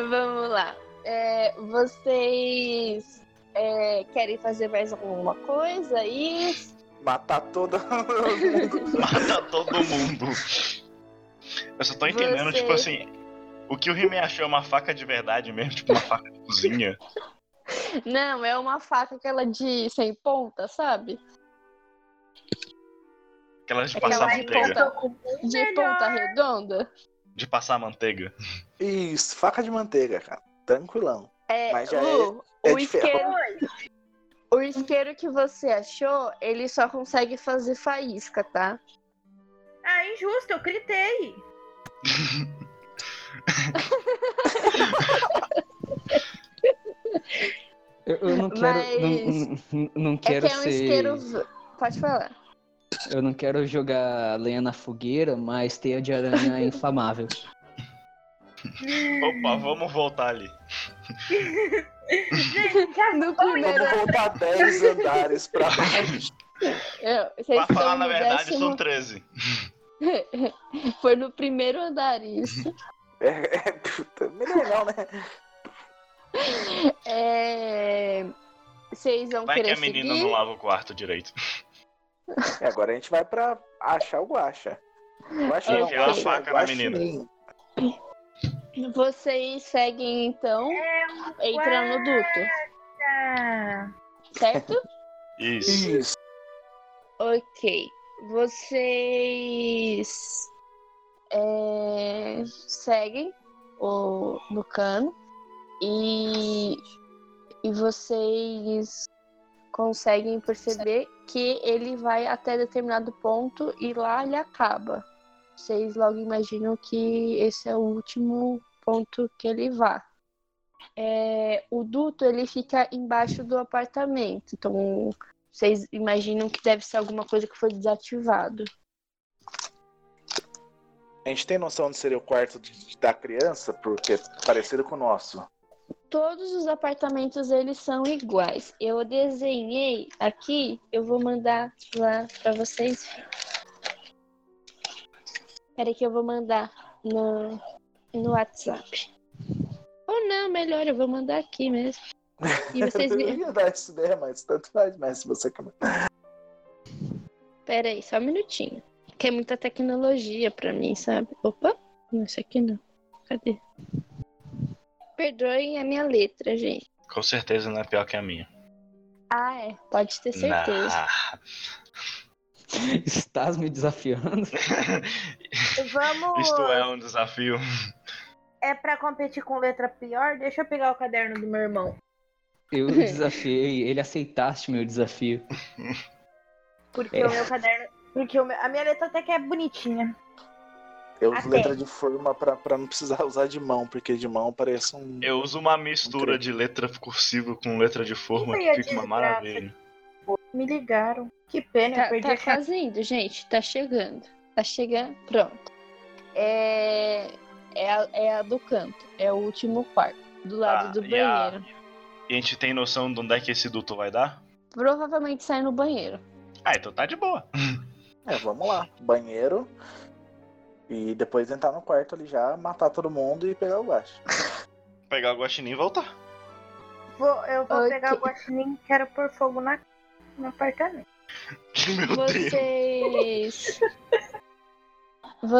Vamos lá. É, vocês é, querem fazer mais alguma coisa aí? Matar todo Mata todo mundo. Eu só tô entendendo, Você. é tipo assim, o que o He-Man achou é uma faca de verdade mesmo, tipo uma faca de cozinha. Não, é uma faca aquela de sem ponta, sabe? Aquelas de Aquela passar de manteiga. ponta, de Melhor. ponta redonda. De passar manteiga. Isso, faca de manteiga, cara. Tranquilão. É, Mas já Lu, é- é o de ferro. isqueiro, O isqueiro que você achou, ele só consegue fazer faísca, tá? Ah, injusto, eu gritei. Eu, eu não quero. Mas- Não, não- não quero é que é um ser. isqueiro. Pode falar. Eu não quero jogar lenha na fogueira, mas teia de aranha é inflamável. Opa, vamos voltar ali. No primeiro Vamos voltar 10 andares pra baixo. Eu, vocês Pra falar estão na no verdade, um décimo- são 13. Foi no primeiro andar isso. É, é, puta, melhor não, né? É, Vocês vão Vai que querer a menina seguir? não lava o quarto direito. E agora a gente vai pra achar o guacha. Guacha não, Enfiar a guaxa, faca na é um guaxinim. menina. Vocês seguem então entrando no duto, É, Ah, certo? Isso. Ok. Vocês é, seguem o, no cano e, e vocês conseguem perceber que ele vai até determinado ponto e lá ele acaba. Vocês logo imaginam que esse é o último ponto que ele vá. É, o duto ele fica embaixo do apartamento, então vocês imaginam que deve ser alguma coisa que foi desativado. A gente tem noção de seria o quarto de- da criança, porque é parecido com o nosso. Todos os apartamentos eles são iguais. Eu desenhei aqui, eu vou mandar lá pra vocês. Espera que eu vou mandar no, no WhatsApp. Ou não, melhor, eu vou mandar aqui mesmo. E vocês Eu me- ia dar essa ideia, mas tanto faz, mas se você quer. Pera aí, só um minutinho. Que é muita tecnologia pra mim, sabe? Opa, não, isso aqui não. Cadê? Perdoem a minha letra, gente. Com certeza não é pior que a minha. Ah, é. Pode ter certeza. Nah. Estás me desafiando? vamos. Isto é um desafio. É pra competir com letra pior? Deixa eu pegar o caderno do meu irmão. Eu desafiei, ele aceitaste meu desafio. Porque É. o meu caderno. Porque o meu- a minha letra até que é bonitinha. Eu uso Até. letra de forma pra, pra não precisar usar de mão, porque de mão parece um. Eu uso uma mistura de letra cursiva com letra de forma Ih, que a fica uma desgraça. maravilha. Me ligaram. É, Que pena, eu Tá, perdi tá a chave. quase indo, gente. Tá chegando. Tá chegando. Pronto. É, é, a, é a do canto. É o último quarto. Do lado Ah, do e a- banheiro. E a gente tem noção de onde é que esse duto vai dar? Provavelmente sai no banheiro. Ah, então tá de boa. É, vamos lá. Banheiro. E depois entrar no quarto ali já, matar todo mundo e pegar o guacha. Pegar o guaxinim e voltar. Vou- eu vou Ok. pegar o guaxinim e quero pôr fogo na, no apartamento. Meu Deus. Vocês.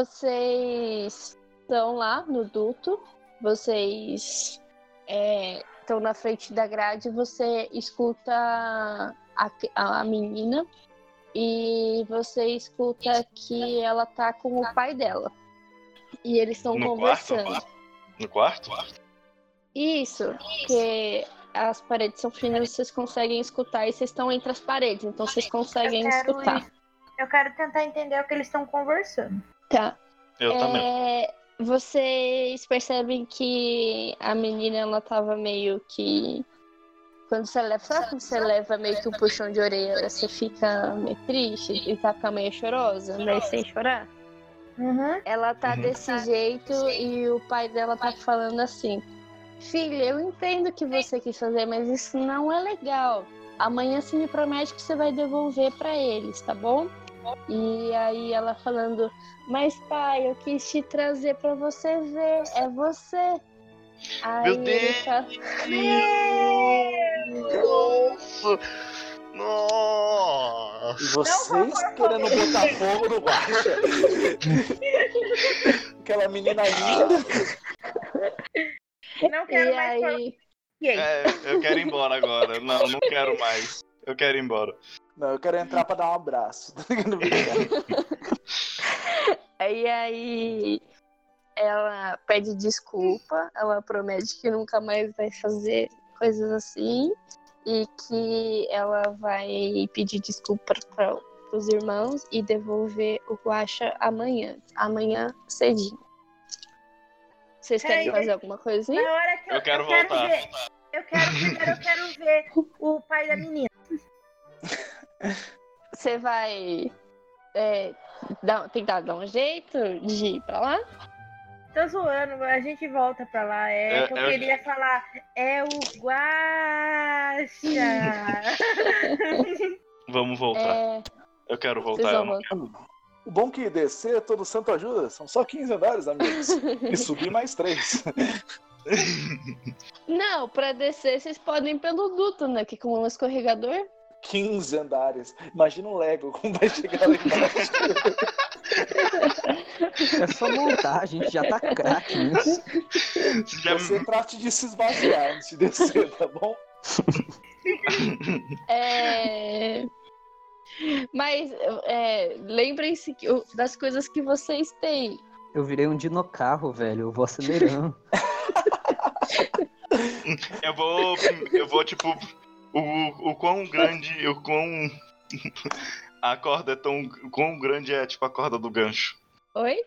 Vocês estão lá no duto. Vocês é, estão na frente da grade. Você escuta a, a menina e você escuta que ela tá com o pai dela. E eles estão No conversando. quarto? No quarto? Isso, porque as paredes são finas, vocês conseguem escutar e vocês estão entre as paredes, então vocês conseguem Eu quero escutar. Eu quero tentar entender o que eles estão conversando. Tá. Eu também. É, vocês percebem que a menina ela tava meio que. Quando você leva. Sabe quando você leva meio que um puxão de orelha, você fica meio triste e tá ficando meio chorosa, mas sem chorar? Uhum. Ela tá Uhum. desse jeito e o pai dela tá falando assim: Filha, eu entendo o que você quis fazer, mas isso não é legal. Amanhã você me promete que você vai devolver pra eles, tá bom? E aí ela falando: Mas pai, eu quis te trazer pra você ver, é você. Aí Meu ele Deus! tá- Nossa! Nossa! E vocês querendo botar fogo no guacha. Aquela menina linda. Não E quero mais fogo. aí. É, eu quero ir embora agora. Não, não quero mais. Eu quero ir embora. Não, eu quero entrar pra dar um abraço. Tá ligado? Aí aí ela pede desculpa, ela promete que nunca mais vai fazer coisas assim. e que ela vai pedir desculpa para os irmãos e devolver o guacha amanhã, amanhã cedinho. Vocês querem Peraí, fazer mas- alguma coisinha? Na hora que eu, Eu quero eu quero voltar. ver. Eu quero, primeiro eu quero ver o pai da menina. Você vai é, dar- tentar dar um jeito de ir pra lá? Tô zoando, a gente volta pra lá. É, É, que eu é o- queria falar. É o Guaxa. Vamos É. voltar. Eu quero voltar. Eu não... O bom que descer todo santo ajuda. São só 15 andares, amigos. E subir mais três. Não, pra descer vocês podem ir pelo duto, né? Que com um escorregador. 15 andares. Imagina o Lego, como vai chegar lá embaixo. É só montar, a gente já tá craque nisso. Você trate de se esvaziar antes de descer, tá bom? É... Mas é, lembrem-se que- o- das coisas que vocês têm. Eu virei um dinocarro, velho. Eu vou acelerando. Eu vou. Eu vou, tipo. O, o quão grande. O quão. A corda é tão. O quão grande é, tipo, a corda do gancho. Oi?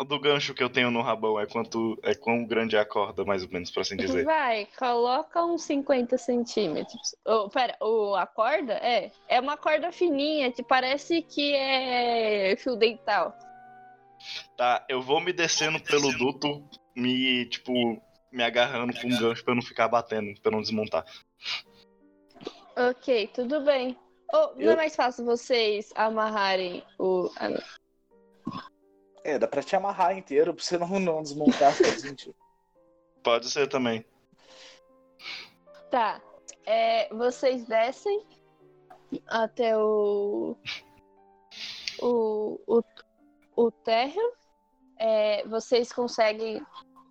A Do gancho que eu tenho no rabão é quanto. É quão grande é a corda, mais ou menos, pra assim dizer. Vai, coloca uns 50 centímetros. Oh, pera, o a corda? É. É uma corda fininha, que parece que é fio dental. Tá, eu vou me descendo pelo duto, me, tipo, me agarrando com um gancho pra eu não ficar batendo, pra eu não desmontar. Ok, tudo bem. Oh, Não é Eu- mais fácil vocês amarrarem o. ah, não. É, dá pra te amarrar inteiro pra você não, não desmontar tipo. faz sentido. Pode ser também. Tá. É, vocês descem até o. O, o, o térreo. É, vocês conseguem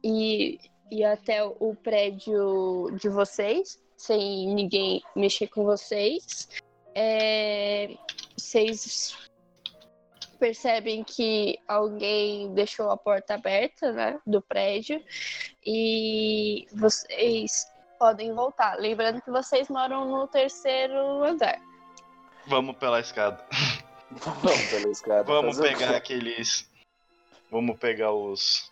ir, ir até o prédio de vocês, sem ninguém mexer com vocês. É, vocês percebem que alguém deixou a porta aberta né, do prédio e vocês podem voltar. Lembrando que vocês moram no terceiro andar. Vamos pela escada. Vamos pela escada. Vamos Fazer o pegar quê? aqueles. Vamos pegar os.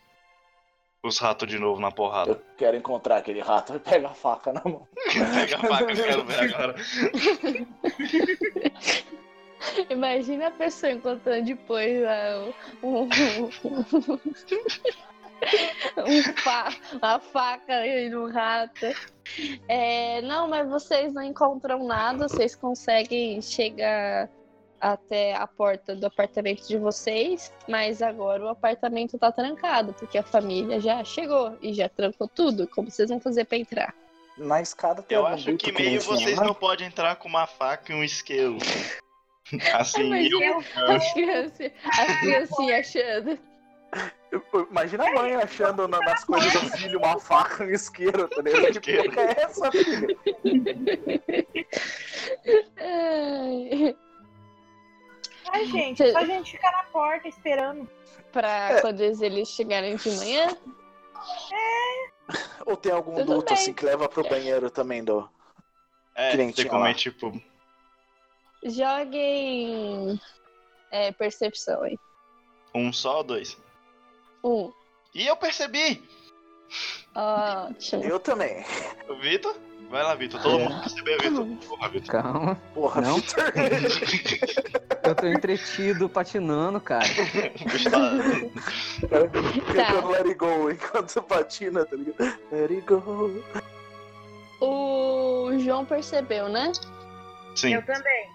Os ratos de novo na porrada. Quero encontrar aquele rato e pega a faca na mão. Pega a faca, eu quero ver agora. Imagina a pessoa encontrando depois ah, um, um fa- uma faca e um rato. É, não, mas vocês não encontram nada, vocês conseguem chegar até a porta do apartamento de vocês, mas agora o apartamento tá trancado, porque a família já chegou e já trancou tudo. Como vocês vão fazer pra entrar? Na escada tem Eu algum né? acho duto que não meio tinha vocês lá? não podem entrar com uma faca e um isqueiro. Ah, Assim, eu, Imagina as crianças, as criancinhas achando. Imagina a mãe achando na- nas coisas do filho uma faca e um isqueiro, tá ligado? Que Isqueiro. porca é essa, filho? Ai. Ai, gente, só a gente ficar na porta esperando. Pra quando eles chegarem de manhã? Ou tem algum Tudo duto bem. assim que leva pro banheiro também do. É, que nem tem tinha como lá. é, tipo. Joguem é, percepção aí. Um só ou dois? Um. E eu percebi! Ótimo. Eu também. Vitor? Vai lá, Vitor. Todo É. mundo percebeu, Vitor. Porra, Vitor. Calma. Porra, não. Vitor. Eu tô entretido patinando, cara. O bicho tá- Cara, Tá. Cantando Let It Go enquanto patina, tá ligado? Let It Go. O João percebeu, né? Sim. Eu também.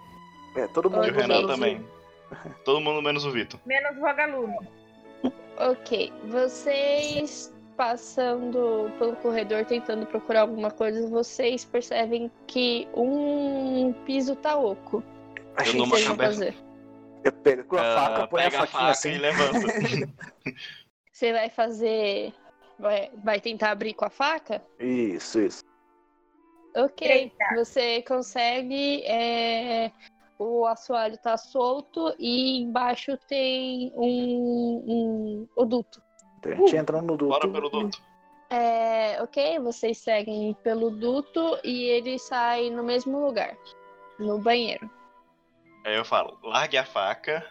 É, todo E mundo. o Renan menos um. também. Todo mundo menos o Vitor. Menos vagalume. Ok. Vocês passando pelo corredor tentando procurar alguma coisa, vocês percebem que um piso tá oco. A Eu gente dou uma Vocês vão cabeça. fazer. eu pego com a Ah, faca, põe a pega a faquinha faca assim. e levanta. Você vai fazer. Vai, vai tentar abrir com a faca? Isso, isso. Ok, você consegue. é, O assoalho tá solto e embaixo tem um, um oduto. Uhum. Então, a gente entra no duto. Bora pelo duto. É, ok, vocês seguem pelo duto e ele sai no mesmo lugar, no banheiro. Aí eu falo, largue a faca,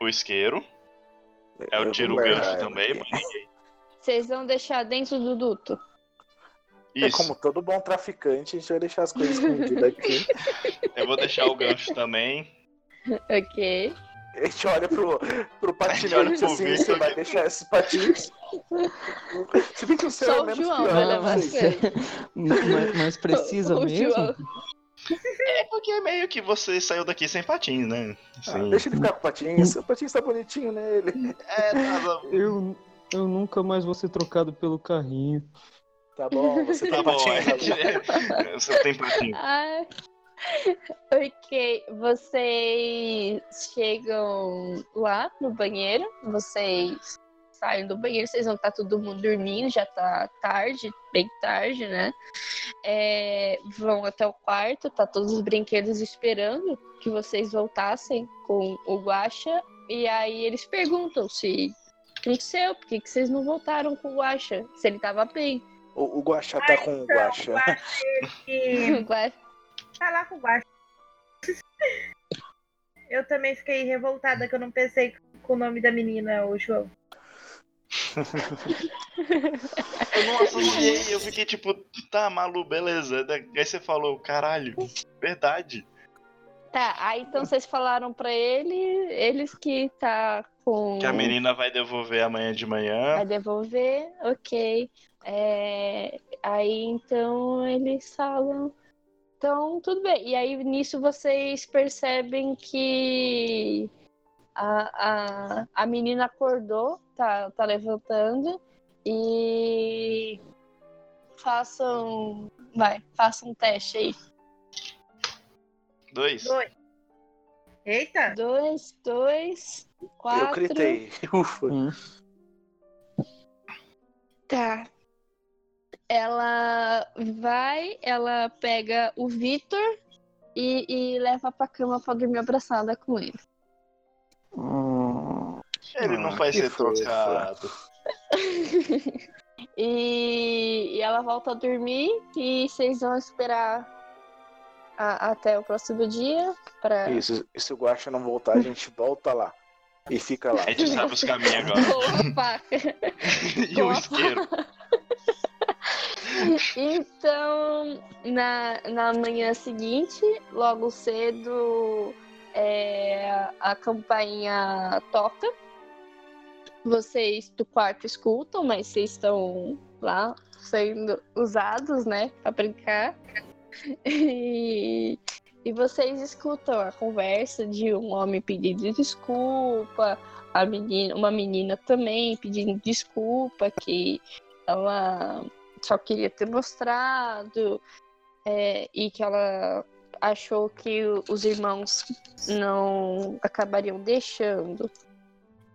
o isqueiro. Aí eu, Eu tiro É o vou gancho guardar também, ela aqui. mas Vocês vão deixar dentro do duto? É como todo bom traficante, a gente vai deixar as coisas escondidas aqui. eu vou deixar o gancho também. ok. A gente olha pro, pro olha patinho e diz pro assim, Victor. você vai deixar esses patinhos. Se bem que o seu Só é o menos João, pior, né, Ah, né? vai não ser. sei. Mas, mas precisa O mesmo? João. É porque meio que você saiu daqui sem patinho, né? Assim. Ah, Deixa ele ficar com o patinho, o patinho está bonitinho nele. É, tá, Eu, eu nunca mais vou ser trocado pelo carrinho. tá bom, você tá bom. é. Você tem patinho. Ai. Ah, Ok, vocês chegam lá no banheiro, vocês saem do banheiro, vocês vão estar todo mundo dormindo, já tá tarde, bem tarde, né? É, vão até o quarto, tá todos os brinquedos esperando que vocês voltassem com o Guaxa, e aí eles perguntam se o que aconteceu, por que, que vocês não voltaram com o Guaxa, se ele tava bem. O, o Guaxá tá com o Guaxá. E O Guaxa tá lá com o baixo. Eu também fiquei revoltada que eu não pensei com o nome da menina, o João. Eu não associei, eu fiquei tipo, tá, Malu, beleza. Da- Aí você falou, caralho, verdade. Tá, aí então vocês falaram pra ele, eles que tá com. Que a menina vai devolver amanhã de Vai manhã. devolver, ok. É, aí então eles falam. Então, tudo bem. E aí nisso vocês percebem que a, a, a menina acordou, tá, tá levantando e façam. Vai, façam um teste aí. Dois. Dois. Eita! Dois, dois, quatro. Eu gritei. Ufa. Tá. Ela vai, ela pega o Vitor e, e leva pra cama pra dormir abraçada com ele. Ele não Ah, vai que ser fofo. trocado. E, e ela volta a dormir e vocês vão esperar a- até o próximo dia pra. Isso, e se o Guaxa não voltar, a gente volta lá. E fica lá. A gente sabe os tá caminhos agora. Com a faca. E o isqueiro. Então, na, na manhã seguinte, logo cedo, é, a campainha toca. Vocês do quarto escutam, mas vocês estão lá sendo usados, né, pra brincar. E, e vocês escutam a conversa de um homem pedindo desculpa, a menina, uma menina também pedindo desculpa, que ela só queria ter mostrado é, e que ela achou que o- os irmãos não acabariam deixando,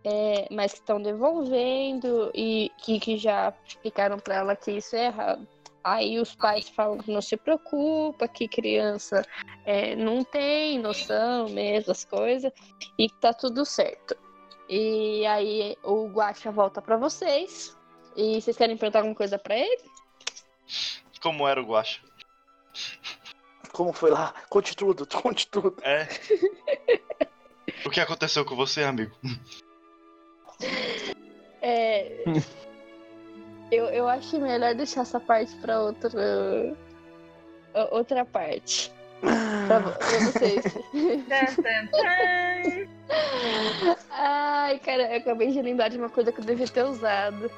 é, mas que estão devolvendo e que, que já explicaram para ela que isso é errado. Aí os pais falam que não se preocupa, que criança é, não tem noção mesmo das coisas e que tá tudo certo. E aí o Guaxa volta para vocês. E vocês querem perguntar alguma coisa para ele? Como era o guacha? Como foi lá? Conte tudo, conte tudo. É. O que aconteceu com você, amigo? É. eu, eu acho melhor deixar essa parte pra outra. o- outra parte. Pra, vo- pra vocês. Tan, tan, tan. Ai, cara, eu acabei de lembrar de uma coisa que eu devia ter usado.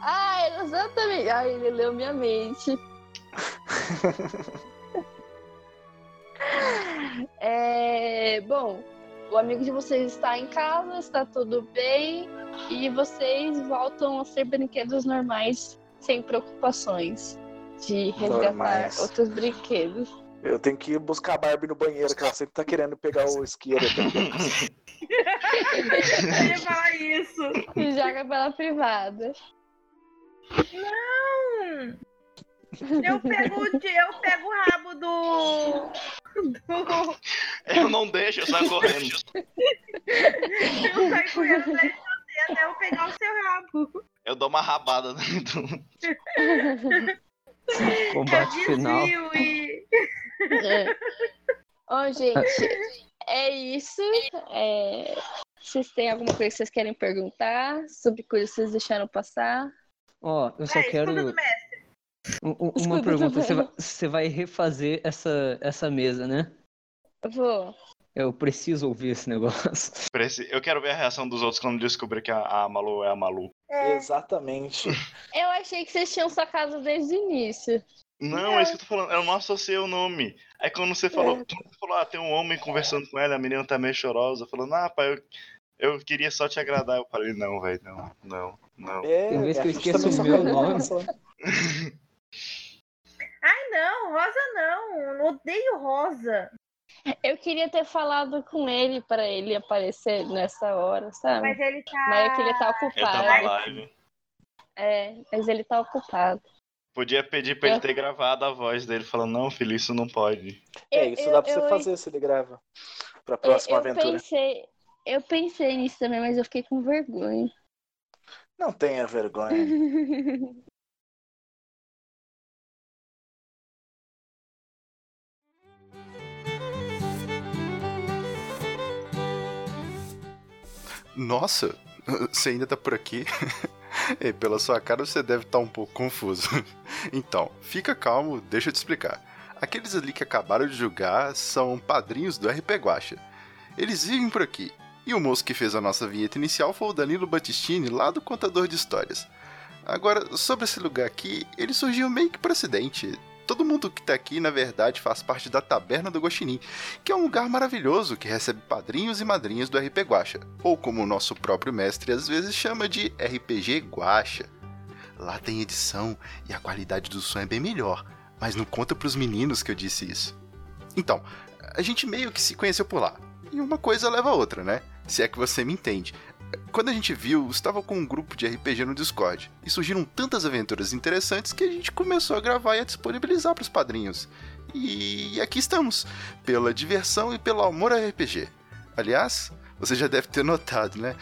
Ah, era exatamente. Ai, ele leu minha mente. É, bom, o amigo de vocês está em casa, está tudo bem, e vocês voltam a ser brinquedos normais, sem preocupações de resgatar Normais. outros brinquedos. Eu tenho que ir buscar a Barbie no banheiro, que ela sempre tá querendo pegar o isqueiro. Eu ia falar isso. E joga pela privada. Hum. Eu pego, o de- eu pego o rabo do. do... Eu não deixo, eu saio correndo. Eu saio correndo atrás de você até eu pegar o seu rabo. Eu dou uma rabada no Edu. Combate final. é e... É. Ô, Ah, gente, é isso. É, Vocês têm alguma coisa que vocês querem perguntar? Sobre coisas que vocês deixaram passar? Ó, eu só é Vai, quero. escuta do Um- um- Escuta uma do pergunta. Você vai, velho. você vai refazer essa, essa mesa, né? Vou. Eu preciso ouvir esse negócio. Preci- Eu quero ver a reação dos outros quando descobrir que a, a Malu é a Malu. Exatamente. Eu achei que vocês tinham sacado desde o início. Não, é isso que eu tô falando. Eu não associei o nome. Aí quando você falou, quando você falou ah, tem um homem conversando com ela, a menina tá meio chorosa, falando, ah, pai, eu, eu queria só te agradar. Eu falei, não, velho, não, não, não. Tem vez que eu acho que esqueço o É, né? também só meu nome. Ai, não, rosa não. Odeio rosa. Eu queria ter falado com ele pra ele aparecer nessa hora, sabe? Mas ele tá. Mas é que ele tá Eu ocupado. tava né? live. É, mas ele tá ocupado. Podia pedir pra ele ter gravado a voz dele falando, não, filho, isso não pode. É, Eu- isso eu- dá pra você eu- É, fazer se ele grava. Pra próxima eu aventura. Pensei, eu pensei nisso também, mas eu fiquei com vergonha. Não tenha vergonha. Nossa, você ainda tá por aqui? Ei, pela sua cara você deve estar um pouco confuso. Então, fica calmo, deixa eu te explicar. Aqueles ali que acabaram de julgar são padrinhos do RP Guacha. Eles vivem por aqui. E o moço que fez a nossa vinheta inicial foi o Danilo Battistini, lá do Contador de Histórias. Agora, sobre esse lugar aqui, ele surgiu meio que por acidente. Todo mundo que tá aqui, na verdade, faz parte da Taberna do Guaxinim, que é um lugar maravilhoso que recebe padrinhos e madrinhas do RP Guacha, ou como o nosso próprio mestre às vezes chama de RPG Guacha. Lá tem edição e a qualidade do som é bem melhor, mas não conta pros meninos que eu disse isso. Então, a gente meio que se conheceu por lá. E uma coisa leva a outra, né? Se é que você me entende. Quando a gente viu, estava com um grupo de RPG no Discord e surgiram tantas aventuras interessantes que a gente começou a gravar e a disponibilizar para os padrinhos. E aqui estamos, pela diversão e pelo amor ao RPG. Aliás, você já deve ter notado, né?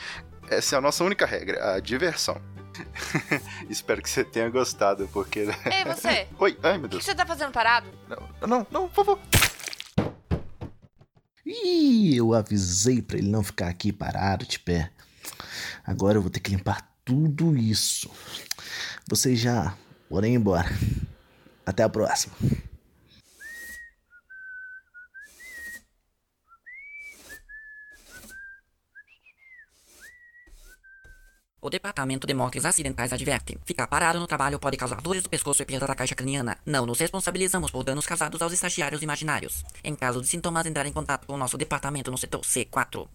Essa é a nossa única regra, a diversão. Espero que você tenha gostado, porque. né? Ei, você! Oi, ai meu O que que Deus. você tá fazendo parado? Não, não, por favor. Ih, eu avisei pra ele não ficar aqui parado de pé. Agora eu vou ter que limpar tudo isso. Vocês já podem ir embora. Até a próxima. O departamento de mortes acidentais adverte. Ficar parado no trabalho pode causar dores do pescoço e perda da caixa craniana. Não nos responsabilizamos por danos causados aos estagiários imaginários. Em caso de sintomas, entrar em contato com o nosso departamento no setor C4.